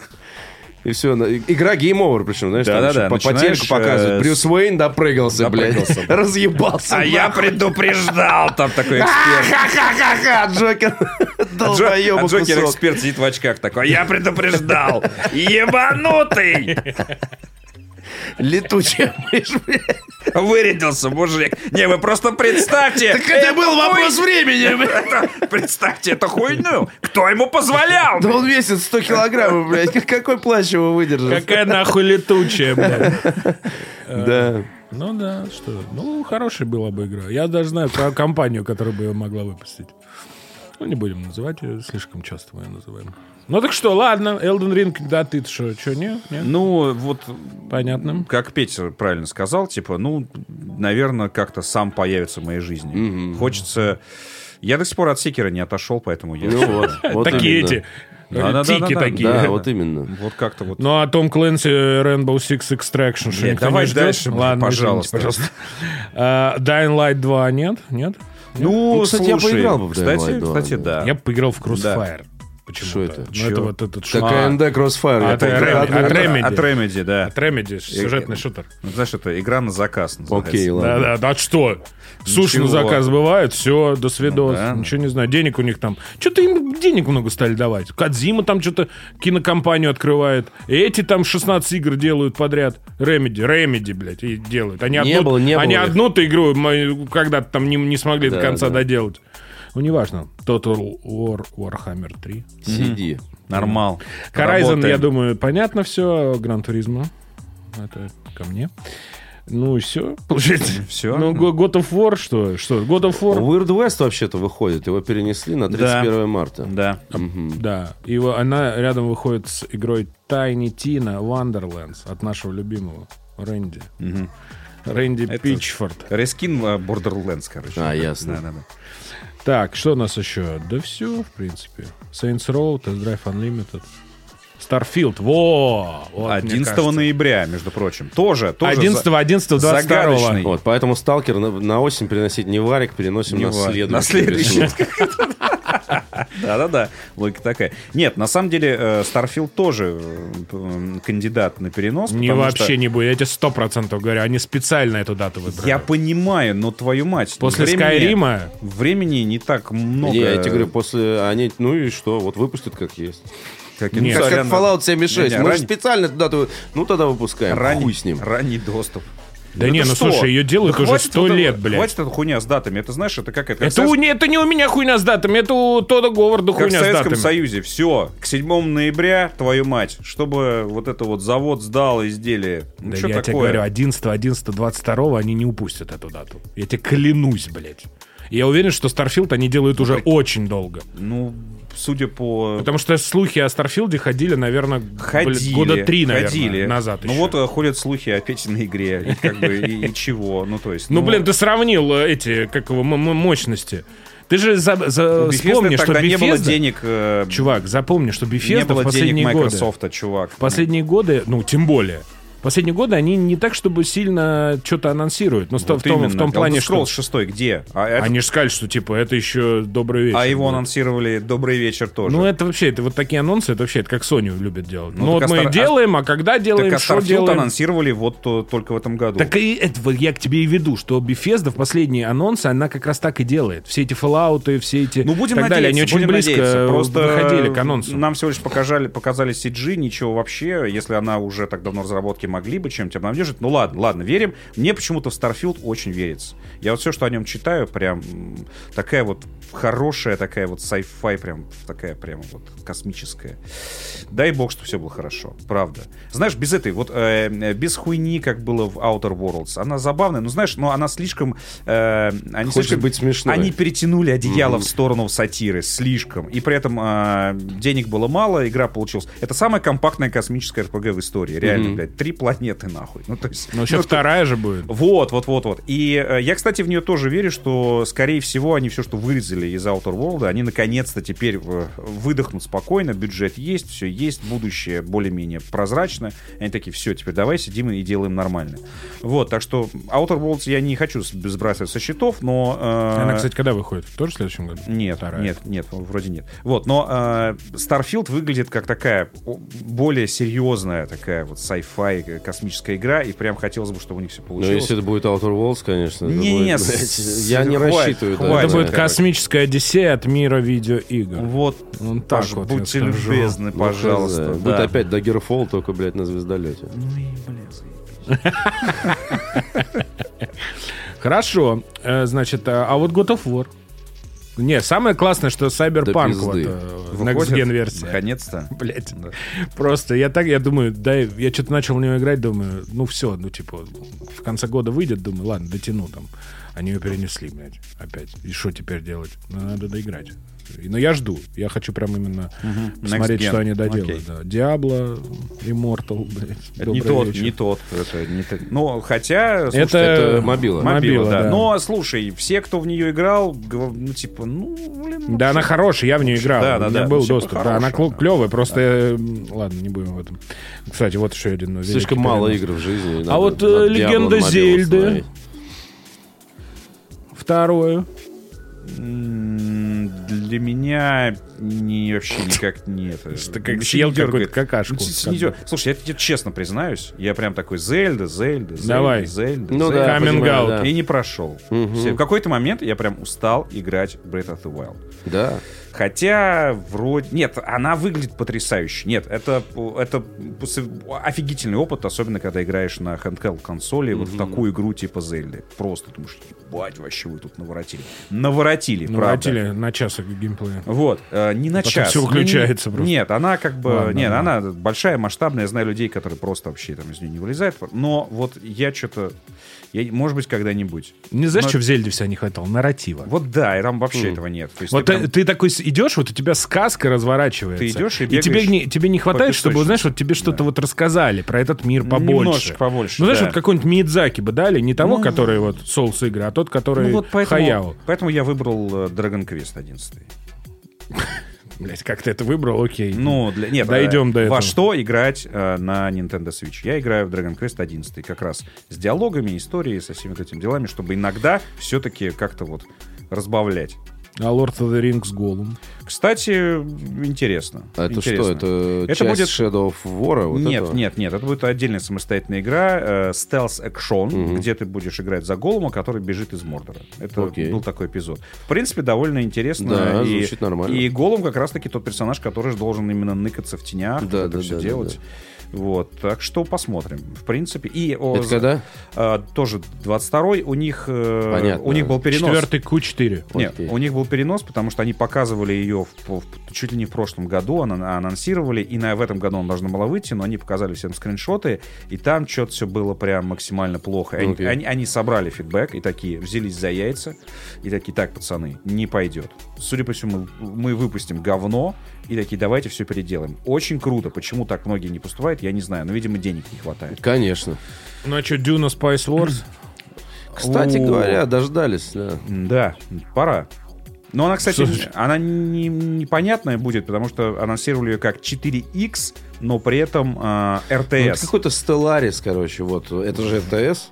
Speaker 2: И все, игра Game Over, причем, знаешь,
Speaker 3: Да-да-да,
Speaker 2: там еще по
Speaker 3: начинаешь,
Speaker 2: потерку показывают.
Speaker 3: э,
Speaker 2: Брюс Уэйн допрыгался, блядь,
Speaker 3: допрыгался,
Speaker 2: <laughs>
Speaker 3: да.
Speaker 2: разъебался.
Speaker 3: А я предупреждал, там
Speaker 2: <laughs>
Speaker 3: такой эксперт.
Speaker 2: Ха-ха-ха-ха, Джокер, <laughs>
Speaker 3: А Джо- а
Speaker 2: долбоеба
Speaker 3: Джокер
Speaker 2: кусок.
Speaker 3: эксперт сидит в очках такой. Я предупреждал. Ебанутый.
Speaker 2: Летучая мышь, блядь.
Speaker 3: Вырядился мужик. Не, вы просто представьте.
Speaker 2: Это был вопрос
Speaker 3: <laughs>
Speaker 2: времени, блядь.
Speaker 3: это- Представьте эту хуйню. Кто ему позволял?
Speaker 2: Да он весит 100 килограммов, блядь. Как- Какой плащ его выдержит?
Speaker 1: Какая нахуй летучая, блядь.
Speaker 2: Да.
Speaker 1: Ну да, что. Ну, хорошая была бы игра. Я даже знаю про компанию, которая бы ее могла выпустить. Ну, не будем называть ее, слишком часто мы ее называем. Ну так что, ладно, Elden Ring, да ты что, что, не? Нет?
Speaker 3: Ну, вот
Speaker 1: Понятно.
Speaker 3: как Петя правильно сказал, типа, ну, наверное, как-то сам появится в моей жизни. Хочется... Я до сих пор от секера не отошел, поэтому я...
Speaker 2: Ну вот. вот
Speaker 1: такие
Speaker 2: именно.
Speaker 1: эти.
Speaker 3: Да-да-да-да-да.
Speaker 1: э, Тики
Speaker 3: Да,
Speaker 1: такие.
Speaker 2: Да, вот именно.
Speaker 3: <laughs> Вот как-то вот...
Speaker 1: Ну, а Том Кленси э, Rainbow Six Extraction. что,
Speaker 3: Нет,
Speaker 1: никто
Speaker 3: давай
Speaker 1: не ждет?
Speaker 3: дальше, блин,
Speaker 1: Ладно,
Speaker 3: пожалуйста.
Speaker 1: извините, пожалуйста. Э, Dying Light 2 нет? Нет?
Speaker 3: Ну,
Speaker 2: кстати, я поиграл бы в Dying
Speaker 3: Кстати,
Speaker 2: Light 2,
Speaker 3: кстати,
Speaker 2: да.
Speaker 3: да.
Speaker 1: Я бы поиграл в Crossfire.
Speaker 2: Что
Speaker 1: Почему
Speaker 2: это?
Speaker 1: Ну,
Speaker 3: Чё?
Speaker 1: это вот этот
Speaker 3: А.
Speaker 2: Так
Speaker 1: шут-
Speaker 2: AMD Crossfire. я
Speaker 1: это
Speaker 2: так-
Speaker 1: Remedy.
Speaker 2: одну-
Speaker 1: От Remedy.
Speaker 3: От Remedy, да.
Speaker 1: От Remedy, сюжетный шутер.
Speaker 3: Ну, Знаешь, это игра на заказ называется.
Speaker 2: Окей,
Speaker 1: Да,
Speaker 2: ладно.
Speaker 1: да, да, что? Суши на
Speaker 3: Ничего.
Speaker 1: заказ бывает, все, до
Speaker 2: Ну
Speaker 1: свидос.
Speaker 3: да.
Speaker 1: Ничего не знаю. Денег у них там. Что-то им денег много стали давать. Кадзима там что-то кинокомпанию открывает. Эти там 16 игр делают подряд. Ремеди, Ремеди, блядь, и делают. Они
Speaker 2: Не
Speaker 1: одну,
Speaker 2: было, не
Speaker 1: они
Speaker 2: было их.
Speaker 1: одну-то игру мою когда-то там не, не смогли
Speaker 2: Да,
Speaker 1: до конца
Speaker 2: да.
Speaker 1: доделать. Ну, неважно. Total War, Warhammer 3.
Speaker 2: Сиди.
Speaker 3: Нормал.
Speaker 1: Horizon, я
Speaker 3: Работаем.
Speaker 1: думаю, понятно все. Гран Туризма. Это ко мне. Ну и все, получается.
Speaker 3: Всё.
Speaker 1: Ну, Го- God of War, что? Что? God of War,
Speaker 2: Weird West вообще-то выходит. Его перенесли на 31 марта.
Speaker 3: Да.
Speaker 1: да. И во- она рядом выходит с игрой Tiny Tina Wonderlands от нашего любимого Рэнди. Рэнди
Speaker 3: Это-
Speaker 1: Пичфорд.
Speaker 3: Рескин э, Borderlands, короче.
Speaker 2: А, ясно.
Speaker 3: Да, да, да.
Speaker 1: Так, что у нас еще? Да все, в принципе. Saints Row, Test Drive Unlimited. Старфилд, во! Вот, мне
Speaker 3: 11
Speaker 1: кажется.
Speaker 3: ноября, между прочим. Тоже, тоже. за-
Speaker 1: 11, 11, 22.
Speaker 3: загадочный.
Speaker 2: Вот, поэтому сталкер на, на осень переносить не варик, переносим
Speaker 3: Не
Speaker 2: на
Speaker 3: важно.
Speaker 2: следующий.
Speaker 3: На следующий.
Speaker 2: решил.
Speaker 3: Да-да-да, логика такая. Нет, на самом деле Старфилд тоже э, м, кандидат на перенос.
Speaker 1: Не
Speaker 3: потому что
Speaker 1: вообще не будет, я тебе сто процентов говорю, они специально эту дату выбрали.
Speaker 3: Я понимаю, но твою мать.
Speaker 1: После
Speaker 3: времени-
Speaker 1: Скайрима
Speaker 3: Времени не так много.
Speaker 2: Не, я тебе говорю, после они, ну и что, вот выпустят как есть.
Speaker 3: как,
Speaker 1: Нет.
Speaker 2: Как, как
Speaker 3: Инсарян-
Speaker 2: Fallout 76.
Speaker 3: Не, не,
Speaker 2: Мы
Speaker 3: ран-
Speaker 2: же специально туда... туда- Ну, тогда выпускаем.
Speaker 3: ранний,
Speaker 2: Хуй с ним.
Speaker 3: ранний доступ.
Speaker 1: Да
Speaker 3: это
Speaker 1: не, ну
Speaker 3: что?
Speaker 1: слушай, ее делают
Speaker 3: Да
Speaker 1: уже
Speaker 3: хватит
Speaker 1: 100
Speaker 3: вот это-
Speaker 1: лет, блядь.
Speaker 3: Хватит эта хуйня с датами. Это знаешь, это как это. как
Speaker 1: Это, у, не, это не у меня хуйня с датами, это у Тода Говарда
Speaker 3: Как в
Speaker 1: хуйня с
Speaker 3: Советском
Speaker 1: датами.
Speaker 3: Союзе, все, к 7 ноября, твою мать, чтобы вот это вот завод сдал изделие. Ну,
Speaker 1: Да
Speaker 3: чё
Speaker 1: я
Speaker 3: такое?
Speaker 1: тебе говорю, а 11, 11, 22 они не упустят эту дату. Я тебе клянусь, блядь. Я уверен, что Старфилд они делают уже очень долго.
Speaker 3: Ну, судя по...
Speaker 1: Потому что слухи о Старфилде ходили, наверное, бля,
Speaker 3: Ну. Ходили,
Speaker 1: года три, наверное,
Speaker 3: ходили.
Speaker 1: назад
Speaker 3: Ну
Speaker 1: еще.
Speaker 3: вот э, ходят слухи о Петиной игре, и как бы, и, и чего, ну то есть...
Speaker 1: Ну, блин, ты сравнил э, эти, как его, м- м- мощности. Ты же за, за-
Speaker 3: у Bethesda
Speaker 1: вспомни, что
Speaker 3: тогда не было
Speaker 1: Bethesda-
Speaker 3: денег... э,
Speaker 1: Чувак, запомни, что
Speaker 3: не
Speaker 1: Bethesda в
Speaker 3: было денег
Speaker 1: последние годы...
Speaker 3: Microsoft, чувак.
Speaker 1: В последние годы, ну, тем более, в последние годы они не так, чтобы сильно что-то анонсируют. Ну, сто- в, том, в
Speaker 3: А
Speaker 1: том плане, что...
Speaker 3: 6 где? А, это-
Speaker 1: Они же сказали, что, типа, это еще добрый вечер.
Speaker 3: а его
Speaker 1: будет.
Speaker 3: анонсировали «Добрый вечер» тоже.
Speaker 1: Ну, это вообще, это вот такие анонсы, это вообще, это как Sony любят делать. Ну,
Speaker 3: Ну,
Speaker 1: вот
Speaker 3: так а
Speaker 1: мы
Speaker 3: Star- а-
Speaker 1: делаем, а когда делаем,
Speaker 3: так а
Speaker 1: что
Speaker 3: Starfield
Speaker 1: делаем.
Speaker 3: анонсировали вот э, только в этом году.
Speaker 1: Так и это вот я к тебе и веду, что Bethesda в последние анонсы, она как раз так и делает. Все эти Fallout, все эти...
Speaker 3: Ну, будем
Speaker 1: так
Speaker 3: надеяться,
Speaker 1: далее. Они очень
Speaker 3: будем
Speaker 1: близко
Speaker 3: надеяться. Просто э,
Speaker 1: выходили к анонсу.
Speaker 3: Нам всего лишь показали, показали CG, ничего вообще. Если она уже так давно в разработке, могли бы чем-то обнадежить. Ну ладно, ладно, верим. Мне почему-то в Starfield очень верится. Я вот все, что о нем читаю, прям м, такая вот хорошая, такая вот sci-fi, прям такая прям вот космическая. Дай бог, что все было хорошо, правда. Знаешь, без этой, вот э, э, без хуйни, как было в Outer Worlds, она забавная, но знаешь, но она слишком... э, они
Speaker 2: Хочет
Speaker 3: слишком-
Speaker 2: быть смешной.
Speaker 3: Они перетянули одеяло в сторону сатиры слишком. И при этом а, денег было мало, игра получилась. Это самая компактная космическая РПГ в истории. Реально, блядь, три планеты нахуй. Ну, то есть...
Speaker 1: Но еще
Speaker 3: ну,
Speaker 1: вторая же будет.
Speaker 3: вот, вот, вот, вот. И э, я, кстати, в нее тоже верю, что, скорее всего, они все, что вырезали из Outer World, они наконец-то теперь э, выдохнут спокойно, бюджет есть, все есть, будущее более-менее прозрачно. Они такие, все, теперь давай сидим и делаем нормально. Вот, так что Outer Worlds я не хочу с- сбрасывать со счетов, но... э,
Speaker 1: Она, кстати, когда выходит? Тоже в следующем году?
Speaker 3: нет,
Speaker 1: Вторая.
Speaker 3: нет, нет, вроде нет. Вот, но э, Starfield выглядит как такая о, более серьезная такая вот sci-fi э, космическая игра, и прям хотелось бы, чтобы у них все
Speaker 2: Ну,
Speaker 3: получилось.
Speaker 2: если это будет Outer Worlds, конечно. это
Speaker 3: Не-не-не,
Speaker 2: будет, <laughs>
Speaker 3: с-
Speaker 2: блядь,
Speaker 3: с-
Speaker 2: Я не
Speaker 3: хватит,
Speaker 2: рассчитываю. да,
Speaker 3: хватит.
Speaker 1: Это
Speaker 2: на
Speaker 1: будет
Speaker 2: это.
Speaker 1: космическая одиссея от мира видеоигр.
Speaker 3: Вот,
Speaker 1: Ну, так
Speaker 3: пож-
Speaker 1: вот я
Speaker 3: будьте
Speaker 1: скажу.
Speaker 3: любезны,
Speaker 2: Ну,
Speaker 3: пожалуйста.
Speaker 2: хз.
Speaker 3: да.
Speaker 2: Будет опять Daggerfall, только, блядь, на звездолете.
Speaker 1: Ну Хорошо. Э, Значит, а а вот God of War. Не, самое классное, что Cyberpunk
Speaker 2: Да
Speaker 1: вот,
Speaker 2: пизды.
Speaker 1: э, в Next
Speaker 3: Выходит,
Speaker 1: Gen версия. <laughs>
Speaker 3: Наконец-то.
Speaker 1: Блять.
Speaker 3: Да.
Speaker 1: Просто я так, я думаю, да, я что-то начал в нее играть, думаю, ну все, ну типа, в конце года выйдет, думаю, ладно, дотяну там. Они ее перенесли, блядь, опять. И что теперь делать? Ну, надо доиграть. И- Но я жду. Я хочу прям именно
Speaker 3: Next
Speaker 1: смотреть,
Speaker 3: Gen.
Speaker 1: что они доделают.
Speaker 3: Окей.
Speaker 1: Да. Диабло, Immortal, блядь.
Speaker 3: Это не
Speaker 1: Добрый
Speaker 3: тот,
Speaker 1: вечер.
Speaker 3: не тот, это не т- Ну, хотя, слушай,
Speaker 1: Это,
Speaker 2: это мобила.
Speaker 1: мобила,
Speaker 3: да.
Speaker 1: да.
Speaker 3: Но, слушай, все, кто в нее играл, гов- ну, типа, ну, блин,
Speaker 1: Да, она хорошая, я в нее играл.
Speaker 3: да,
Speaker 1: У
Speaker 3: да,
Speaker 1: меня
Speaker 3: да,
Speaker 1: был
Speaker 3: вообще
Speaker 1: доступ. Да, она
Speaker 3: хорошая, да.
Speaker 1: клевая, просто... э, м, Ладно, не будем в этом. Кстати, вот еще один... великий
Speaker 2: Слишком мало
Speaker 1: перенос.
Speaker 2: игр в жизни.
Speaker 1: А вот, э, «Легенда Зельды». Второе.
Speaker 3: М, Для меня не, вообще никак нет.
Speaker 1: Ты как съел какую-то какашку.
Speaker 3: Слушай, я тебе честно признаюсь, я прям такой Зельда, Зельда, Зельда,
Speaker 1: Давай.
Speaker 3: Зельда.
Speaker 2: Ну
Speaker 3: Зельда».
Speaker 2: да,
Speaker 1: Coming
Speaker 2: понимаю,
Speaker 1: out.
Speaker 2: да.
Speaker 3: И не прошел. Все, В какой-то момент я прям устал играть в Breath of the Wild.
Speaker 2: Да.
Speaker 3: Хотя, вроде... Нет, она выглядит потрясающе. Нет, это, это пос- офигительный опыт, особенно когда играешь на handheld консоли вот в такую игру типа Зельды. Просто думаешь, ебать, вообще вы тут наворотили. Наворотили, правда.
Speaker 1: Наворотили на час геймплея.
Speaker 3: Вот, э, не на
Speaker 1: Потом
Speaker 3: час.
Speaker 1: всё
Speaker 3: Ну, не-
Speaker 1: выключается просто.
Speaker 3: Нет, она как бы...
Speaker 1: Ладно,
Speaker 3: нет,
Speaker 1: ладно.
Speaker 3: она большая, масштабная. Я знаю людей, которые просто вообще там из нее не вылезают. Но вот я что-то... я- может быть, когда-нибудь.
Speaker 1: Не знаешь,
Speaker 3: Но-
Speaker 1: что в Зельде вся не хватало? Нарратива.
Speaker 3: Вот да, и там вообще этого нет. То есть
Speaker 1: Хм. Вот э,
Speaker 3: ты
Speaker 1: ты,
Speaker 3: прям-
Speaker 1: ты такой с- идешь, вот у тебя сказка разворачивается.
Speaker 3: Ты идешь и
Speaker 1: и тебе
Speaker 3: бегаешь
Speaker 1: не, тебе не хватает, чтобы, вот,
Speaker 3: песочнице.
Speaker 1: знаешь, вот тебе что-то вот рассказали про этот мир побольше.
Speaker 3: Немножечко побольше,
Speaker 1: Ну, знаешь,
Speaker 3: да.
Speaker 1: вот какой-нибудь Мидзаки бы дали, не того,
Speaker 3: Ну.
Speaker 1: который вот соус игры, а тот, который
Speaker 3: Ну вот Ну, поэтому,
Speaker 1: Хаяо.
Speaker 3: поэтому я выбрал э, Dragon Quest 11.
Speaker 1: Блять, как ты это выбрал, окей.
Speaker 3: Ну, для... нет,
Speaker 1: Дойдем
Speaker 3: э,
Speaker 1: до этого.
Speaker 3: Во что играть э, на Nintendo Switch? Я играю в Dragon Quest 11 как раз с диалогами, историей, со всеми вот этими делами, чтобы иногда все-таки как-то вот разбавлять.
Speaker 1: А Lord of the Rings голым.
Speaker 3: Кстати, интересно.
Speaker 2: А это что,
Speaker 3: Интересно.
Speaker 2: это,
Speaker 3: Это
Speaker 2: часть
Speaker 3: будет-
Speaker 2: Shadow of War? Вот
Speaker 3: нет,
Speaker 2: этого?
Speaker 3: нет, нет, это будет отдельная самостоятельная игра, э, Stealth Action, где ты будешь играть за голума, который бежит из Мордора. Это
Speaker 2: Окей.
Speaker 3: был такой эпизод. В принципе, довольно интересно.
Speaker 2: Да,
Speaker 3: и,
Speaker 2: звучит нормально.
Speaker 3: И голум как раз-таки тот персонаж, который же должен именно ныкаться в тенях,
Speaker 2: Да,
Speaker 3: вот это
Speaker 2: да,
Speaker 3: все
Speaker 2: да, да,
Speaker 3: делать. Вот, так что посмотрим. В принципе, и о,
Speaker 2: Это
Speaker 3: за-
Speaker 2: когда?
Speaker 3: э, тоже 22-й, у них, э,
Speaker 2: Понятно.
Speaker 3: у них был перенос.
Speaker 1: Четвертый Q4.
Speaker 3: Нет,
Speaker 2: Окей.
Speaker 3: у них был перенос, потому что они показывали ее в- в- чуть ли не в прошлом году, ана- анонсировали, и на, в этом году она должна была выйти, но они показали всем скриншоты, и там что-то все было прям максимально плохо. И Они,
Speaker 2: Окей.
Speaker 3: они- они собрали фидбэк и такие взялись за яйца, и такие, так, пацаны, не пойдет. Судя по всему, мы выпустим говно, и такие, давайте все переделаем. Очень круто, почему так многие не поступают, я не знаю, но, видимо, денег не хватает.
Speaker 2: Конечно.
Speaker 1: Ну а что, Дюна Spice Wars?
Speaker 2: Кстати
Speaker 3: О.
Speaker 2: говоря, дождались. Да.
Speaker 3: Да, пора. Но она, кстати,
Speaker 1: Слушай.
Speaker 3: не- она не- непонятная будет, потому что анонсировали ее как 4X, но при этом э,
Speaker 2: Ну,
Speaker 3: RTS.
Speaker 2: это какой-то Stellaris, короче, вот. Это же РТС.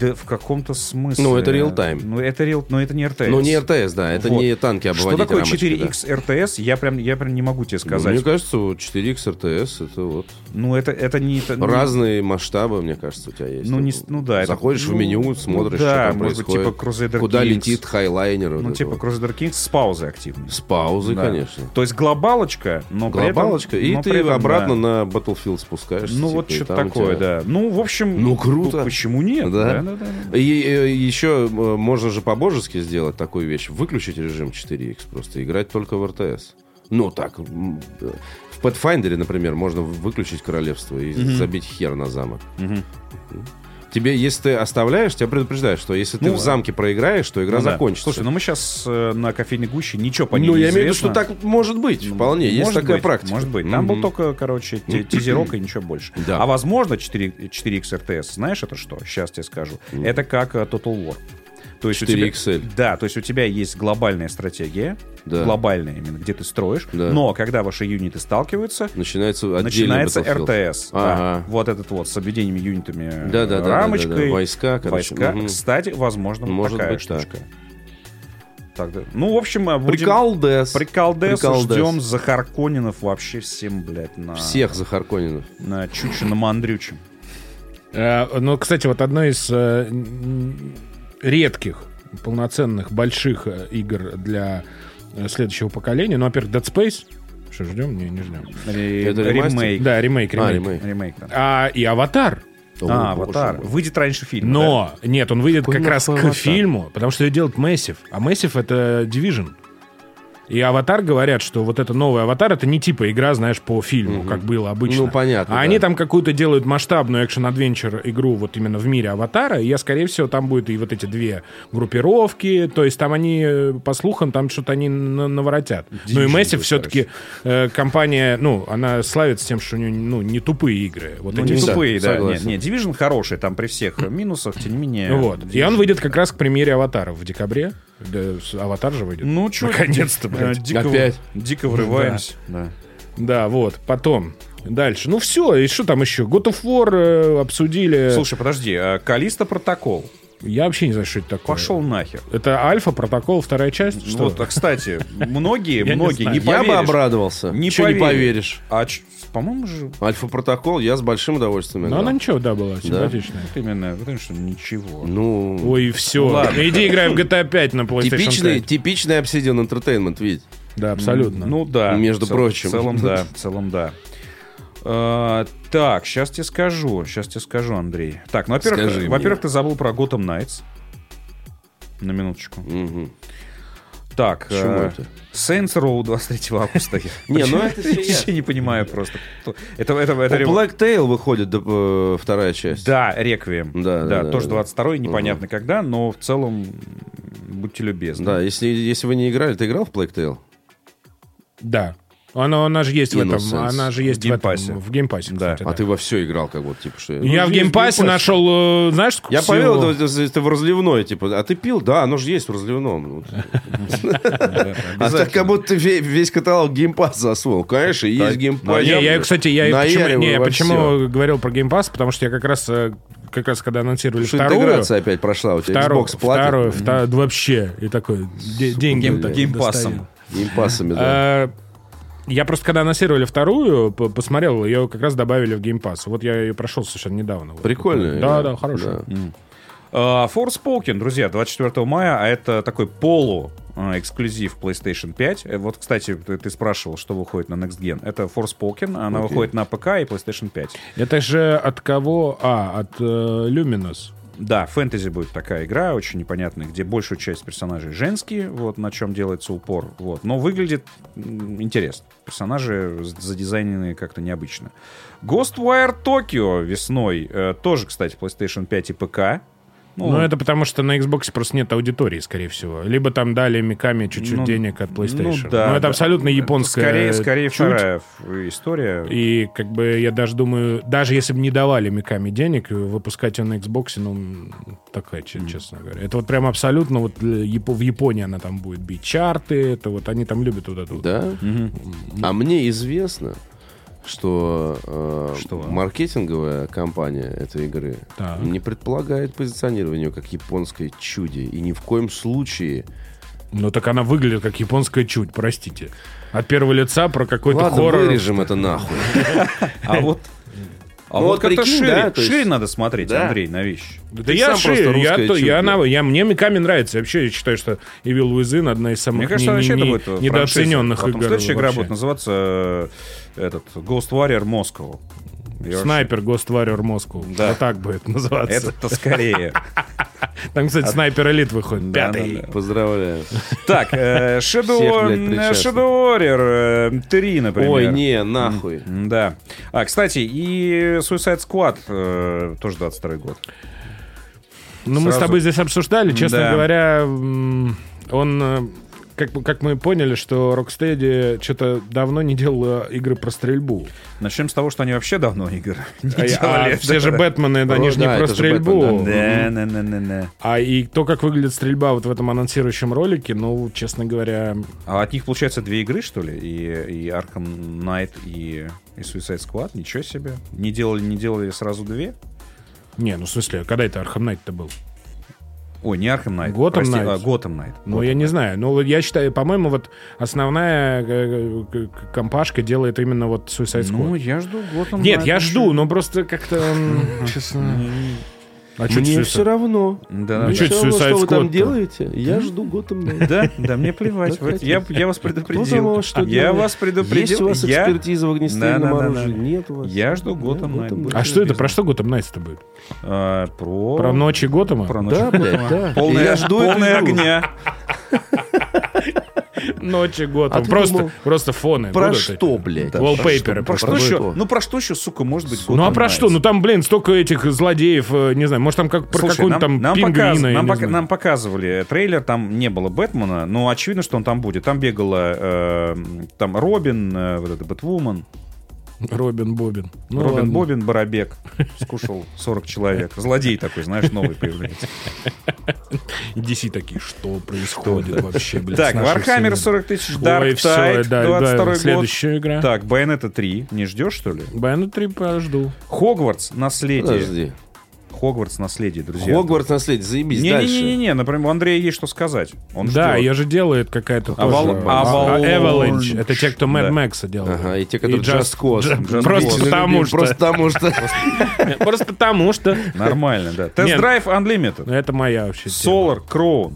Speaker 3: Да в каком-то смысле.
Speaker 2: Ну, это real-time.
Speaker 3: Ну, это real, но это не RTS.
Speaker 2: Ну, не РТС, да. Это
Speaker 3: Вот.
Speaker 2: не танки
Speaker 3: Что
Speaker 2: обводить
Speaker 3: такое
Speaker 2: рамочки, да.
Speaker 3: 4X RTS? Я прям, я прям не могу тебе
Speaker 2: Ну,
Speaker 3: сказать.
Speaker 2: Мне
Speaker 3: Ну,
Speaker 2: кажется, вот 4X РТС, это вот...
Speaker 3: это, это не... это- ну,
Speaker 2: Разные масштабы, мне кажется, у тебя есть.
Speaker 3: Ну, не,
Speaker 2: Вот.
Speaker 3: ну да. это-
Speaker 2: Заходишь в
Speaker 3: ну,
Speaker 2: меню, смотришь,
Speaker 3: ну да,
Speaker 2: что там
Speaker 3: может быть,
Speaker 2: происходит.
Speaker 3: типа Crusader
Speaker 2: Куда
Speaker 3: Kings.
Speaker 2: летит хайлайнер. вот
Speaker 3: Ну,
Speaker 2: это
Speaker 3: типа
Speaker 2: вот.
Speaker 3: Crusader Kings с паузой активной.
Speaker 2: С паузой,
Speaker 3: Да.
Speaker 2: конечно.
Speaker 3: То есть глобалочка, но при этом-
Speaker 2: Глобалочка, и
Speaker 3: но
Speaker 2: ты
Speaker 3: при этом,
Speaker 2: обратно
Speaker 3: да.
Speaker 2: на Battlefield спускаешься.
Speaker 3: Ну
Speaker 2: типа,
Speaker 3: вот
Speaker 2: и
Speaker 3: что-то
Speaker 2: там у
Speaker 3: такое,
Speaker 2: тебя-
Speaker 3: да. Ну, в общем...
Speaker 2: Ну, круто.
Speaker 3: Почему нет?
Speaker 2: Да.
Speaker 3: да, да.
Speaker 2: И, еще можно же по-божески сделать такую вещь. Выключить режим 4X просто. Играть только в РТС. Ну так, м, э, в Pathfinder, например, можно выключить королевство и забить хер на замок.
Speaker 3: Мгм.
Speaker 2: Тебе, если ты оставляешь, тебя предупреждают, что если ты
Speaker 3: Ну,
Speaker 2: в замке проиграешь, то игра
Speaker 3: Ну да.
Speaker 2: закончится.
Speaker 3: Слушай, ну мы сейчас на кофейной гуще ничего по ней
Speaker 2: Ну,
Speaker 3: не
Speaker 2: я имею в виду,
Speaker 3: известно.
Speaker 2: что так может быть, вполне. Есть
Speaker 3: Ну, Может
Speaker 2: такая
Speaker 3: быть,
Speaker 2: практика.
Speaker 3: Может быть. Там был
Speaker 2: Мгм.
Speaker 3: только, короче,
Speaker 2: <clears throat>
Speaker 3: те- тизерок и ничего больше.
Speaker 2: Да.
Speaker 3: А возможно, 4, 4X RTS, знаешь, это что? Сейчас тебе скажу. Это как э, Total War. То есть у тебя-
Speaker 2: 4XL.
Speaker 3: да, то есть у тебя есть глобальная стратегия,
Speaker 2: Да.
Speaker 3: глобальная именно, где ты строишь,
Speaker 2: Да.
Speaker 3: но когда ваши юниты сталкиваются,
Speaker 2: Начинается отдельный
Speaker 3: начинается
Speaker 2: Battlefield.
Speaker 3: РТС. да.
Speaker 2: Ага.
Speaker 3: Вот этот вот с обведениями юнитами
Speaker 2: Да, да, да,
Speaker 3: э, рамочкой.
Speaker 2: да, да, да. Войска, короче.
Speaker 3: Войска.
Speaker 2: Мгм.
Speaker 3: Кстати, возможно, вот
Speaker 2: Может
Speaker 3: такая
Speaker 2: быть, так.
Speaker 3: штучка. Так, да. Ну, в общем, э, будем...
Speaker 2: Приколдес.
Speaker 3: Приколдесу
Speaker 2: Приколдес.
Speaker 3: ждем Захарконинов вообще всем, блядь, на...
Speaker 2: Всех Захарконинов.
Speaker 3: На Чучином Андрючем.
Speaker 1: Э, Ну, кстати, вот одно из э, н- редких полноценных больших э, игр для э, следующего поколения. Ну, во-первых, Dead Space. Что, ждем? Не, не ждем.
Speaker 2: Это
Speaker 3: ремейк.
Speaker 2: ремастер?
Speaker 1: Да, ремейк,
Speaker 2: А,
Speaker 1: ремейк.
Speaker 2: ремейк.
Speaker 3: Ремейк, да.
Speaker 1: А, и Аватар.
Speaker 3: А,
Speaker 2: О, боже
Speaker 3: Аватар.
Speaker 2: мой.
Speaker 3: Выйдет раньше фильма.
Speaker 1: Но нет, он выйдет
Speaker 2: Какой
Speaker 1: как раз к
Speaker 2: нахуй «Аватар»?
Speaker 1: фильму, потому что ее делает Massive. А Massive это Division. И Аватар говорят, что вот это новый Аватар это не типа игра, знаешь, по фильму, как было обычно.
Speaker 2: Ну, понятно,
Speaker 1: А
Speaker 2: да.
Speaker 1: они там какую-то делают масштабную экшен-адвенчер игру вот именно в мире Аватара. И я, скорее всего, там будет и вот эти две группировки. То есть там они, э, по слухам, там что-то они на- наворотят. ну и
Speaker 3: Division
Speaker 1: Massive
Speaker 3: будет,
Speaker 1: все-таки э, компания, ну, она славится тем, что у нее ну, не тупые игры. Вот
Speaker 3: Ну,
Speaker 1: эти
Speaker 3: не
Speaker 1: все.
Speaker 3: тупые, да. Нет,
Speaker 2: согласен.
Speaker 3: нет, Division хороший, там при всех минусах, тем не менее.
Speaker 1: Ну Вот. И
Speaker 3: Division.
Speaker 1: он выйдет как раз к премьере «Аватара» в декабре. Да, с- «Аватар» же выйдет.
Speaker 3: Ну, чё,
Speaker 1: Наконец-то,
Speaker 3: э,
Speaker 1: блядь.
Speaker 3: дико,
Speaker 2: Опять.
Speaker 3: дико врываемся. Да.
Speaker 1: Да, вот. Потом. Дальше. Ну все, и что там еще? God of War э, обсудили.
Speaker 3: Слушай, подожди, а Калиста протокол.
Speaker 1: Я вообще не знаю, что это такое.
Speaker 3: Пошел нахер.
Speaker 1: Это «Альфа», «Протокол», вторая часть? Что?
Speaker 3: Вот, а, кстати, многие,
Speaker 1: Я не
Speaker 3: многие
Speaker 1: знаю.
Speaker 3: не
Speaker 2: Я бы
Speaker 3: поверишь.
Speaker 2: обрадовался.
Speaker 3: Не
Speaker 2: Чё не поверишь.
Speaker 3: поверишь. А, ч- по-моему же,
Speaker 2: Альфа-протокол я с большим удовольствием
Speaker 1: Ну,
Speaker 2: играл.
Speaker 1: она ничего, да, была симпатичная.
Speaker 3: вот именно, потому что ничего.
Speaker 2: Ну,
Speaker 1: Ой, все.
Speaker 3: ладно.
Speaker 1: Иди играй в GTA 5 на PlayStation
Speaker 2: типичный,
Speaker 1: 5.
Speaker 2: типичный Obsidian Entertainment, видите?
Speaker 1: Да, абсолютно.
Speaker 3: Ну да.
Speaker 2: Между
Speaker 3: В
Speaker 2: прочим.
Speaker 3: В
Speaker 2: <laughs>
Speaker 3: целом да, в целом да. Э, так, сейчас тебе скажу, сейчас тебе скажу, Андрей. Так, ну,
Speaker 2: Скажи
Speaker 3: во-первых,
Speaker 2: мне.
Speaker 3: во-первых, ты забыл про Gotham Knights. На минуточку.
Speaker 2: Мгм.
Speaker 3: Так,
Speaker 2: Почему
Speaker 3: э,
Speaker 2: это?
Speaker 3: Saints Row 23
Speaker 2: <laughs>
Speaker 3: августа.
Speaker 2: Не, ну это
Speaker 3: <laughs> я
Speaker 2: всё
Speaker 3: вообще
Speaker 2: ясно.
Speaker 3: не понимаю просто. кто- Это, это, это,
Speaker 2: У
Speaker 3: ремонт.
Speaker 2: А Black Tail выходит да, э, вторая часть.
Speaker 3: Да, Реквием.
Speaker 2: Да, да, да,
Speaker 3: тоже
Speaker 2: да.
Speaker 3: 22-й, непонятно когда, но в целом м, будьте любезны.
Speaker 2: Да, если, если вы не играли, ты играл в Black Tail?
Speaker 1: Да. Она, она же есть в этом.
Speaker 2: Innocence.
Speaker 1: Она же есть в этом,
Speaker 3: ну, Геймпассе.
Speaker 1: В геймпассе,
Speaker 3: Да.
Speaker 1: кстати,
Speaker 2: А ты во все играл, как будто, типа, что я...
Speaker 1: Я
Speaker 3: Ну,
Speaker 1: в
Speaker 3: есть
Speaker 1: геймпассе
Speaker 3: Game Pass.
Speaker 1: нашел, э, знаешь, сколько
Speaker 2: Я
Speaker 1: всего?
Speaker 2: поверил, это, это- это в разливной, типа, а ты пил? Да, оно же есть
Speaker 1: <laughs>
Speaker 2: в разливном. А так как будто ве- весь каталог геймпаса освоил. Конечно, есть геймпас.
Speaker 1: Не, я, кстати, я и почему,
Speaker 2: Наяриваю
Speaker 1: не, я
Speaker 2: во всё.
Speaker 1: почему говорил про геймпас, потому что я как раз, э, как раз когда анонсировали
Speaker 2: Что
Speaker 1: вторую,
Speaker 2: интеграция опять прошла у тебя?
Speaker 1: вторую,
Speaker 2: Xbox платит?
Speaker 1: вторую, вта- да вообще, и такой, де- деньги
Speaker 3: Гейм-
Speaker 1: блядь,
Speaker 3: геймпассом.
Speaker 1: достаю.
Speaker 2: Геймпасами, да.
Speaker 1: А, Я просто, когда анонсировали вторую, п- посмотрел, ее как раз добавили в геймпасс. Вот я ее прошел совершенно недавно. Вот.
Speaker 2: Прикольно.
Speaker 1: Э, Да, да, хорошая.
Speaker 2: Да.
Speaker 3: Forspoken, А, друзья, 24 мая, а это такой полу э, эксклюзив PlayStation 5. Э, Вот, кстати, ты ты спрашивал, что выходит на Next Gen. Это Forspoken, она
Speaker 2: Окей.
Speaker 3: выходит на ПК и PlayStation 5.
Speaker 1: Это же от кого? А, от э, Luminous.
Speaker 3: Да, фэнтези будет такая игра, очень непонятная, где большую часть персонажей женские, вот на чем делается упор. Вот. Но выглядит м, интересно. Персонажи з- задизайнены как-то необычно. Ghostwire Tokyo весной. э, тоже, кстати, PlayStation 5 и ПК.
Speaker 1: Ну, это потому, что на Xbox просто нет аудитории, скорее всего. Либо там дали Миками чуть-чуть
Speaker 3: Ну,
Speaker 1: денег от PlayStation.
Speaker 3: ну да,
Speaker 1: Но это
Speaker 3: да.
Speaker 1: абсолютно японская
Speaker 3: Скорее, скорее
Speaker 1: чуть.
Speaker 3: вторая ф- история.
Speaker 1: И как бы я даже думаю, даже если бы не давали Миками денег, выпускать ее на Xbox, ну, м, такая, че- честно говоря. Это вот прям абсолютно вот э, Яп- в Японии она там будет бить чарты, это вот они там любят вот это вот.
Speaker 2: Да? А мне известно, что, э,
Speaker 3: Что?
Speaker 2: маркетинговая компания этой игры
Speaker 1: Так.
Speaker 2: не предполагает позиционирование её как японское чуде. И ни в коем случае...
Speaker 1: Ну так она выглядит как японская чуть, простите. От первого лица про какой-то
Speaker 2: Ладно,
Speaker 1: хоррор.
Speaker 2: вырежем это нахуй.
Speaker 3: А вот...
Speaker 2: Ну
Speaker 3: А вот
Speaker 2: вот
Speaker 3: как-то
Speaker 2: прикинь,
Speaker 3: шире,
Speaker 2: да, то есть-
Speaker 3: шире надо смотреть,
Speaker 2: Да.
Speaker 3: Андрей, на вещи.
Speaker 1: Да
Speaker 2: Ты
Speaker 1: я
Speaker 2: сам
Speaker 1: шире,
Speaker 2: просто
Speaker 1: я,
Speaker 2: русское
Speaker 1: то- я
Speaker 2: чудо.
Speaker 1: на- я- мне Миками нравится. Вообще, я считаю, что Evil Within одна из самых
Speaker 3: Мне кажется,
Speaker 1: не-
Speaker 3: вообще
Speaker 1: не-
Speaker 3: это
Speaker 1: не-
Speaker 3: будет франшиза. А
Speaker 1: недооцененных
Speaker 3: Потом
Speaker 1: игр.
Speaker 3: Следующая игра
Speaker 1: вообще.
Speaker 3: будет называться э, этот Ghost Warrior Moscow. Я
Speaker 1: Снайпер Ghost Warrior Moscow.
Speaker 3: Да.
Speaker 1: Вот так будет
Speaker 3: вообще-
Speaker 1: называться.
Speaker 3: Это-то скорее.
Speaker 1: Там, кстати, Снайпер Элит выходит. <laughs>
Speaker 3: Да,
Speaker 1: Пятый.
Speaker 3: да, да.
Speaker 2: Поздравляю.
Speaker 3: Так, э,
Speaker 2: Всех,
Speaker 3: Shadow
Speaker 2: блядь, причастных.
Speaker 3: Shadow Warrior э, 3, например.
Speaker 2: Ой, не, нахуй.
Speaker 3: Да. А, кстати, и Suicide Squad э, тоже 22 год.
Speaker 1: Ну, мы с
Speaker 3: Сразу.
Speaker 1: тобой здесь обсуждали, честно
Speaker 3: Да.
Speaker 1: говоря, м, он, э, как, бы- как мы поняли, что Rocksteady что-то давно не делал э, игры про стрельбу.
Speaker 3: Начнем с того, что они вообще давно игр <laughs> не
Speaker 1: А, а
Speaker 3: делали.
Speaker 1: все же Бэтмены, да,
Speaker 2: О,
Speaker 1: они же не
Speaker 2: да,
Speaker 1: про
Speaker 2: это же
Speaker 1: стрельбу.
Speaker 2: Бэтмен,
Speaker 3: Да-да-да-да-да.
Speaker 1: А и то, как выглядит стрельба вот в этом анонсирующем ролике, ну, честно говоря,
Speaker 3: А от них, получается, две игры, что ли? И, и Arkham Knight, и, и Suicide Squad? Ничего себе. Не делали, не делали сразу две?
Speaker 1: не, ну, в смысле, когда это Архам то был?
Speaker 3: Ой, не Arkham Knight.
Speaker 1: Gotham
Speaker 3: прости,
Speaker 1: Knight.
Speaker 3: а, Gotham Knight.
Speaker 1: Ну, я не знаю. Ну, вот я считаю, по-моему, вот основная э, э, к- компашка делает именно вот Suicide Squad.
Speaker 3: Ну, я жду Gotham
Speaker 1: Нет,
Speaker 3: Knight
Speaker 1: я
Speaker 3: еще.
Speaker 1: жду, но просто как-то... м, Честно... А чё
Speaker 2: Мне
Speaker 1: ты
Speaker 2: все равно.
Speaker 3: Да,
Speaker 1: Ну,
Speaker 3: да.
Speaker 1: чё
Speaker 2: Всё
Speaker 1: это
Speaker 2: равно,
Speaker 1: Suicide
Speaker 2: что вы там
Speaker 1: Squad-то?
Speaker 2: делаете? Я жду Gotham Knight.
Speaker 3: Да, да, мне плевать. Вот Я, я вас
Speaker 2: Ну,
Speaker 3: предупредил.
Speaker 2: там, что
Speaker 3: Я
Speaker 2: делать?
Speaker 3: вас предупредил.
Speaker 2: Есть у вас
Speaker 3: Я-
Speaker 2: экспертиза в огнестрельном
Speaker 3: Да-да-да-да.
Speaker 2: оружии? Нет у вас.
Speaker 3: Я жду Gotham
Speaker 2: Да,
Speaker 3: Knight.
Speaker 2: Gotham
Speaker 3: будет.
Speaker 1: А что это? Про что Готэм Найтс-то будет?
Speaker 3: А, Про...
Speaker 1: Про ночи Готэма?
Speaker 3: Про ночь. <laughs>
Speaker 2: Да, блядь, да.
Speaker 3: Полная,
Speaker 2: И я жду эту
Speaker 3: полная
Speaker 2: игру.
Speaker 3: огня.
Speaker 1: Ночи Готэма.
Speaker 2: А ты
Speaker 1: просто,
Speaker 2: думал,
Speaker 1: просто фоны.
Speaker 2: Про
Speaker 1: будут
Speaker 2: что,
Speaker 1: эти?
Speaker 2: блядь?
Speaker 1: Да, Wallpaper.
Speaker 3: Про
Speaker 1: Про
Speaker 3: что
Speaker 2: что?
Speaker 3: еще? Ну про что еще, сука, может быть?
Speaker 1: Ну а
Speaker 3: Gotham
Speaker 1: про
Speaker 3: Knights?
Speaker 1: что? Ну там, блин, столько этих злодеев, э, не знаю, может там как про
Speaker 3: Слушай,
Speaker 1: какую-нибудь там пингвина.
Speaker 3: показ-
Speaker 1: я
Speaker 3: нам
Speaker 1: не
Speaker 3: пока-
Speaker 1: знаю.
Speaker 3: нам показывали трейлер, там не было Бэтмена, но очевидно, что он там будет. Там бегала э, там Робин, э, вот это Бэтвумен,
Speaker 1: Робин Бобин. Ну,
Speaker 3: Робин
Speaker 1: ладно.
Speaker 3: Бобин,
Speaker 1: <laughs>
Speaker 3: Барабек, скушал 40 человек. Злодей такой, знаешь, новый появляется.
Speaker 1: DC такие, что происходит вообще, блядь,
Speaker 3: Так,
Speaker 1: с нашей
Speaker 3: Warhammer
Speaker 1: вселенной?
Speaker 3: 40 тысяч,
Speaker 1: Ой,
Speaker 3: Dark
Speaker 1: всё,
Speaker 3: Tide,
Speaker 1: да, да,
Speaker 3: 22 год.
Speaker 1: Следующая игра.
Speaker 3: Так, Байонета 3, не ждешь, что ли?
Speaker 1: Байонет 3 подожду.
Speaker 3: Хогвартс, наследие.
Speaker 2: Подожди.
Speaker 3: Хогвартс, наследие, друзья.
Speaker 2: Хогвартс наследие, заебись, дальше.
Speaker 3: Не-не-не, например, у Андрея есть что сказать. Он
Speaker 1: да,
Speaker 3: ждет.
Speaker 1: ее же делает какая-то тоже.
Speaker 3: Авал-
Speaker 1: А-
Speaker 3: Авалонж.
Speaker 1: Avalanche. Это те, кто Mad
Speaker 3: Да.
Speaker 1: Макса делал.
Speaker 2: Ага, и те, которые
Speaker 1: И
Speaker 2: Just Cause.
Speaker 1: Just-
Speaker 2: Just
Speaker 1: просто
Speaker 2: Cause.
Speaker 1: потому что.
Speaker 2: Просто потому что.
Speaker 1: <laughs> Просто потому что...
Speaker 3: Нормально,
Speaker 1: <laughs>
Speaker 3: да. Тест-драйв Unlimited.
Speaker 1: Ну, Это моя вообще тема.
Speaker 3: Solar Crown.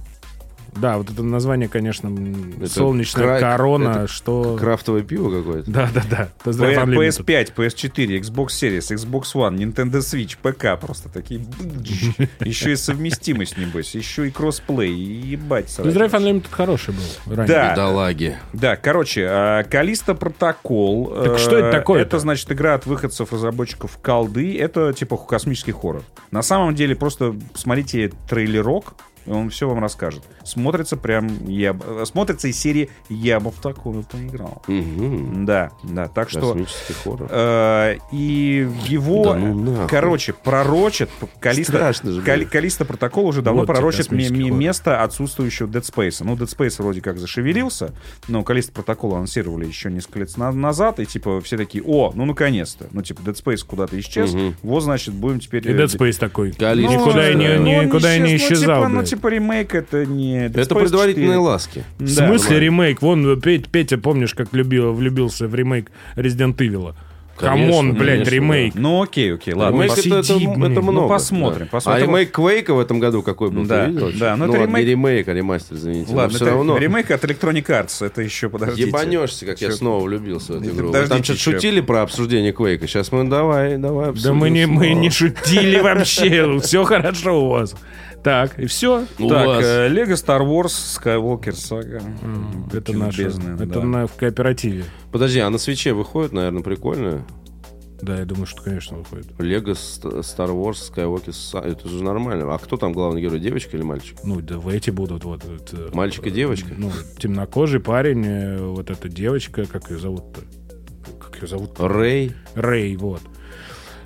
Speaker 1: Да, вот это название, конечно, м,
Speaker 2: Это
Speaker 1: солнечная
Speaker 2: кра-
Speaker 1: корона,
Speaker 2: это
Speaker 1: что...
Speaker 2: Крафтовое пиво какое-то.
Speaker 1: Да, да, да. Тест Drive
Speaker 3: П-
Speaker 1: Unlimited.
Speaker 3: PS5, PS4, Xbox Series, Xbox One, Nintendo Switch, ПК просто такие. Еще и совместимость, небось. Еще и кроссплей. Ебать,
Speaker 1: Тест
Speaker 3: сразу.
Speaker 1: Drive Unlimited хороший был раньше.
Speaker 3: Да.
Speaker 2: Бедолаги.
Speaker 3: Да, короче, а, Калиста Протокол. э,
Speaker 1: Так что это такое-то?
Speaker 3: Это, значит, игра от выходцев разработчиков Колды. Это типа космический хоррор. На самом деле, просто посмотрите трейлерок и он все вам расскажет. Смотрится прям... Я... б- э, Смотрится из серии «Я бы в такую поиграл».
Speaker 2: Мгм.
Speaker 3: Да, да. Так что...
Speaker 2: Космический хоррор.
Speaker 3: Э, И его,
Speaker 2: Да ну нахуй.
Speaker 3: короче, пророчит Калиста,
Speaker 2: Страшно же, блин.
Speaker 3: Кали- Калиста протокол уже давно
Speaker 1: Вот тебе
Speaker 3: пророчит ме-
Speaker 1: космический
Speaker 3: ме-
Speaker 1: хоррор.
Speaker 3: место отсутствующего Dead Space. Ну, Dead Space вроде как зашевелился, но Калиста протокол анонсировали еще несколько лет на- назад, и типа все такие, о, ну наконец-то. Ну, типа, Dead Space куда-то исчез, вот, значит, будем теперь... э,
Speaker 1: И Dead Space такой.
Speaker 2: Галич.
Speaker 3: Ну,
Speaker 1: Никуда и не,
Speaker 3: ну, он
Speaker 1: никуда и не
Speaker 3: исчез, ну, типа,
Speaker 1: исчезал.
Speaker 3: Ну,
Speaker 1: блядь.
Speaker 3: типа, ремейк это не... Dead
Speaker 2: Это
Speaker 3: Space
Speaker 2: предварительные
Speaker 3: 4.
Speaker 2: ласки.
Speaker 1: В
Speaker 3: Да.
Speaker 1: смысле ремейк? Вон Петь- Петя, помнишь, как любил, влюбился в ремейк Resident Evil?
Speaker 2: Конечно,
Speaker 1: Камон, блядь,
Speaker 2: конечно,
Speaker 1: ремейк.
Speaker 3: Ну, окей, окей, ладно.
Speaker 2: Ремейк
Speaker 3: пос-
Speaker 2: это, это-
Speaker 1: посиди,
Speaker 2: это
Speaker 1: блин. Ну,
Speaker 2: много.
Speaker 3: посмотрим,
Speaker 2: да.
Speaker 3: посмотрим.
Speaker 2: А ремейк Квейка в этом году какой был? ты
Speaker 3: Да,
Speaker 2: видел вообще?
Speaker 3: да, но
Speaker 2: ну,
Speaker 3: это
Speaker 2: ладно, не
Speaker 3: ремейк-
Speaker 2: ремейк, а ремастер, извините.
Speaker 3: Ладно,
Speaker 2: но все
Speaker 3: это
Speaker 2: равно.
Speaker 3: ремейк от Electronic Arts, это еще подождите.
Speaker 2: Ебанешься, как я
Speaker 3: Чё-
Speaker 2: снова влюбился в эту
Speaker 3: Да
Speaker 2: игру. Вы
Speaker 3: подождите
Speaker 2: Там что-то
Speaker 3: еще.
Speaker 2: шутили про обсуждение Квейка. Сейчас мы давай, давай
Speaker 1: Да
Speaker 2: обсудим
Speaker 1: мы не, мы
Speaker 2: снова.
Speaker 1: не шутили вообще. <laughs> Все хорошо у вас. Так, и все.
Speaker 2: У
Speaker 3: Так,
Speaker 2: вас.
Speaker 3: э, Лего, Star Wars, Skywalker Saga.
Speaker 1: Это
Speaker 3: Чудо
Speaker 1: наше.
Speaker 3: бездны,
Speaker 1: Это
Speaker 3: да.
Speaker 1: на, в кооперативе.
Speaker 2: Подожди, а на свече выходит, наверное, прикольно.
Speaker 1: Да, я думаю, что, конечно, выходит.
Speaker 2: Лего, Ст- Star Wars, Skywalker, Са- это же нормально. А кто там главный герой, девочка или мальчик?
Speaker 1: Ну, да, в эти будут вот. вот, э,
Speaker 2: Мальчик и девочка?
Speaker 1: Ну, темнокожий парень, э, вот эта девочка, как ее зовут-то? Как ее зовут?
Speaker 2: Рэй.
Speaker 1: Рэй, вот.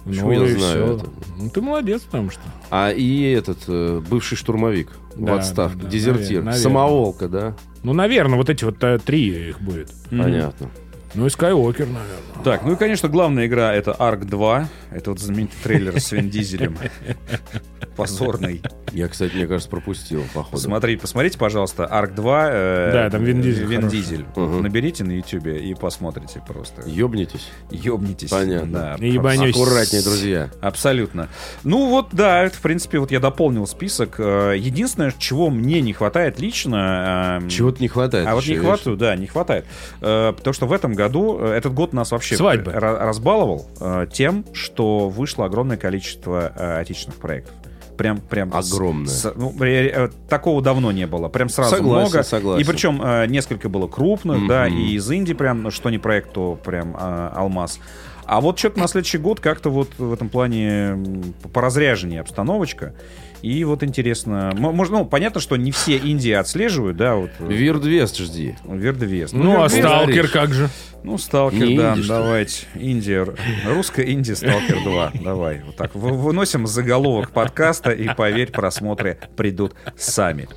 Speaker 2: Почему я
Speaker 1: и
Speaker 2: знаю
Speaker 1: всё.
Speaker 2: это?
Speaker 1: Ну, ты молодец, потому что.
Speaker 2: А и этот э, бывший штурмовик в
Speaker 1: Да,
Speaker 2: отставке,
Speaker 1: да, да,
Speaker 2: дезертир,
Speaker 1: наверное, наверное.
Speaker 2: самоволка, да?
Speaker 1: Ну, наверное, вот эти вот э, три их будет.
Speaker 2: Понятно.
Speaker 1: Ну и Скайуокер, наверное.
Speaker 3: Так, ну и, конечно, главная игра это Ark 2. Это вот знаменитый трейлер с
Speaker 1: <laughs>
Speaker 3: Вин Дизелем. Позорный.
Speaker 2: Я, кстати, мне кажется, пропустил, походу.
Speaker 3: Смотри, посмотрите, пожалуйста, Ark 2. э,
Speaker 1: Да, там Вин Дизель
Speaker 3: э, Вин
Speaker 1: хороший.
Speaker 3: Дизель.
Speaker 2: Мгм.
Speaker 3: Наберите на Ютубе и посмотрите просто.
Speaker 2: Ёбнитесь.
Speaker 3: Ёбнитесь.
Speaker 2: Понятно.
Speaker 3: Да,
Speaker 1: И ебанётесь.
Speaker 2: Аккуратнее, друзья.
Speaker 3: Абсолютно. Ну вот, да, это, в принципе, вот я дополнил список. Э, Единственное, чего мне не хватает лично... эм,
Speaker 2: Чего-то не хватает.
Speaker 3: А вот
Speaker 2: еще,
Speaker 3: не
Speaker 2: видишь?
Speaker 3: хватает, да, не хватает. Э, Потому что в этом году, э, этот год нас вообще
Speaker 1: Свадьбы.
Speaker 3: ра- разбаловал э, тем, что вышло огромное количество э, отечественных проектов. Прям, прям с-
Speaker 2: Огромное.
Speaker 3: с- ну, ре- э, такого давно не было. Прям сразу
Speaker 2: Согласен,
Speaker 3: много.
Speaker 2: согласен.
Speaker 3: И причем э, несколько было крупных,
Speaker 2: Мгм.
Speaker 3: да, и из Индии прям, ну, что не проект, то прям э, алмаз. А вот что-то на следующий год как-то вот в этом плане м, поразряженнее обстановочка. И вот интересно, м- можно, ну, понятно, что не все Индии отслеживают, да, вот. э,
Speaker 2: Вирдвест жди.
Speaker 3: Вердвест.
Speaker 1: Ну, а
Speaker 2: говорю,
Speaker 1: Сталкер
Speaker 2: говоришь.
Speaker 1: как же?
Speaker 3: Ну, Сталкер,
Speaker 2: Не
Speaker 3: да,
Speaker 2: Инди, что ли?
Speaker 3: давайте. Индия, р- русская Индия, Сталкер 2. Давай, вот так. Вы- Выносим заголовок подкаста, и, поверь, просмотры придут сами.